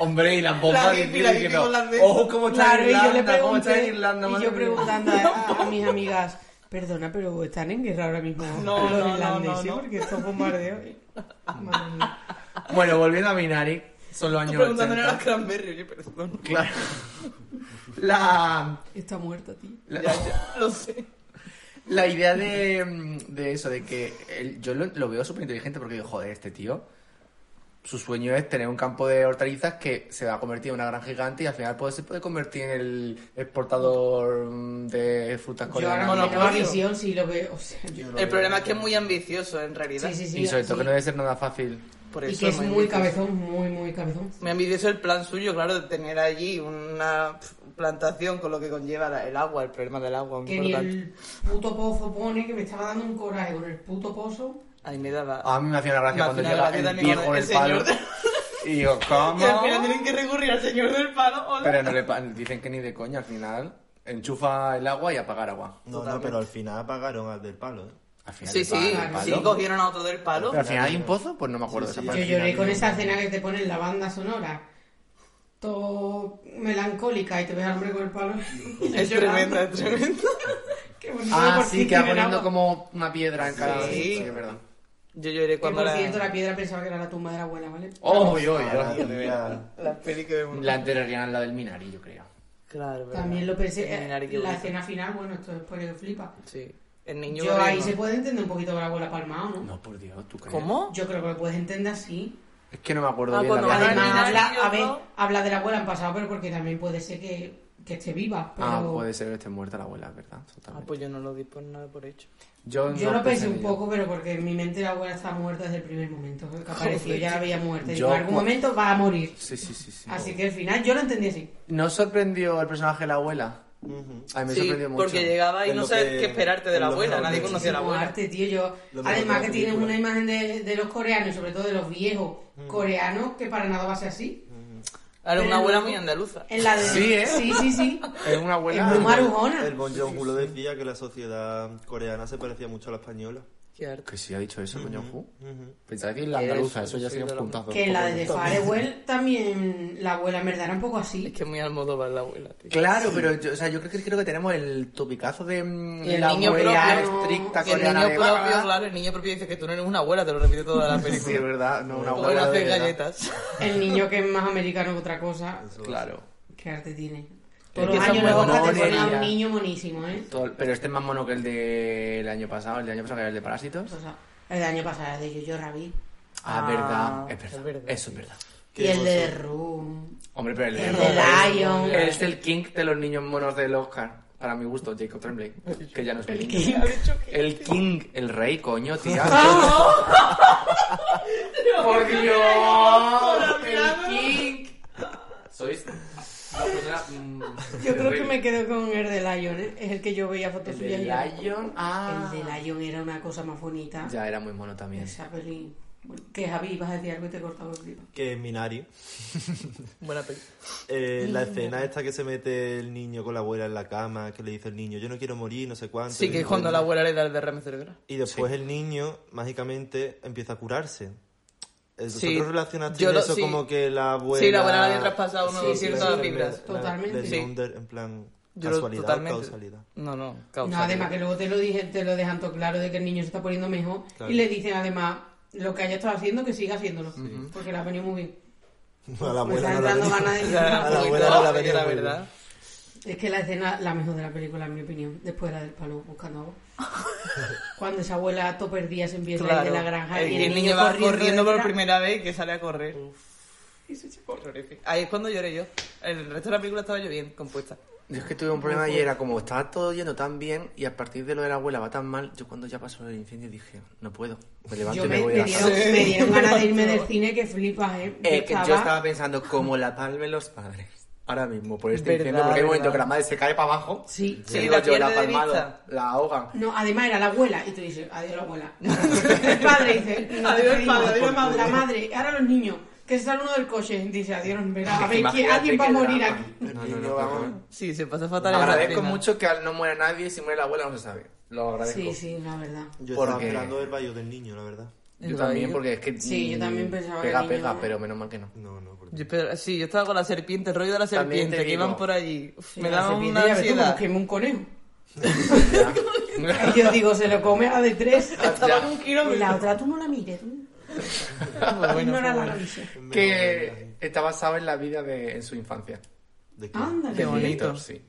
[SPEAKER 2] Hombre, y las bombas
[SPEAKER 4] La
[SPEAKER 2] de
[SPEAKER 4] hippie, la hippie
[SPEAKER 2] diciendo,
[SPEAKER 4] holandesa.
[SPEAKER 2] Ojo, cómo está
[SPEAKER 3] Claro, y yo le
[SPEAKER 2] Irlanda, cómo está
[SPEAKER 3] pregunté,
[SPEAKER 2] Irlanda,
[SPEAKER 3] y
[SPEAKER 2] madre
[SPEAKER 3] yo
[SPEAKER 2] mía.
[SPEAKER 3] preguntando a, a mis amigas, perdona, pero están en guerra ahora mismo
[SPEAKER 4] No,
[SPEAKER 3] los
[SPEAKER 4] no, no,
[SPEAKER 3] irlandeses,
[SPEAKER 4] no, Ah. no.
[SPEAKER 3] porque estos bombardeos... Madre mía.
[SPEAKER 2] Bueno, volviendo a Minari, son los
[SPEAKER 4] Estoy
[SPEAKER 2] años
[SPEAKER 4] preguntándole a
[SPEAKER 2] 80.
[SPEAKER 4] las Cranberry, oye, perdón.
[SPEAKER 2] Claro. La,
[SPEAKER 3] Está muerta, tío.
[SPEAKER 2] la-
[SPEAKER 4] Ya, ya, lo sé.
[SPEAKER 2] la idea de, mm, de eso, de que el- yo lo, lo veo súper inteligente porque digo, joder, este tío su sueño es tener un campo de hortalizas que se va a convertir en una gran gigante y al final pues, se puede convertir en el exportador mm, de frutas
[SPEAKER 3] Yo ahora
[SPEAKER 2] coreanas.
[SPEAKER 3] mismo
[SPEAKER 4] Monopolio.
[SPEAKER 3] la visión sí lo veo. O sea, yo-
[SPEAKER 4] El problema es que es muy ambicioso, en realidad.
[SPEAKER 3] sí, sí, sí.
[SPEAKER 2] y sobre todo
[SPEAKER 3] sí.
[SPEAKER 2] que no debe ser nada fácil.
[SPEAKER 4] Por
[SPEAKER 3] Y
[SPEAKER 4] eso
[SPEAKER 3] que es
[SPEAKER 4] me
[SPEAKER 3] muy
[SPEAKER 4] ambicioso.
[SPEAKER 3] cabezón, muy, muy cabezón.
[SPEAKER 4] Me ambicioso el plan suyo, claro, de tener allí una pf, plantación con lo que conlleva la- el agua, el problema del agua. muy
[SPEAKER 3] Que ni
[SPEAKER 4] importante.
[SPEAKER 3] el puto pozo pone, que me estaba dando un coraje con el puto pozo.
[SPEAKER 4] Ahí me daba.
[SPEAKER 2] A mí me hacía una gracia
[SPEAKER 4] Me
[SPEAKER 2] cuando
[SPEAKER 4] hacía una
[SPEAKER 2] llega
[SPEAKER 4] gracia
[SPEAKER 2] el
[SPEAKER 4] también
[SPEAKER 2] viejo
[SPEAKER 4] cuando
[SPEAKER 2] del
[SPEAKER 4] el
[SPEAKER 2] palo.
[SPEAKER 4] señor-
[SPEAKER 2] Y digo, ¿cómo?
[SPEAKER 4] Y al final tienen que recurrir al señor del palo. hola.
[SPEAKER 2] Pero no le pa- dicen que ni de coña al final. Enchufa el agua y apagar agua.
[SPEAKER 5] No, no, pero al final apagaron al del palo, ¿eh?
[SPEAKER 2] Al final
[SPEAKER 4] Sí,
[SPEAKER 2] el
[SPEAKER 4] sí,
[SPEAKER 2] palo, el
[SPEAKER 4] sí,
[SPEAKER 2] palo.
[SPEAKER 4] cogieron a otro del palo.
[SPEAKER 2] Pero al final hay un pozo, pues no me acuerdo de esa
[SPEAKER 3] Yo
[SPEAKER 2] parte.
[SPEAKER 3] lloré con esa escena que te ponen la banda sonora. Todo melancólica y te ves al hombre con el palo.
[SPEAKER 4] Es tremendo, es tremendo.
[SPEAKER 3] Qué bonito,
[SPEAKER 2] Ah,
[SPEAKER 3] por
[SPEAKER 2] sí,
[SPEAKER 3] fin
[SPEAKER 2] que va
[SPEAKER 3] tiene
[SPEAKER 2] poniendo
[SPEAKER 3] agua.
[SPEAKER 2] como una piedra en cada...
[SPEAKER 4] Sí.
[SPEAKER 2] Sí, es verdad.
[SPEAKER 4] Yo lloré
[SPEAKER 3] Que
[SPEAKER 4] cuando
[SPEAKER 3] por
[SPEAKER 4] la...
[SPEAKER 3] cierto, la piedra pensaba que era la tumba de la abuela, ¿vale?
[SPEAKER 2] ¡Oh, yo,
[SPEAKER 5] Ah,
[SPEAKER 2] yo!
[SPEAKER 5] mira.
[SPEAKER 4] la peli que vemos.
[SPEAKER 2] La anterior es la del Minari, yo creo.
[SPEAKER 4] Claro, verdad.
[SPEAKER 3] También lo pensé. eh,
[SPEAKER 4] Mirar qué
[SPEAKER 3] la
[SPEAKER 4] bonito.
[SPEAKER 3] escena final, bueno, esto es porque flipa.
[SPEAKER 4] Sí. El niño...
[SPEAKER 3] Yo
[SPEAKER 4] que
[SPEAKER 3] ahí
[SPEAKER 4] no-
[SPEAKER 3] se puede entender un poquito que la abuela palmao, ¿no?
[SPEAKER 2] No, por Dios, ¿tú crees?
[SPEAKER 4] ¿Cómo?
[SPEAKER 3] Yo creo que lo puedes entender así.
[SPEAKER 2] Es que no me acuerdo
[SPEAKER 4] Ah,
[SPEAKER 2] bien
[SPEAKER 4] cuando
[SPEAKER 2] la
[SPEAKER 4] van al
[SPEAKER 2] verdad.
[SPEAKER 3] Además,
[SPEAKER 4] Minar y
[SPEAKER 3] habla,
[SPEAKER 4] yo
[SPEAKER 3] a ver,
[SPEAKER 4] no.
[SPEAKER 3] habla de la abuela en pasado, pero porque también puede ser que, que esté viva. Pero
[SPEAKER 2] Ah, puede ser que esté muerta la abuela, es ¿verdad?
[SPEAKER 4] Ah,
[SPEAKER 2] Totalmente.
[SPEAKER 4] pues yo no lo di por nada por hecho.
[SPEAKER 2] Yo,
[SPEAKER 3] Yo
[SPEAKER 2] no
[SPEAKER 3] lo pensé un
[SPEAKER 2] en ello.
[SPEAKER 3] poco, pero porque en mi mente la abuela está muerta desde el primer momento que apareció.
[SPEAKER 4] Joder,
[SPEAKER 3] Ya la veía muerta. Y
[SPEAKER 2] Yo
[SPEAKER 3] en algún
[SPEAKER 2] cu-
[SPEAKER 3] momento va a morir.
[SPEAKER 2] Sí, sí, sí. sí.
[SPEAKER 3] Así que al final yo lo entendí así.
[SPEAKER 2] ¿No sorprendió el personaje de la abuela? A mí me
[SPEAKER 4] Sí,
[SPEAKER 2] sorprendió mucho.
[SPEAKER 4] porque llegaba y
[SPEAKER 5] Es
[SPEAKER 4] no
[SPEAKER 5] lo
[SPEAKER 4] sabes
[SPEAKER 5] que-
[SPEAKER 4] qué esperarte de
[SPEAKER 5] es
[SPEAKER 4] la
[SPEAKER 5] lo
[SPEAKER 4] abuela.
[SPEAKER 5] mejor
[SPEAKER 4] Nadie
[SPEAKER 5] de-
[SPEAKER 4] conocía a la
[SPEAKER 3] Como
[SPEAKER 4] abuela.
[SPEAKER 3] arte, tío. Yo,
[SPEAKER 5] Lo mejor
[SPEAKER 3] además
[SPEAKER 5] de
[SPEAKER 3] que
[SPEAKER 5] la
[SPEAKER 3] tienes
[SPEAKER 5] película.
[SPEAKER 3] una imagen de, de los coreanos, y sobre todo de los viejos coreanos, que para nada va a ser así.
[SPEAKER 4] Era
[SPEAKER 3] Pero
[SPEAKER 4] una abuela
[SPEAKER 3] luego-
[SPEAKER 4] muy andaluza.
[SPEAKER 3] En la de...
[SPEAKER 2] Sí, ¿eh?
[SPEAKER 3] Sí, sí, sí.
[SPEAKER 2] Es una abuela...
[SPEAKER 3] Es muy marujona.
[SPEAKER 5] El Bon Joon-ho lo decía que la sociedad coreana se parecía mucho a la española.
[SPEAKER 4] Qué arte.
[SPEAKER 2] Que sí ha dicho eso, coño, Fu.
[SPEAKER 5] Ujú.
[SPEAKER 2] Pensaba que en la andaluza, eso ya sería un puntazo.
[SPEAKER 3] Que en la de The Farewell también la abuela en verdad era un poco
[SPEAKER 4] Es
[SPEAKER 3] así.
[SPEAKER 4] que muy Almodóvar la abuela, tío.
[SPEAKER 2] Claro, pero yo, o sea, yo creo que creo que tenemos el topicazo de mm,
[SPEAKER 4] Y el
[SPEAKER 2] la
[SPEAKER 4] niño
[SPEAKER 2] abuela
[SPEAKER 4] propio,
[SPEAKER 2] estricta
[SPEAKER 4] Que el
[SPEAKER 2] coreana
[SPEAKER 4] niño
[SPEAKER 2] de
[SPEAKER 4] propio,
[SPEAKER 2] papá.
[SPEAKER 4] claro, el niño propio dice que tú no eres una abuela, te lo repite toda la película.
[SPEAKER 2] Sí, es verdad, no una
[SPEAKER 4] Luego
[SPEAKER 2] abuela de
[SPEAKER 4] hace
[SPEAKER 2] verdad.
[SPEAKER 4] galletas.
[SPEAKER 3] El niño que es más americano que otra cosa.
[SPEAKER 2] Claro.
[SPEAKER 3] ¿Qué arte tiene? Todos
[SPEAKER 4] que
[SPEAKER 3] los
[SPEAKER 4] son
[SPEAKER 3] años los Oscar te
[SPEAKER 2] buenones,
[SPEAKER 3] ponen a
[SPEAKER 2] ya.
[SPEAKER 3] un niño monísimo, ¿eh?
[SPEAKER 2] Todo- pero este es más mono que el del año pasado, el del año pasado que era el de Parásitos.
[SPEAKER 3] Pues, O sea, el del año pasado era de Yo-Yo Rabbit.
[SPEAKER 2] Ah,
[SPEAKER 4] Ah,
[SPEAKER 2] es verdad, es
[SPEAKER 4] es
[SPEAKER 2] verdad.
[SPEAKER 4] verdad.
[SPEAKER 2] Eso es verdad.
[SPEAKER 3] Y el de Room.
[SPEAKER 2] Hombre, pero el, Este
[SPEAKER 3] El de Lion.
[SPEAKER 2] Él es el king de los niños monos del Oscar. Para mi gusto, Jacob Tremblay. Que ya no es el king. El king, el rey, coño, tía.
[SPEAKER 3] Ah,
[SPEAKER 2] ¡Por Dios! ¡El king! Sois una persona, mm,
[SPEAKER 3] Yo creo que
[SPEAKER 2] terrible.
[SPEAKER 3] me quedo con el de Lion, ¿eh? Es el que yo veía fotos
[SPEAKER 2] El
[SPEAKER 3] suyas.
[SPEAKER 2] de
[SPEAKER 3] y era-
[SPEAKER 2] Lion. Ah.
[SPEAKER 3] El de Lion era una cosa más bonita.
[SPEAKER 2] Ya era muy mono también.
[SPEAKER 3] Esa peli. Bueno, Que Javi, vas a decir algo y te he cortado el clip.
[SPEAKER 5] Que en Minari,
[SPEAKER 4] Buena peli.
[SPEAKER 5] eh, la escena esta que se mete el niño con la abuela en la cama, que le dice el niño, yo no quiero morir, no sé cuánto.
[SPEAKER 4] Sí,
[SPEAKER 5] y
[SPEAKER 4] que es
[SPEAKER 5] no
[SPEAKER 4] cuando
[SPEAKER 5] sé
[SPEAKER 4] la
[SPEAKER 5] cuánto.
[SPEAKER 4] abuela le da el derrame cerebral.
[SPEAKER 5] Y después el niño, mágicamente, empieza a curarse. Eh, ¿Vosotros
[SPEAKER 4] Sí.
[SPEAKER 5] relacionaste
[SPEAKER 4] Yo lo-
[SPEAKER 5] eso
[SPEAKER 4] sí.
[SPEAKER 5] como que la abuela...
[SPEAKER 4] Sí, la abuela le había traspasado unos ciertas fibras.
[SPEAKER 3] Totalmente.
[SPEAKER 5] Le
[SPEAKER 4] Sí.
[SPEAKER 5] dio un der- en plan,
[SPEAKER 4] Yo lo-
[SPEAKER 5] casualidad o
[SPEAKER 4] totalmente.
[SPEAKER 5] causalidad.
[SPEAKER 4] No, no,
[SPEAKER 3] No,
[SPEAKER 4] causa.
[SPEAKER 3] además que luego te lo dije, te lo dejan todo claro de que el niño se está poniendo mejor
[SPEAKER 5] Claro.
[SPEAKER 3] y le dicen además lo que haya estado haciendo que siga haciéndolo porque le ha venido muy bien.
[SPEAKER 5] A Pues la
[SPEAKER 3] Me
[SPEAKER 5] abuela
[SPEAKER 3] está
[SPEAKER 5] no la
[SPEAKER 3] entrando
[SPEAKER 5] venía.
[SPEAKER 3] ganas de llorar.
[SPEAKER 4] Era
[SPEAKER 5] A la
[SPEAKER 4] un
[SPEAKER 5] abuela no la
[SPEAKER 4] poquito áspera,
[SPEAKER 5] venía
[SPEAKER 4] la
[SPEAKER 5] muy
[SPEAKER 4] verdad.
[SPEAKER 3] Es que la escena la mejor de la película en mi opinión, después la del palo buscando agua. Cuando esa abuela todo perdida se empieza a ir
[SPEAKER 4] Claro.
[SPEAKER 3] de la granja
[SPEAKER 4] El,
[SPEAKER 3] y
[SPEAKER 4] el niño va corriendo, por
[SPEAKER 3] detrás.
[SPEAKER 4] primera vez y que sale a correr. Horrorífico. Ahí es cuando lloré yo. El resto de la película estaba yo bien compuesta.
[SPEAKER 2] Yo es que tuve un problema y era como estaba todo yendo tan bien y a partir de lo de la abuela va tan mal, yo cuando ya pasó el incendio dije, no puedo, me levanto
[SPEAKER 3] Yo
[SPEAKER 2] y me,
[SPEAKER 3] me,
[SPEAKER 2] voy
[SPEAKER 3] me
[SPEAKER 2] a
[SPEAKER 3] dieron,
[SPEAKER 2] casa.
[SPEAKER 3] me dieron ganas de irme del cine que flipas, ¿eh?
[SPEAKER 2] Eh, que yo estaba pensando como la palmen los padres. Ahora mismo, por este
[SPEAKER 4] Verdad,
[SPEAKER 2] incendio, porque hay un momento
[SPEAKER 4] verdad.
[SPEAKER 2] que la madre se cae para abajo.
[SPEAKER 3] Sí.
[SPEAKER 2] y
[SPEAKER 4] Sí,
[SPEAKER 2] digo
[SPEAKER 4] la
[SPEAKER 2] yo, la
[SPEAKER 4] pierde de
[SPEAKER 2] palmado,
[SPEAKER 4] vista.
[SPEAKER 2] la ahogan.
[SPEAKER 3] No, además era la abuela. Y tú dices, adiós la abuela. El padre dice, no te
[SPEAKER 4] Adiós el
[SPEAKER 3] pedimos.
[SPEAKER 4] padre, adiós la madre.
[SPEAKER 3] La madre, ahora los niños, que se sale uno del coche. Dice, adiós, verá, a ver, ¿quién,
[SPEAKER 2] Imagínate
[SPEAKER 3] alguien va a
[SPEAKER 2] qué
[SPEAKER 3] morir
[SPEAKER 2] drama.
[SPEAKER 3] aquí.
[SPEAKER 2] No, no, no, vamos.
[SPEAKER 4] Sí, se pasa fatal. esa
[SPEAKER 2] Agradezco
[SPEAKER 4] escena.
[SPEAKER 2] mucho que al no muera nadie, si muere la abuela no se sabe. Lo agradezco.
[SPEAKER 3] Sí, sí, la verdad.
[SPEAKER 5] Yo estaba
[SPEAKER 2] Porque-
[SPEAKER 5] esperando el baño del niño, la verdad.
[SPEAKER 2] Yo
[SPEAKER 4] El
[SPEAKER 2] también,
[SPEAKER 4] baño.
[SPEAKER 2] porque es que...
[SPEAKER 3] Sí, yo también
[SPEAKER 2] mm,
[SPEAKER 3] pensaba que
[SPEAKER 2] Pega,
[SPEAKER 3] niño-
[SPEAKER 2] pega, pero menos mal que no.
[SPEAKER 5] No, no, porque...
[SPEAKER 4] Yo espero- sí, yo estaba con la serpiente, el rollo de la
[SPEAKER 2] También te
[SPEAKER 4] serpiente, que
[SPEAKER 2] digo.
[SPEAKER 4] iban por allí. Uf,
[SPEAKER 3] Sí,
[SPEAKER 4] me
[SPEAKER 3] la
[SPEAKER 4] daba
[SPEAKER 3] serpiente,
[SPEAKER 4] una
[SPEAKER 3] ya ves tú, como
[SPEAKER 4] ansiedad.
[SPEAKER 3] queme un conejo. Y yo digo, se lo come a de tres.
[SPEAKER 4] Estaba en un
[SPEAKER 3] Y la
[SPEAKER 4] kilómetro.
[SPEAKER 3] otra, tú no la mires. Tú.
[SPEAKER 4] Muy bueno,
[SPEAKER 3] Ignora
[SPEAKER 4] fue
[SPEAKER 3] Ah, la
[SPEAKER 4] bueno.
[SPEAKER 3] noticia.
[SPEAKER 2] que está basado en la vida de en su infancia.
[SPEAKER 5] ¿De qué?
[SPEAKER 3] Ándale.
[SPEAKER 4] Qué bonito.
[SPEAKER 2] sí.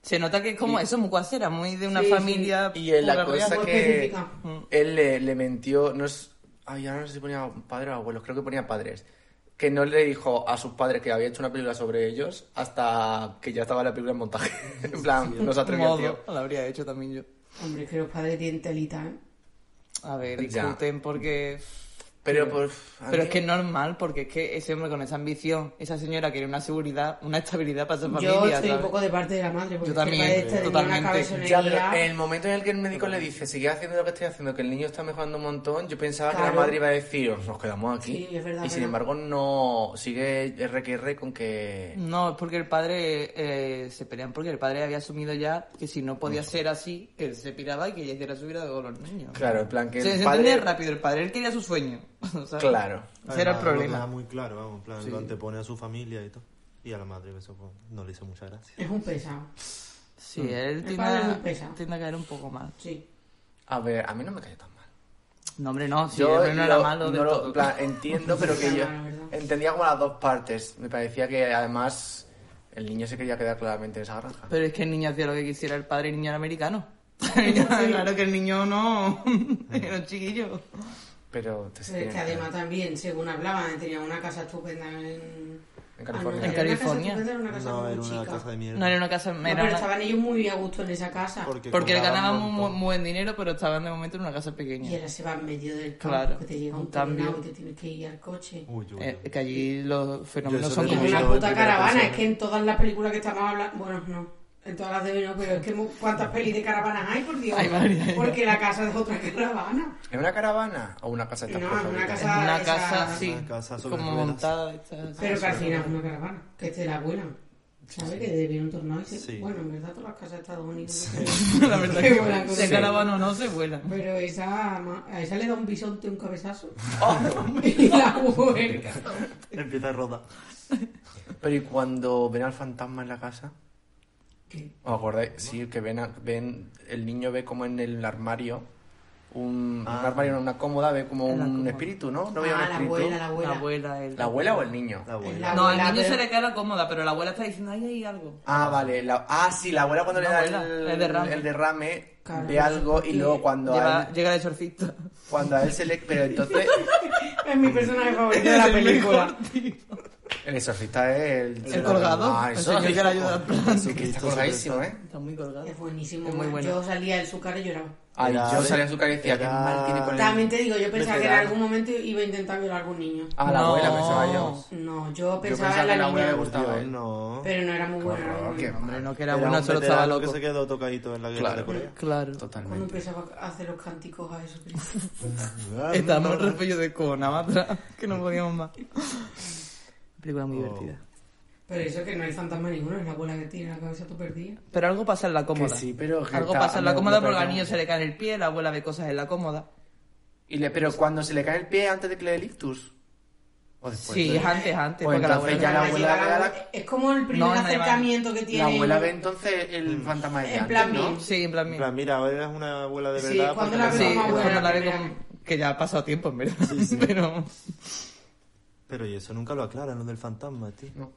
[SPEAKER 4] Se nota que es como eso, muy cuasera, muy de una
[SPEAKER 3] Sí, sí.
[SPEAKER 4] familia.
[SPEAKER 2] Y en la
[SPEAKER 4] pura
[SPEAKER 2] cosa
[SPEAKER 4] real.
[SPEAKER 3] muy
[SPEAKER 2] que
[SPEAKER 3] específica.
[SPEAKER 2] él le, le mentió, no es Ay, ahora no sé si ponía padre o abuelos, creo que ponía padres. Que no le dijo a sus padres que había hecho una película sobre ellos hasta que ya estaba la película en montaje. en plan, no se atrevió, tío.
[SPEAKER 4] Modo, lo habría hecho también yo.
[SPEAKER 3] Hombre, es que los padres tienen telita, ¿eh?
[SPEAKER 4] A ver,
[SPEAKER 2] Ya.
[SPEAKER 4] discuten porque...
[SPEAKER 2] Pero, pues, a mí-
[SPEAKER 4] Pero es que es normal, porque es que ese hombre con esa ambición, esa señora quiere una seguridad, una estabilidad para su familia,
[SPEAKER 3] Yo estoy un
[SPEAKER 4] ¿sabes?
[SPEAKER 3] poco de parte de la madre, porque
[SPEAKER 4] Yo también,
[SPEAKER 3] este padre está de
[SPEAKER 4] totalmente.
[SPEAKER 3] una cabezonería.
[SPEAKER 2] Ya, pero en el momento en el que el médico le dice, sigue haciendo lo que estoy haciendo, que el niño está mejorando un montón, yo pensaba que
[SPEAKER 3] Claro.
[SPEAKER 2] la madre iba a decir, "Os- nos quedamos aquí.
[SPEAKER 3] Sí, es verdad,
[SPEAKER 2] y sin
[SPEAKER 3] pero-
[SPEAKER 2] embargo, no sigue R que R con que.
[SPEAKER 4] No, es porque el padre eh, se pelean porque el padre había asumido ya que si no
[SPEAKER 2] Mm.
[SPEAKER 4] podía ser así, que él se piraba y que ella hiciera su vida con los niños.
[SPEAKER 2] Claro, en plan que
[SPEAKER 4] se,
[SPEAKER 2] el
[SPEAKER 4] se
[SPEAKER 2] padre-
[SPEAKER 4] entendía rápido, ¿eh? el padre él quería su sueño. ¿sabes?
[SPEAKER 2] Claro. Ah,
[SPEAKER 4] Ese era
[SPEAKER 5] Además,
[SPEAKER 4] el
[SPEAKER 5] lo
[SPEAKER 4] problema.
[SPEAKER 5] deja muy claro, vamos, en plan, lo antepone a su familia y todo. Y a la madre, que eso pues, no le hizo mucha gracia.
[SPEAKER 3] Es un pesado,
[SPEAKER 4] Sí,
[SPEAKER 2] Mm.
[SPEAKER 4] él
[SPEAKER 3] El
[SPEAKER 4] tiende
[SPEAKER 3] padre
[SPEAKER 4] a,
[SPEAKER 3] no pesa.
[SPEAKER 4] tiende a caer un poco más.
[SPEAKER 3] sí.
[SPEAKER 2] A ver, a mí no me cayó tan mal.
[SPEAKER 4] No, hombre, no, si el hombre no era
[SPEAKER 2] lo-
[SPEAKER 4] malo del
[SPEAKER 2] no lo-
[SPEAKER 4] todo.
[SPEAKER 2] en plan, entiendo, pero que
[SPEAKER 3] Era
[SPEAKER 2] yo
[SPEAKER 3] malo, ¿verdad?
[SPEAKER 2] entendía como las dos partes. Me parecía que además el niño se quería quedar claramente en esa granja.
[SPEAKER 4] Pero es que el niño hacía lo que quisiera el padre y el niño era americano. claro que el niño no
[SPEAKER 2] Mm.
[SPEAKER 4] era un chiquillo.
[SPEAKER 2] Pero te
[SPEAKER 3] Pero es que además también, según hablaban, eh, tenía una casa estupenda en...
[SPEAKER 2] En
[SPEAKER 3] Ah, no,
[SPEAKER 2] California.
[SPEAKER 3] era
[SPEAKER 4] En
[SPEAKER 3] una casa
[SPEAKER 4] California.
[SPEAKER 3] estupenda, era una casa
[SPEAKER 5] No,
[SPEAKER 3] muy
[SPEAKER 5] era una
[SPEAKER 3] chica.
[SPEAKER 5] casa de mierda.
[SPEAKER 4] No era una casa,
[SPEAKER 3] No,
[SPEAKER 4] era
[SPEAKER 3] pero
[SPEAKER 4] una-
[SPEAKER 3] estaban ellos muy a gusto en esa casa.
[SPEAKER 5] Porque,
[SPEAKER 4] porque él
[SPEAKER 5] cobraba
[SPEAKER 4] ganaba
[SPEAKER 5] un
[SPEAKER 4] muy,
[SPEAKER 5] montón.
[SPEAKER 4] muy buen dinero, pero estaban de momento en una casa pequeña.
[SPEAKER 3] Y ahora se va en medio del campo,
[SPEAKER 4] Claro,
[SPEAKER 3] que te llega
[SPEAKER 4] un
[SPEAKER 3] un
[SPEAKER 4] cambio.
[SPEAKER 3] tornado y te tienes que ir al coche.
[SPEAKER 5] Uy, uy,
[SPEAKER 4] Eh,
[SPEAKER 5] uy.
[SPEAKER 4] que allí los fenómenos
[SPEAKER 5] eso
[SPEAKER 4] son
[SPEAKER 5] lo he
[SPEAKER 3] Y es
[SPEAKER 4] muy...
[SPEAKER 5] visto.
[SPEAKER 3] una
[SPEAKER 5] Yo
[SPEAKER 3] puta
[SPEAKER 5] en primera
[SPEAKER 3] caravana,
[SPEAKER 5] persona.
[SPEAKER 3] es que en todas las películas que estamos hablando, bueno, no, en todas las de hoy no, pero es que mu- cuántas pelis de caravanas hay, por Dios.
[SPEAKER 4] Hay varias, hay
[SPEAKER 3] Porque la casa es otra caravana.
[SPEAKER 2] ¿En una caravana o una casa de
[SPEAKER 3] No,
[SPEAKER 2] estas
[SPEAKER 3] en una
[SPEAKER 2] profabitas?
[SPEAKER 4] Es
[SPEAKER 3] casa-
[SPEAKER 4] una
[SPEAKER 3] esa-
[SPEAKER 4] casa así,
[SPEAKER 5] Una casa sobre
[SPEAKER 4] como
[SPEAKER 5] ruedas.
[SPEAKER 4] montada. esta-
[SPEAKER 3] Pero que al final es una caravana, que te la vuelan. ¿Sabes? Que te viene un tornado y se...
[SPEAKER 5] Sí.
[SPEAKER 3] Bueno, en verdad todas las casas de Estados Unidos...
[SPEAKER 4] la verdad
[SPEAKER 3] que
[SPEAKER 4] es
[SPEAKER 3] vuelan
[SPEAKER 4] que
[SPEAKER 3] con
[SPEAKER 4] se
[SPEAKER 3] el-
[SPEAKER 4] calaban o no, se vuelan.
[SPEAKER 3] Pero esa, ma- a esa le da un bisonte un cabezazo
[SPEAKER 4] Oh,
[SPEAKER 3] y la vuelca.
[SPEAKER 5] Empieza a rodar.
[SPEAKER 2] Pero ¿y cuando ven al fantasma en la casa?
[SPEAKER 3] ¿Qué?
[SPEAKER 2] ¿Os acordáis? Sí, que ven, a- ven, el niño ve como en el armario, un,
[SPEAKER 5] Ah.
[SPEAKER 2] un armario, una cómoda, ve como
[SPEAKER 4] En la
[SPEAKER 2] un
[SPEAKER 4] cómoda.
[SPEAKER 2] espíritu, ¿no? No veía
[SPEAKER 3] ah,
[SPEAKER 2] un
[SPEAKER 3] la
[SPEAKER 2] espíritu.
[SPEAKER 3] abuela, la
[SPEAKER 4] La
[SPEAKER 3] abuela.
[SPEAKER 4] abuela, el...
[SPEAKER 2] ¿La abuela o el niño?
[SPEAKER 4] eh,
[SPEAKER 5] La abuela.
[SPEAKER 3] La
[SPEAKER 4] No, al
[SPEAKER 3] abuela,
[SPEAKER 4] niño se
[SPEAKER 3] pero-
[SPEAKER 4] le queda cómoda, pero la abuela está diciendo, ay, hay algo.
[SPEAKER 2] Ah, vale. la- ah, sí, la abuela cuando
[SPEAKER 4] La
[SPEAKER 2] le da
[SPEAKER 4] abuela,
[SPEAKER 2] el,
[SPEAKER 4] el derrame.
[SPEAKER 2] el derrame,
[SPEAKER 3] Claro,
[SPEAKER 2] ve algo y
[SPEAKER 3] y
[SPEAKER 2] luego cuando a,
[SPEAKER 4] Lleva-
[SPEAKER 2] él,
[SPEAKER 4] llega de exorcista.
[SPEAKER 2] cuando a él se le... Pero entonces...
[SPEAKER 3] Es mi personaje favorito de la película.
[SPEAKER 2] El exorcista es el...
[SPEAKER 4] El colgado,
[SPEAKER 2] Ah,
[SPEAKER 4] el
[SPEAKER 2] eso,
[SPEAKER 4] señor que le ayuda al plan.
[SPEAKER 2] Sí, que está colgadísimo, ¿eh?
[SPEAKER 4] Está muy colgado.
[SPEAKER 3] Es buenísimo.
[SPEAKER 4] Es muy bueno.
[SPEAKER 3] Yo salía de su cara y lloraba.
[SPEAKER 2] Ay,
[SPEAKER 5] Era-
[SPEAKER 2] yo salía a su caricia, que
[SPEAKER 5] era-
[SPEAKER 2] mal tiene con el-
[SPEAKER 3] También te digo, yo pensaba que en
[SPEAKER 2] pegaba.
[SPEAKER 3] algún momento iba a intentar violar a algún niño.
[SPEAKER 2] Ah, la
[SPEAKER 4] No.
[SPEAKER 2] abuela pensaba yo.
[SPEAKER 3] No, yo
[SPEAKER 2] Yo
[SPEAKER 3] pensaba,
[SPEAKER 2] pensaba que
[SPEAKER 3] en
[SPEAKER 2] la
[SPEAKER 3] la
[SPEAKER 2] abuela
[SPEAKER 3] niña.
[SPEAKER 2] le gustaba,
[SPEAKER 5] Dios,
[SPEAKER 2] ¿eh?
[SPEAKER 5] no.
[SPEAKER 3] Pero no era muy buena. era muy
[SPEAKER 2] Horror,
[SPEAKER 3] buena.
[SPEAKER 2] qué
[SPEAKER 4] Hombre,
[SPEAKER 2] mal.
[SPEAKER 4] no que era
[SPEAKER 5] Era
[SPEAKER 4] buena,
[SPEAKER 5] un
[SPEAKER 4] solo estaba
[SPEAKER 5] veterano que
[SPEAKER 4] loco.
[SPEAKER 5] se quedó tocadito en la guerra
[SPEAKER 2] Claro.
[SPEAKER 5] de Corea.
[SPEAKER 4] Claro.
[SPEAKER 3] Cuando
[SPEAKER 2] Totalmente.
[SPEAKER 3] empezaba a hacer los cánticos a eso.
[SPEAKER 4] Estábamos en repello de Conama atrás, que no podíamos más. Película muy
[SPEAKER 5] Oh.
[SPEAKER 4] divertida.
[SPEAKER 3] Pero eso que no hay fantasma ninguno, es la abuela que tiene la cabeza tú perdida.
[SPEAKER 4] Pero algo pasa en la cómoda.
[SPEAKER 2] Que sí, pero que
[SPEAKER 4] algo
[SPEAKER 2] está-
[SPEAKER 4] pasa en la
[SPEAKER 2] me-
[SPEAKER 4] cómoda
[SPEAKER 2] me
[SPEAKER 4] porque al
[SPEAKER 2] parece-
[SPEAKER 4] niño se le cae el pie, la abuela ve cosas en la cómoda.
[SPEAKER 2] Y le, pero cuando se le cae el pie antes de que le dé el ictus. O después.
[SPEAKER 4] sí, es antes, antes.
[SPEAKER 2] Pues
[SPEAKER 4] porque la
[SPEAKER 2] entonces ya
[SPEAKER 4] abuela...
[SPEAKER 2] la abuela-
[SPEAKER 3] Llega Es como el primer
[SPEAKER 4] No, no hay
[SPEAKER 3] acercamiento que
[SPEAKER 2] La
[SPEAKER 3] tiene.
[SPEAKER 2] abuela ve entonces el fantasma de
[SPEAKER 3] En
[SPEAKER 2] antes,
[SPEAKER 3] plan
[SPEAKER 2] ¿no?
[SPEAKER 3] bien.
[SPEAKER 4] Sí, en plan
[SPEAKER 5] En
[SPEAKER 4] mío.
[SPEAKER 5] plan, mira, ahora eres una abuela de
[SPEAKER 3] Sí,
[SPEAKER 5] verdad.
[SPEAKER 3] cuando
[SPEAKER 5] porque-
[SPEAKER 3] la
[SPEAKER 4] Sí,
[SPEAKER 3] veo
[SPEAKER 4] es
[SPEAKER 3] como abuela,
[SPEAKER 4] cuando la ve
[SPEAKER 3] primera
[SPEAKER 4] como... Que ya ha pasado tiempo, en verdad. Pero...
[SPEAKER 5] Pero y eso nunca lo aclaran, lo del fantasma, tío.
[SPEAKER 2] No.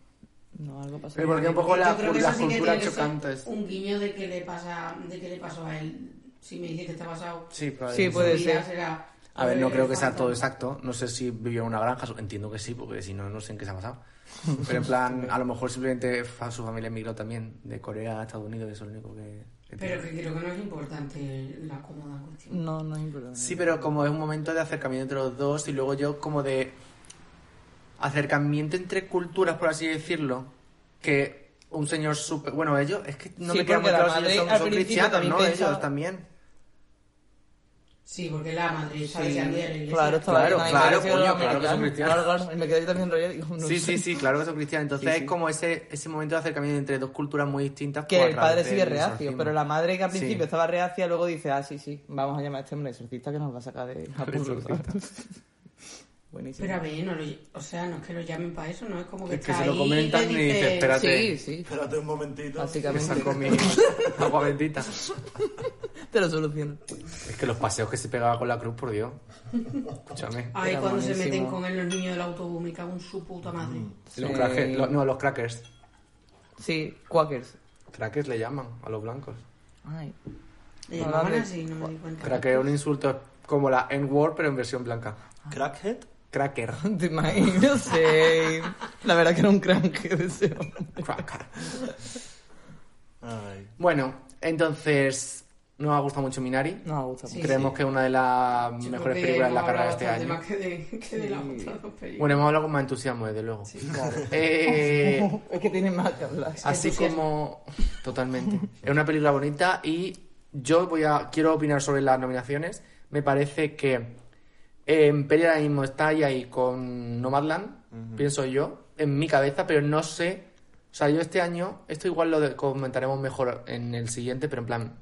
[SPEAKER 4] No, algo pasa.
[SPEAKER 2] Pero porque un poco la,
[SPEAKER 3] Yo creo que
[SPEAKER 2] la
[SPEAKER 3] eso sí que
[SPEAKER 2] cultura
[SPEAKER 3] tiene que ser
[SPEAKER 2] chocante es.
[SPEAKER 3] Un guiño de que le pasa, de que le pasó a él. Si me dice que está pasado.
[SPEAKER 2] Sí, probablemente.
[SPEAKER 4] Sí, pues puede
[SPEAKER 3] Su vida
[SPEAKER 4] ser.
[SPEAKER 3] será-
[SPEAKER 2] A ver, no
[SPEAKER 3] eh,
[SPEAKER 2] creo que sea
[SPEAKER 3] fantasma.
[SPEAKER 2] todo exacto. No sé si vivió en una granja. Entiendo que sí, porque si no, no sé en qué se ha pasado. Pero en plan, a lo mejor simplemente fa- su familia emigró también de Corea a Estados Unidos, eso es lo único que. que
[SPEAKER 3] Pero
[SPEAKER 2] tiene.
[SPEAKER 3] que creo que no es importante la cómoda
[SPEAKER 2] Mm.
[SPEAKER 3] cuestión.
[SPEAKER 4] No, no es importante.
[SPEAKER 2] Sí, pero como es un momento de acercamiento entre los dos y luego yo como de acercamiento entre culturas, por así decirlo, que un señor súper... Bueno, ellos, es que no
[SPEAKER 4] Sí,
[SPEAKER 2] me queda muy
[SPEAKER 4] porque la
[SPEAKER 2] claro si
[SPEAKER 4] madre
[SPEAKER 2] ellos son,
[SPEAKER 4] al
[SPEAKER 2] son
[SPEAKER 4] principio
[SPEAKER 2] cristianos,
[SPEAKER 4] también
[SPEAKER 2] ¿no?
[SPEAKER 4] pensaba-
[SPEAKER 2] Ellos también.
[SPEAKER 3] Sí, porque la madre está deseando ir a la iglesia.
[SPEAKER 4] Claro, estaba
[SPEAKER 2] Claro,
[SPEAKER 4] ahí,
[SPEAKER 2] claro,
[SPEAKER 4] parecía
[SPEAKER 2] coño,
[SPEAKER 4] lo
[SPEAKER 2] claro que son
[SPEAKER 4] americano.
[SPEAKER 2] cristianos.
[SPEAKER 4] Claro, claro, y me quedé yo también enrollado y digo, no
[SPEAKER 2] Sí,
[SPEAKER 4] sé.
[SPEAKER 2] sí, sí, claro que son cristianos. Entonces
[SPEAKER 4] Sí, sí.
[SPEAKER 2] es como ese, ese momento de acercamiento entre dos culturas muy distintas.
[SPEAKER 4] Que
[SPEAKER 2] pues, a
[SPEAKER 4] el
[SPEAKER 2] través
[SPEAKER 4] padre sigue
[SPEAKER 2] del
[SPEAKER 4] reacio,
[SPEAKER 2] exorcismo.
[SPEAKER 4] pero la madre que al
[SPEAKER 2] Sí.
[SPEAKER 4] principio estaba reacia luego dice, ah, sí, sí, vamos a llamar a este hombre exorcista que nos va a sacar de apuro. Buenísimo.
[SPEAKER 3] Pero a ver, no lo- o sea, no es que lo llamen para eso, no es como que
[SPEAKER 2] Es que
[SPEAKER 3] está
[SPEAKER 2] se lo
[SPEAKER 3] ahí
[SPEAKER 2] comentan
[SPEAKER 3] le
[SPEAKER 2] y
[SPEAKER 3] dice-
[SPEAKER 2] dice, espera.
[SPEAKER 4] Sí, sí,
[SPEAKER 5] Espérate un momentito.
[SPEAKER 2] Me
[SPEAKER 4] básicamente.
[SPEAKER 2] saco mi agua bendita.
[SPEAKER 4] Te lo soluciono.
[SPEAKER 2] Es que los paseos que se pegaba con la cruz, por Dios. Escúchame.
[SPEAKER 3] Ay,
[SPEAKER 4] Era
[SPEAKER 3] cuando se
[SPEAKER 4] buenísimo.
[SPEAKER 3] meten con él los niños del autobús, me cago en su puta madre.
[SPEAKER 2] Los
[SPEAKER 4] Sí.
[SPEAKER 2] crackers, los- no, los crackers.
[SPEAKER 4] Sí, Quakers.
[SPEAKER 2] Crackers le llaman a los blancos.
[SPEAKER 4] Ay.
[SPEAKER 3] Le
[SPEAKER 4] No,
[SPEAKER 3] llamaban
[SPEAKER 4] dale.
[SPEAKER 3] Eh, así, no me di cuenta.
[SPEAKER 2] Cracker es un insulto como la N-word, pero en versión blanca.
[SPEAKER 5] Crackhead.
[SPEAKER 2] Cracker.
[SPEAKER 4] Te imagino, sí. La verdad que era un crank de ese hombre.
[SPEAKER 2] Cracker.
[SPEAKER 5] Ay.
[SPEAKER 2] Bueno, entonces nos ha gustado mucho Minari.
[SPEAKER 4] No, me gusta mucho.
[SPEAKER 2] Creemos que es una de las mejores películas de la carrera de este año.
[SPEAKER 3] Más que de, que de las otras dos películas.
[SPEAKER 2] Bueno, hemos hablado con más entusiasmo, desde luego.
[SPEAKER 4] claro.
[SPEAKER 2] Eh,
[SPEAKER 4] Es que tiene más que hablar.
[SPEAKER 2] así
[SPEAKER 4] Entonces,
[SPEAKER 2] como... Totalmente. Es una película bonita y yo voy a quiero opinar sobre las nominaciones. Me parece que en Peli ahora mismo está ahí, ahí con Nomadland, pienso yo, en mi cabeza, pero no sé... O sea, yo este año, esto igual lo de- comentaremos mejor en el siguiente, pero en plan,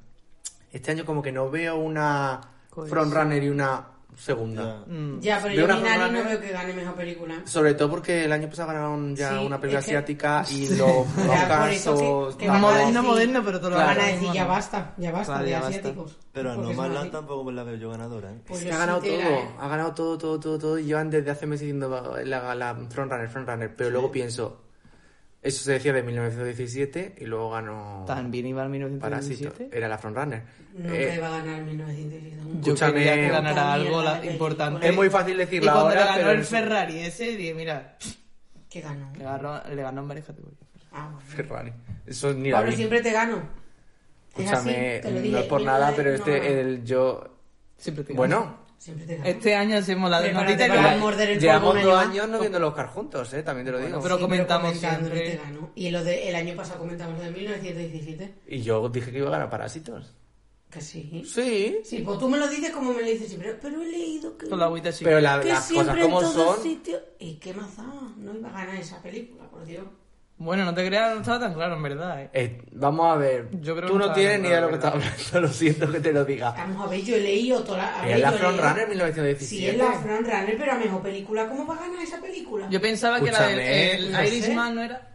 [SPEAKER 2] este año como que no veo una
[SPEAKER 4] Cohesión.
[SPEAKER 2] frontrunner y una segunda.
[SPEAKER 5] Ya.
[SPEAKER 4] Mm.
[SPEAKER 3] Ya, pero
[SPEAKER 2] De
[SPEAKER 3] yo
[SPEAKER 2] una
[SPEAKER 3] Minari
[SPEAKER 2] forma-
[SPEAKER 3] no veo que gane mejor película.
[SPEAKER 2] Sobre todo porque el año pasado ganaron ya
[SPEAKER 3] Sí,
[SPEAKER 2] una película
[SPEAKER 3] es que-
[SPEAKER 2] asiática y los
[SPEAKER 3] Ya, por eso
[SPEAKER 2] casos.
[SPEAKER 3] que- que
[SPEAKER 4] Más
[SPEAKER 3] van a
[SPEAKER 4] moderno,
[SPEAKER 3] decir-
[SPEAKER 4] moderno, pero todo lo
[SPEAKER 3] Van a
[SPEAKER 4] mismo,
[SPEAKER 3] decir,
[SPEAKER 4] ¿no?
[SPEAKER 3] ya basta, ya basta
[SPEAKER 4] Vale,
[SPEAKER 3] de
[SPEAKER 4] ya basta.
[SPEAKER 3] asiáticos.
[SPEAKER 5] Pero a
[SPEAKER 3] pues, Porque son
[SPEAKER 5] Nomadland
[SPEAKER 3] así.
[SPEAKER 5] tampoco me la veo yo ganadora, ¿eh?
[SPEAKER 3] Pues
[SPEAKER 2] Es
[SPEAKER 3] yo
[SPEAKER 2] que ha ganado
[SPEAKER 3] sí
[SPEAKER 2] todo,
[SPEAKER 3] te la-
[SPEAKER 2] ha ganado todo, todo, todo, todo. Y llevan desde hace meses diciendo la, la frontrunner, frontrunner. Pero luego pienso, eso se decía de 1917 y luego ganó
[SPEAKER 4] También iba al
[SPEAKER 2] Parásito.
[SPEAKER 4] 1917.
[SPEAKER 2] Era la frontrunner.
[SPEAKER 3] No
[SPEAKER 2] Eh,
[SPEAKER 3] te va a ganar 1917.
[SPEAKER 4] Yo
[SPEAKER 2] Escúchame.
[SPEAKER 4] quería que ganara
[SPEAKER 3] Puta
[SPEAKER 4] algo
[SPEAKER 3] mierda
[SPEAKER 4] la-
[SPEAKER 3] de
[SPEAKER 4] importante.
[SPEAKER 3] película.
[SPEAKER 2] es muy fácil
[SPEAKER 4] Y
[SPEAKER 2] decirlo
[SPEAKER 4] cuando
[SPEAKER 2] ahora,
[SPEAKER 4] le ganó
[SPEAKER 2] pero
[SPEAKER 4] el
[SPEAKER 2] es-
[SPEAKER 4] Ferrari ese, dije, mira,
[SPEAKER 3] Que ganó.
[SPEAKER 4] le ganó, le ganó en varias categorías.
[SPEAKER 3] Ah, bueno.
[SPEAKER 2] Ferrari. Eso ni la
[SPEAKER 3] Pablo,
[SPEAKER 2] vi.
[SPEAKER 3] siempre te gano. Es así,
[SPEAKER 2] Escúchame,
[SPEAKER 3] te lo
[SPEAKER 2] no
[SPEAKER 3] dije,
[SPEAKER 2] es por
[SPEAKER 3] mi
[SPEAKER 2] nada,
[SPEAKER 3] madre
[SPEAKER 2] pero
[SPEAKER 3] no gana.
[SPEAKER 2] este, el yo.
[SPEAKER 4] Siempre te gano.
[SPEAKER 2] Bueno,
[SPEAKER 3] Siempre te gano.
[SPEAKER 4] Este año hacemos la de
[SPEAKER 3] Prepárate
[SPEAKER 4] notita
[SPEAKER 3] para
[SPEAKER 4] que-
[SPEAKER 3] el morder el polvo
[SPEAKER 2] llevamos
[SPEAKER 3] un
[SPEAKER 2] dos
[SPEAKER 3] año más.
[SPEAKER 2] años no viendo los Oscar juntos, eh, también te lo digo.
[SPEAKER 4] pero comentamos
[SPEAKER 3] comentándole
[SPEAKER 4] siempre.
[SPEAKER 3] te ganó. Y lo de, el año pasado comentamos lo de 1917.
[SPEAKER 2] Y yo dije que iba a ganar Parásitos.
[SPEAKER 3] Que sí.
[SPEAKER 2] Sí.
[SPEAKER 3] Sí, pues tú me lo dices como me lo dices siempre. Pero he leído que...
[SPEAKER 4] Con la agüita chica.
[SPEAKER 2] Pero la-
[SPEAKER 3] que
[SPEAKER 2] las cosas
[SPEAKER 3] siempre
[SPEAKER 2] como
[SPEAKER 3] en todos
[SPEAKER 2] son.
[SPEAKER 3] sitios... ¿Y qué más da? No iba a ganar esa película, por Dios.
[SPEAKER 4] Bueno, no te creas, no estaba tan claro, en verdad. ¿eh?
[SPEAKER 2] Eh, vamos a ver.
[SPEAKER 4] Yo creo
[SPEAKER 2] Tú
[SPEAKER 4] que
[SPEAKER 2] no
[SPEAKER 4] no
[SPEAKER 2] tienes
[SPEAKER 4] saben,
[SPEAKER 2] ni idea de lo
[SPEAKER 4] la
[SPEAKER 2] que estás hablando, lo siento que te lo diga.
[SPEAKER 3] Vamos a ver, yo he leído toda la...
[SPEAKER 2] Era
[SPEAKER 3] a ver,
[SPEAKER 2] la
[SPEAKER 3] yo he
[SPEAKER 2] Frontrunner
[SPEAKER 3] leído-
[SPEAKER 2] 1917.
[SPEAKER 3] Sí, es la Frontrunner, pero a mejor película. ¿Cómo va a ganar esa película?
[SPEAKER 4] Yo pensaba que la del
[SPEAKER 2] Escúchame,
[SPEAKER 4] el
[SPEAKER 3] no sé.
[SPEAKER 4] Irishman no era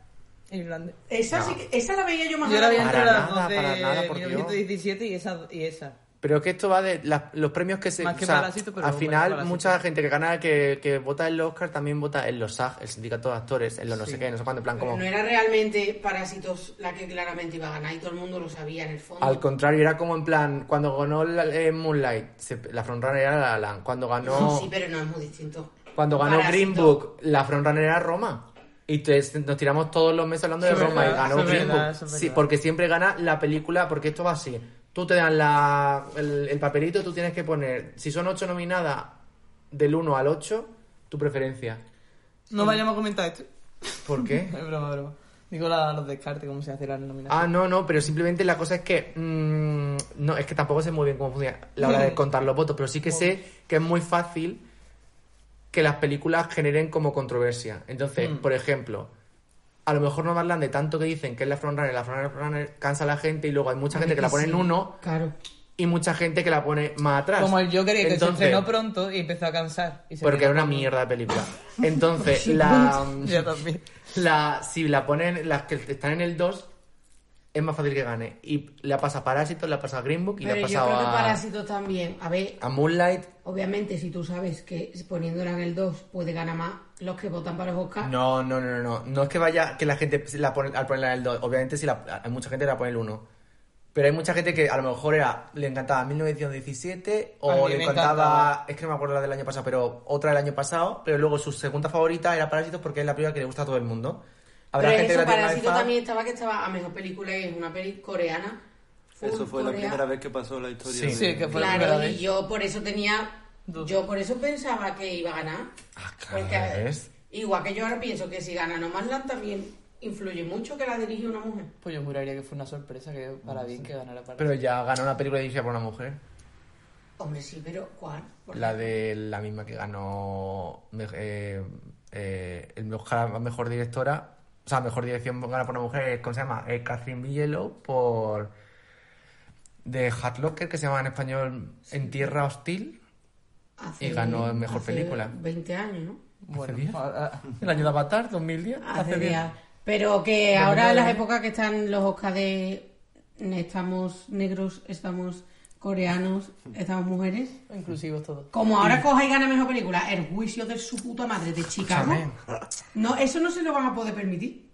[SPEAKER 4] irlandés.
[SPEAKER 3] Esa, sí que- esa la veía yo más
[SPEAKER 4] Yo la veía
[SPEAKER 3] grande.
[SPEAKER 4] entre
[SPEAKER 2] Para
[SPEAKER 4] las
[SPEAKER 2] nada,
[SPEAKER 4] dos de
[SPEAKER 2] para nada, por Dios.
[SPEAKER 4] 1917 y esa, y esa.
[SPEAKER 2] Pero es que esto va de las- los premios que se.
[SPEAKER 4] Más que
[SPEAKER 2] o sea,
[SPEAKER 4] Parásito, pero
[SPEAKER 2] al
[SPEAKER 4] bueno,
[SPEAKER 2] final,
[SPEAKER 4] Parásito.
[SPEAKER 2] mucha gente que gana, que, que vota en los Oscar, también vota en los SAG, el sindicato de actores, en los no sé qué, no sé cuándo, en plan como.
[SPEAKER 3] No era realmente Parásitos la que claramente iba a ganar y todo el mundo lo sabía en el fondo.
[SPEAKER 2] Al contrario, era como en plan, cuando ganó la- eh, Moonlight, se- la frontrunner era La La Land. Cuando ganó,
[SPEAKER 3] Sí, pero no es muy distinto.
[SPEAKER 2] cuando ganó
[SPEAKER 3] Parásito.
[SPEAKER 2] Green Book, la frontrunner era Roma. Y te- nos tiramos todos los meses hablando de
[SPEAKER 4] Eso es
[SPEAKER 2] Roma
[SPEAKER 4] verdad,
[SPEAKER 2] y ganó
[SPEAKER 4] eso es
[SPEAKER 2] Green
[SPEAKER 4] verdad, eso
[SPEAKER 2] Book.
[SPEAKER 4] es
[SPEAKER 2] Sí,
[SPEAKER 4] verdad.
[SPEAKER 2] porque siempre gana la película, porque esto va así. Tú te dan la, el, el papelito, tú tienes que poner, si son ocho nominadas, del 1 al 8, tu preferencia.
[SPEAKER 4] No vayamos a comentar esto.
[SPEAKER 2] ¿Por qué?
[SPEAKER 4] Es broma, broma. Digo la- los descartes, cómo se hace la nominación.
[SPEAKER 2] Ah, no, no, pero simplemente la cosa es que. mm, no, es que tampoco sé muy bien cómo funciona la hora
[SPEAKER 4] Mm.
[SPEAKER 2] de contar los votos, pero sí
[SPEAKER 4] Oh.
[SPEAKER 2] que sé que es muy fácil que las películas generen como controversia.
[SPEAKER 4] Mm.
[SPEAKER 2] Entonces, por ejemplo, a lo mejor no hablan de tanto que dicen que es la frontrunner, la frontrunner, frontrunner, cansa a la gente y luego hay mucha gente que la pone en uno
[SPEAKER 3] Claro.
[SPEAKER 2] y mucha gente que la pone más atrás.
[SPEAKER 4] Como el Joker que
[SPEAKER 2] Entonces,
[SPEAKER 4] se estrenó pronto y empezó a cansar. Y se
[SPEAKER 2] Porque era
[SPEAKER 4] quedó
[SPEAKER 2] una
[SPEAKER 4] con-
[SPEAKER 2] mierda de película. Entonces, la.
[SPEAKER 4] Ya también.
[SPEAKER 2] La, si la ponen, las que están en el 2, es más fácil que gane. Y la pasa a Parásito, la pasa a Green Book y
[SPEAKER 3] Pero
[SPEAKER 2] la
[SPEAKER 3] yo
[SPEAKER 2] pasa
[SPEAKER 3] creo que
[SPEAKER 2] a,
[SPEAKER 3] Parásitos también. A ver,
[SPEAKER 2] a Moonlight.
[SPEAKER 3] obviamente, si tú sabes que poniéndola en el 2 puede ganar más los que votan para los Oscar.
[SPEAKER 2] No, no, no, no, no. No es que vaya, que la gente la pone, al ponerla en el 2. Obviamente si la, hay mucha gente que la pone el 1. Pero hay mucha gente que a lo mejor era, le encantaba 1917
[SPEAKER 4] A mí
[SPEAKER 2] o le
[SPEAKER 4] me
[SPEAKER 2] encantaba,
[SPEAKER 4] encantaba.
[SPEAKER 2] es que no me acuerdo la del año pasado, pero otra del año pasado, pero luego su segunda favorita era Parásitos porque es la primera que le gusta a todo el mundo. Habrá
[SPEAKER 3] pero
[SPEAKER 2] gente
[SPEAKER 3] eso,
[SPEAKER 2] que la tenga de
[SPEAKER 3] Parásito
[SPEAKER 2] fan.
[SPEAKER 3] también estaba que estaba a mejor película y es una peli coreana. full
[SPEAKER 5] Eso fue la
[SPEAKER 3] corea.
[SPEAKER 5] primera vez que pasó en la historia.
[SPEAKER 2] Sí.
[SPEAKER 4] Sí, que fue la primera
[SPEAKER 3] Claro, y
[SPEAKER 4] vez.
[SPEAKER 3] yo por eso tenía.
[SPEAKER 4] Dos.
[SPEAKER 3] Yo por eso pensaba que iba a ganar.
[SPEAKER 2] Ah, claro,
[SPEAKER 3] Porque
[SPEAKER 2] ¿ves?
[SPEAKER 3] igual que yo ahora pienso que si gana Nomadland también influye mucho que la dirige una mujer.
[SPEAKER 4] Pues yo juraría que fue una sorpresa que para bien que ganara para
[SPEAKER 2] Pero ya ganó una película dirigida por una mujer.
[SPEAKER 3] Hombre, sí, pero ¿cuál? Por
[SPEAKER 2] La de la misma que ganó me- eh, eh, el mejor, mejor directora, o sea, mejor dirección gana por una mujer, eh, ¿cómo se llama? Eh, Catherine Bigelow por de Hard Locker, que se llama en español En Tierra Hostil.
[SPEAKER 3] hace-
[SPEAKER 2] y ganó en mejor
[SPEAKER 3] hace
[SPEAKER 2] película.
[SPEAKER 3] 20 años, ¿no?
[SPEAKER 2] diez.
[SPEAKER 4] Bueno, ahora-
[SPEAKER 2] El año de Avatar, 2010.
[SPEAKER 3] Ah, Hace días. Pero que ahora en las épocas que están los Oscars de estamos negros, estamos coreanos, estamos mujeres.
[SPEAKER 4] inclusivos todos.
[SPEAKER 3] Como ahora coja y gana mejor película, el juicio de su puta madre de Chicago.
[SPEAKER 2] Escúchame.
[SPEAKER 3] No, eso no se lo van a poder permitir.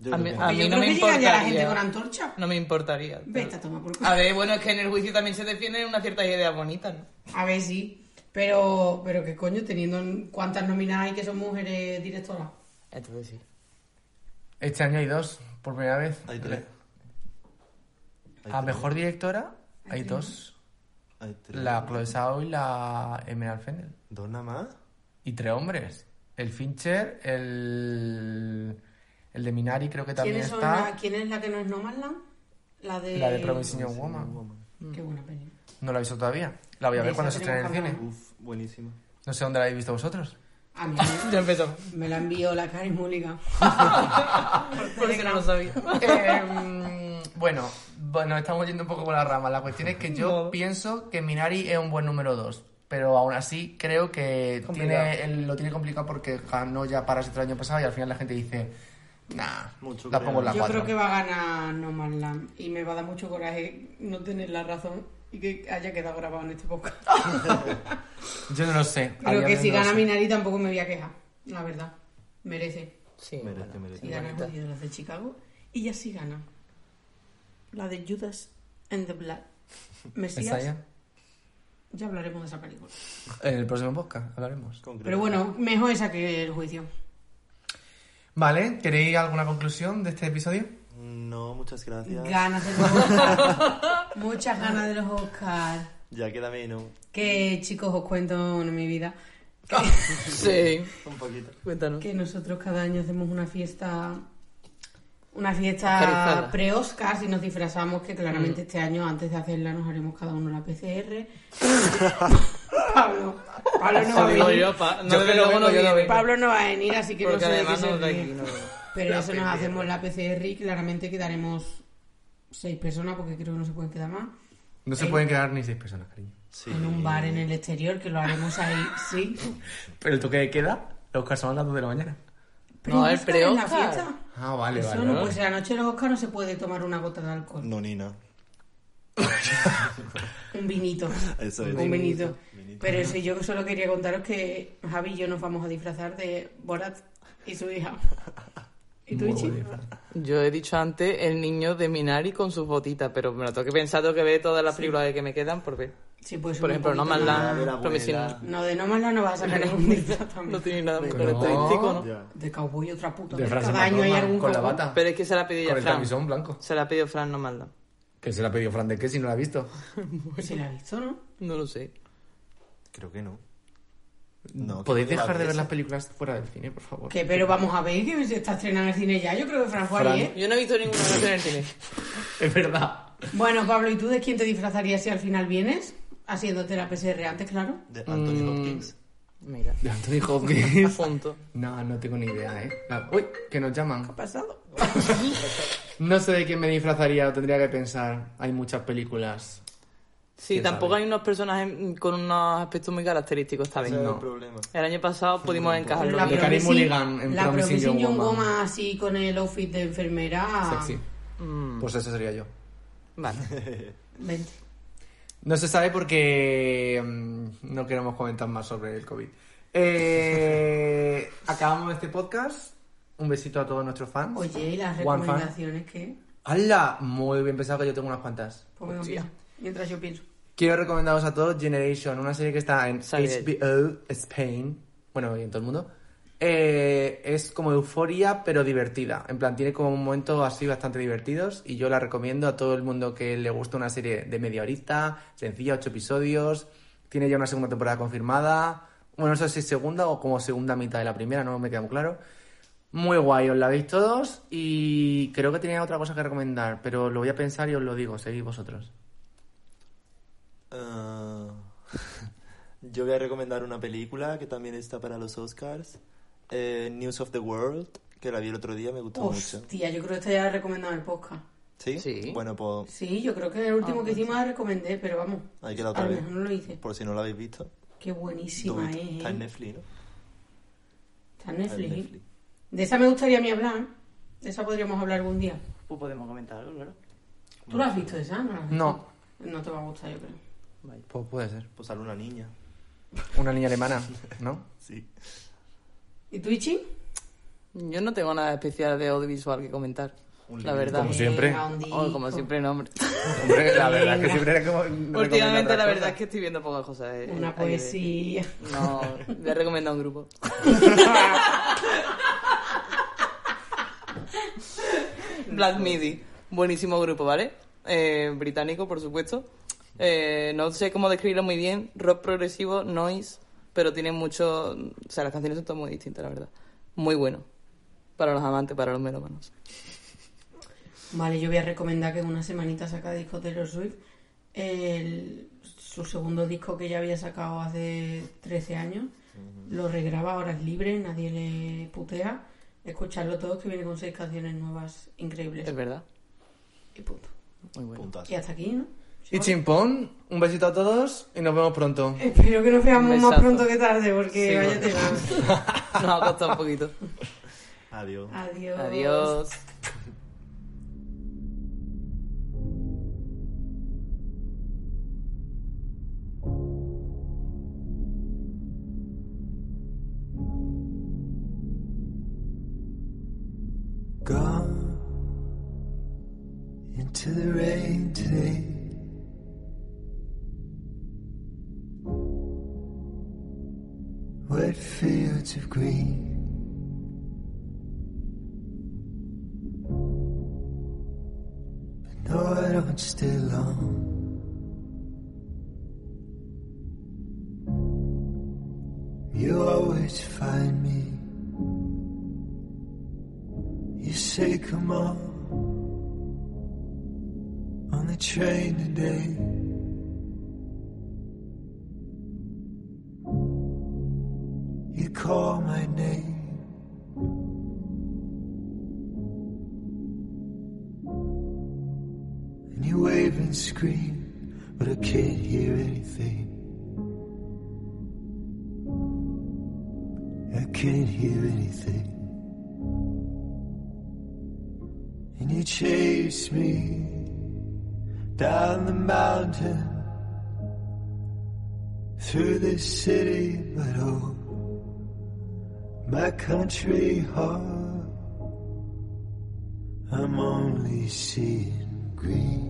[SPEAKER 5] Yo creo que-
[SPEAKER 4] A mí
[SPEAKER 3] yo
[SPEAKER 4] no
[SPEAKER 3] creo
[SPEAKER 4] me
[SPEAKER 3] que llega ya la
[SPEAKER 4] importaría.
[SPEAKER 3] gente con antorcha.
[SPEAKER 4] No me importaría.
[SPEAKER 3] Vete a tomar por culo.
[SPEAKER 4] A ver, bueno, es que en el juicio también se defienden unas ciertas ideas bonitas, ¿no?
[SPEAKER 3] A ver si. Pero, pero qué coño, teniendo en- cuántas nominadas hay que son mujeres directoras.
[SPEAKER 4] Entonces sí.
[SPEAKER 2] Este año hay dos, por primera vez.
[SPEAKER 5] Hay tres. Hay
[SPEAKER 2] A
[SPEAKER 5] tres.
[SPEAKER 2] mejor directora hay dos.
[SPEAKER 5] Hay tres.
[SPEAKER 2] La Chloe Zhao y la Emerald Fennel.
[SPEAKER 5] ¿Dos nada más?
[SPEAKER 2] Y tres hombres. El Fincher, el... El de Minari creo que también
[SPEAKER 3] ¿Quiénes son
[SPEAKER 2] está.
[SPEAKER 3] la- ¿Quién es la que no es Nomadland? La de... Mm.
[SPEAKER 2] La de Promising Young Woman.
[SPEAKER 3] Qué buena peli.
[SPEAKER 2] No la he visto todavía. La voy a
[SPEAKER 3] De
[SPEAKER 2] ver
[SPEAKER 3] esa
[SPEAKER 2] cuando se estrene en el
[SPEAKER 3] tenemos que
[SPEAKER 2] cine.
[SPEAKER 3] hablar.
[SPEAKER 5] Uf, buenísima.
[SPEAKER 2] No sé dónde la habéis visto vosotros.
[SPEAKER 3] A mí
[SPEAKER 4] Ya empezó.
[SPEAKER 3] me la envió la Karen Mulligan.
[SPEAKER 4] Por eso no lo sabía.
[SPEAKER 2] Eh, mm, bueno, bueno, estamos yendo un poco por la rama. La cuestión es que yo
[SPEAKER 4] No.
[SPEAKER 2] pienso que Minari es un buen número 2. Pero aún así creo que
[SPEAKER 4] Complicado.
[SPEAKER 2] tiene, el- lo tiene complicado porque ganó ya Parásitos el año pasado y al final la gente dice, nah,
[SPEAKER 5] Mucho
[SPEAKER 2] la
[SPEAKER 5] que
[SPEAKER 2] pongo en la
[SPEAKER 3] Yo
[SPEAKER 2] 4.
[SPEAKER 3] creo que va a ganar No Man's Land y me va a dar mucho coraje no tener la razón y que haya quedado grabado en este podcast.
[SPEAKER 2] Yo no lo sé. a
[SPEAKER 3] Pero
[SPEAKER 2] día
[SPEAKER 3] que
[SPEAKER 2] de hoy
[SPEAKER 3] si
[SPEAKER 2] no lo
[SPEAKER 3] gana
[SPEAKER 2] sé.
[SPEAKER 3] Minari tampoco me voy a quejar, la verdad. Merece.
[SPEAKER 4] Sí,
[SPEAKER 5] Merece,
[SPEAKER 4] bueno,
[SPEAKER 5] merece.
[SPEAKER 3] Si
[SPEAKER 4] sí,
[SPEAKER 3] gana
[SPEAKER 4] bonita.
[SPEAKER 3] Judith las de Chicago y ya sí gana. La de Judas and the Black. Mesías.
[SPEAKER 2] Messiah.
[SPEAKER 3] Ya hablaremos de esa película.
[SPEAKER 2] En el próximo podcast hablaremos.
[SPEAKER 5] Con
[SPEAKER 3] Pero bueno, mejor esa que el juicio.
[SPEAKER 2] Vale, ¿queréis alguna conclusión de este episodio?
[SPEAKER 5] No, muchas gracias.
[SPEAKER 3] Ganas de los Oscars. Muchas ganas de los Oscars.
[SPEAKER 5] ya queda menos.
[SPEAKER 3] Que chicos, os cuento en mi vida.
[SPEAKER 4] Sí,
[SPEAKER 5] Un poquito.
[SPEAKER 4] cuéntanos.
[SPEAKER 3] Que nosotros cada año hacemos una fiesta. Una
[SPEAKER 4] Oscarizada.
[SPEAKER 3] fiesta pre-Oscars y nos disfrazamos, que
[SPEAKER 4] Mm.
[SPEAKER 3] claramente este año, antes de hacerla, nos haremos cada uno la PCR. Pablo, Pablo no va a
[SPEAKER 4] Lo Ah, digo
[SPEAKER 3] venir.
[SPEAKER 4] yo, pa- no,
[SPEAKER 2] Yo
[SPEAKER 4] desde
[SPEAKER 2] que
[SPEAKER 4] luego
[SPEAKER 2] no
[SPEAKER 4] no
[SPEAKER 2] vengo, yo no
[SPEAKER 4] viene.
[SPEAKER 2] vengo.
[SPEAKER 3] Pablo no va a venir, así que
[SPEAKER 4] Porque
[SPEAKER 3] no sé de qué
[SPEAKER 4] además
[SPEAKER 3] se
[SPEAKER 4] no es de
[SPEAKER 3] ríe.
[SPEAKER 4] aquí, no.
[SPEAKER 3] Pero eso nos hacemos la PCR y claramente quedaremos seis personas, porque creo que no se pueden quedar más.
[SPEAKER 2] No se
[SPEAKER 3] Eh.
[SPEAKER 2] pueden quedar ni seis personas, cariño.
[SPEAKER 5] Sí.
[SPEAKER 3] En un bar en el exterior, que lo haremos ahí, sí.
[SPEAKER 2] Pero el toque de queda, los Oscars son a las 2 de la mañana.
[SPEAKER 4] No, el
[SPEAKER 3] Oscar en la
[SPEAKER 4] pre-Oscar.
[SPEAKER 3] fiesta.
[SPEAKER 2] Ah, vale,
[SPEAKER 3] Eso
[SPEAKER 2] vale.
[SPEAKER 3] no,
[SPEAKER 2] vale.
[SPEAKER 3] pues la noche de los Oscar no se puede tomar una gota de alcohol.
[SPEAKER 5] No, Nina.
[SPEAKER 3] Un vinito.
[SPEAKER 5] Eso es.
[SPEAKER 3] Un vinito.
[SPEAKER 5] Vinito.
[SPEAKER 3] Pero eso, yo solo quería contaros que Javi y yo nos vamos a disfrazar de Borat y su hija. ¿Y tú, Ichi?
[SPEAKER 4] Yo he dicho antes el niño de Minari con sus botitas, pero me lo tengo que pensar, tengo que ver todas las películas que me quedan por ver.
[SPEAKER 3] Sí, pues
[SPEAKER 4] Por
[SPEAKER 3] un
[SPEAKER 4] ejemplo,
[SPEAKER 3] poquito
[SPEAKER 4] No Man's
[SPEAKER 3] más.
[SPEAKER 5] La de la
[SPEAKER 4] Land,
[SPEAKER 5] abuela.
[SPEAKER 4] Promising
[SPEAKER 3] No, de No Man's Land no vas a sacar ningún disfraz
[SPEAKER 4] No
[SPEAKER 3] también.
[SPEAKER 4] tiene nada muy
[SPEAKER 5] Venga.
[SPEAKER 4] característico, ¿no?
[SPEAKER 5] Ya.
[SPEAKER 3] De cowboy otra puta.
[SPEAKER 2] De Francia
[SPEAKER 3] Cada año hay
[SPEAKER 2] McDormand,
[SPEAKER 3] algún
[SPEAKER 2] con la
[SPEAKER 3] cowboy.
[SPEAKER 2] bata.
[SPEAKER 4] Pero es que se la ha pedido
[SPEAKER 2] Con
[SPEAKER 4] ya
[SPEAKER 2] el
[SPEAKER 4] Fran.
[SPEAKER 2] camisón blanco.
[SPEAKER 4] Se la ha pedido Fran, no manda.
[SPEAKER 2] Que se la ha pedido Fran de qué si no la ha visto.
[SPEAKER 3] Pues ¿Se la ha visto, no?
[SPEAKER 4] No lo sé.
[SPEAKER 5] Creo que no. No,
[SPEAKER 2] Mm, ¿Podéis
[SPEAKER 5] creo que
[SPEAKER 2] dejar de ver
[SPEAKER 5] esa.
[SPEAKER 2] las películas fuera del cine, por favor?
[SPEAKER 3] Que pero vamos a ver que se está estrenando en el cine ya. Yo creo que Fran ¿eh? fue
[SPEAKER 2] Fran.
[SPEAKER 3] ayer.
[SPEAKER 4] Yo no he visto ninguna vez en el cine.
[SPEAKER 2] Es verdad.
[SPEAKER 3] Bueno, Pablo, ¿y tú de quién te disfrazarías si al final vienes? Haciéndote la PCR antes, claro.
[SPEAKER 5] De Anthony
[SPEAKER 2] Mm,
[SPEAKER 5] Hopkins.
[SPEAKER 4] Mira,
[SPEAKER 2] De Anthony Hopkins.
[SPEAKER 4] punto.
[SPEAKER 2] No, no tengo ni idea, ¿eh? La- Uy, que nos llaman.
[SPEAKER 3] Pasado.
[SPEAKER 2] No sé de quién me disfrazaría, lo tendría que pensar. Hay muchas películas.
[SPEAKER 4] Sí,
[SPEAKER 2] ¿Quién
[SPEAKER 4] tampoco
[SPEAKER 2] sabe?
[SPEAKER 4] hay unos personajes con unos aspectos muy característicos esta vez.
[SPEAKER 5] Ese es
[SPEAKER 2] No.
[SPEAKER 5] el problema.
[SPEAKER 4] El año pasado pudimos encajarlo
[SPEAKER 3] La
[SPEAKER 2] De
[SPEAKER 4] bien.
[SPEAKER 2] Carey
[SPEAKER 3] Promising-
[SPEAKER 2] Mulligan en
[SPEAKER 3] la
[SPEAKER 2] Promising
[SPEAKER 3] Promising
[SPEAKER 2] Young
[SPEAKER 3] Young
[SPEAKER 2] Woman.
[SPEAKER 3] Woman así con el outfit de enfermera.
[SPEAKER 2] Sexy. Pues eso sería yo.
[SPEAKER 4] Mm, Vale.
[SPEAKER 3] Vente.
[SPEAKER 2] No se sabe porque mm, no queremos comentar más sobre el COVID. Eh, acabamos este podcast. Un besito a todos nuestros fans.
[SPEAKER 3] Oye, ¿y las
[SPEAKER 2] One fan.
[SPEAKER 3] recomendaciones que
[SPEAKER 2] ¡Hala! Muy bien pensado que yo tengo unas cuantas.
[SPEAKER 3] Pues venga,
[SPEAKER 4] Hostia.
[SPEAKER 3] empieza, mientras yo pienso.
[SPEAKER 2] Quiero recomendaros a todos Generation, una serie que está en
[SPEAKER 4] Sabía yo.
[SPEAKER 2] HBO Spain, bueno, y en todo el mundo. Eh, es como euforia, pero divertida. En plan, tiene como momentos así bastante divertidos y yo la recomiendo a todo el mundo que le gusta una serie de media horita, sencilla, ocho episodios. Tiene ya una segunda temporada confirmada. Bueno, no sé si segunda o como segunda mitad de la primera, no me queda muy claro. Muy guay, os la veis todos y creo que tenía otra cosa que recomendar, pero lo voy a pensar y os lo digo, seguid vosotros.
[SPEAKER 5] Ah, yo voy a recomendar una película que también está para los Oscars. Eh, News of the World, que la vi el otro día, me gustó mucho.
[SPEAKER 3] Hostia, yo creo que esta ya la he recomendado en el podcast.
[SPEAKER 5] ¿Sí?
[SPEAKER 4] Sí.
[SPEAKER 5] Bueno, pues
[SPEAKER 3] Sí, yo creo que el
[SPEAKER 4] Ah,
[SPEAKER 3] último
[SPEAKER 4] pues
[SPEAKER 3] que hicimos la recomendé, pero vamos.
[SPEAKER 5] ahí queda
[SPEAKER 3] a
[SPEAKER 5] otra
[SPEAKER 3] lo
[SPEAKER 5] vez.
[SPEAKER 3] mejor no lo hice.
[SPEAKER 5] Por si no la habéis visto.
[SPEAKER 3] Qué
[SPEAKER 5] Do
[SPEAKER 3] buenísima es.
[SPEAKER 5] it.
[SPEAKER 3] ¿eh?
[SPEAKER 5] Está en Netflix, ¿no?
[SPEAKER 3] Está en
[SPEAKER 5] Está en
[SPEAKER 3] Netflix. ¿eh?
[SPEAKER 5] Netflix.
[SPEAKER 3] De esa me gustaría a mí hablar. De esa podríamos hablar algún día.
[SPEAKER 4] Pues podemos comentar algo, claro.
[SPEAKER 3] ¿Tú la has visto esa? No. la has
[SPEAKER 2] No.
[SPEAKER 3] visto? No te va a gustar, yo creo.
[SPEAKER 2] Pues puede ser.
[SPEAKER 5] Pues sale una niña.
[SPEAKER 2] Una niña alemana, ¿no?
[SPEAKER 5] Sí.
[SPEAKER 3] ¿Y Twitchy?
[SPEAKER 4] Yo no tengo nada especial de audiovisual que comentar.
[SPEAKER 9] Un
[SPEAKER 4] La
[SPEAKER 9] libro.
[SPEAKER 4] verdad.
[SPEAKER 2] Como siempre.
[SPEAKER 3] Venga, un disco.
[SPEAKER 4] Oh, como siempre, no, hombre.
[SPEAKER 2] Hombre, la verdad es que siempre era como.
[SPEAKER 4] Últimamente, la verdad es que estoy viendo pocas cosas. eh,
[SPEAKER 3] Una
[SPEAKER 4] eh,
[SPEAKER 3] poesía.
[SPEAKER 4] No, le he recomendado un grupo. Black Midi, buenísimo grupo, ¿vale? Eh, británico, por supuesto. Eh, no sé cómo describirlo muy bien, rock progresivo, noise, pero tiene mucho... O sea, las canciones son todas muy distintas, la verdad. Muy bueno. Para los amantes, para los melómanos.
[SPEAKER 3] Vale, yo voy a recomendar que en una semanita saca disco Taylor Swift. El- su segundo disco que ya había sacado hace 13 años. Lo regraba ahora es libre, nadie le putea. Escucharlo todo que viene con seis canciones nuevas increíbles.
[SPEAKER 4] Es verdad.
[SPEAKER 3] Y punto.
[SPEAKER 4] Muy bueno.
[SPEAKER 10] Puntazo.
[SPEAKER 3] Y hasta aquí, ¿no?
[SPEAKER 2] Y chimpón, un besito a todos y nos vemos pronto.
[SPEAKER 3] Espero que nos veamos
[SPEAKER 4] Un
[SPEAKER 3] más
[SPEAKER 4] besazo.
[SPEAKER 3] pronto que tarde, porque
[SPEAKER 4] Sí,
[SPEAKER 3] vaya
[SPEAKER 4] bueno.
[SPEAKER 3] tela.
[SPEAKER 4] Nos ha costado un poquito.
[SPEAKER 10] Adiós.
[SPEAKER 3] Adiós.
[SPEAKER 4] Adiós.
[SPEAKER 5] gone into the rain today. Wet fields of green. But no, I don't stay long. You always find me. You say come on on the train today. You call my name. And you wave and scream, but I can't hear anything. I can't hear anything. and you chase me down the mountain through the city, but oh, my country heart, I'm only seeing green.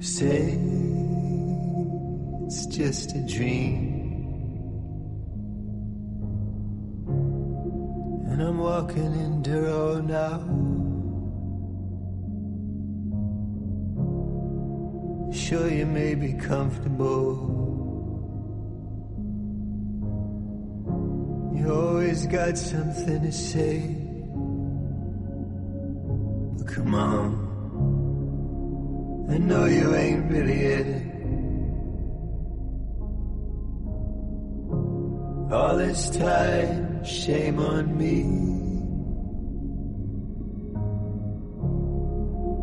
[SPEAKER 5] Say it's just a dream. And I'm walking in Duro now. Sure, you may be comfortable. You always got something to say. But come on. I know you ain't really in it. All this time, shame on me.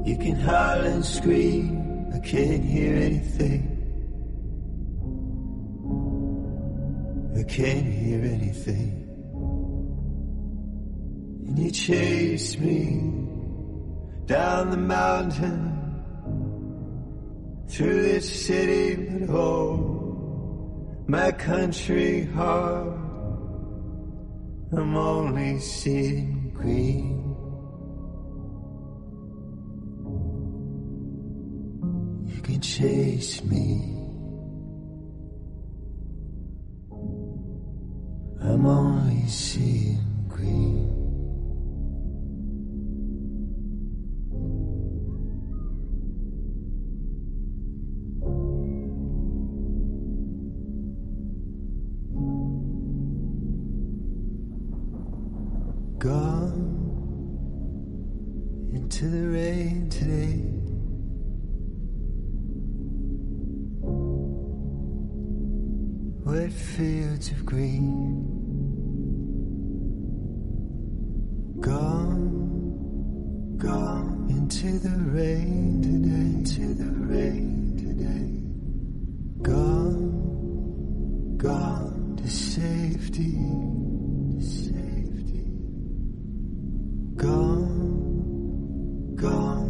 [SPEAKER 5] You can howl and scream, I can't hear anything. I can't hear anything. And you chase me down the mountain, through this city, but oh, my country heart, I'm only seeing green. You can chase me. I'm only seeing green. Gone into the rain today. wet fields of green. Gone, gone into the rain today, into the rain today. Gone, gone to safety, to safety. Gone, gone.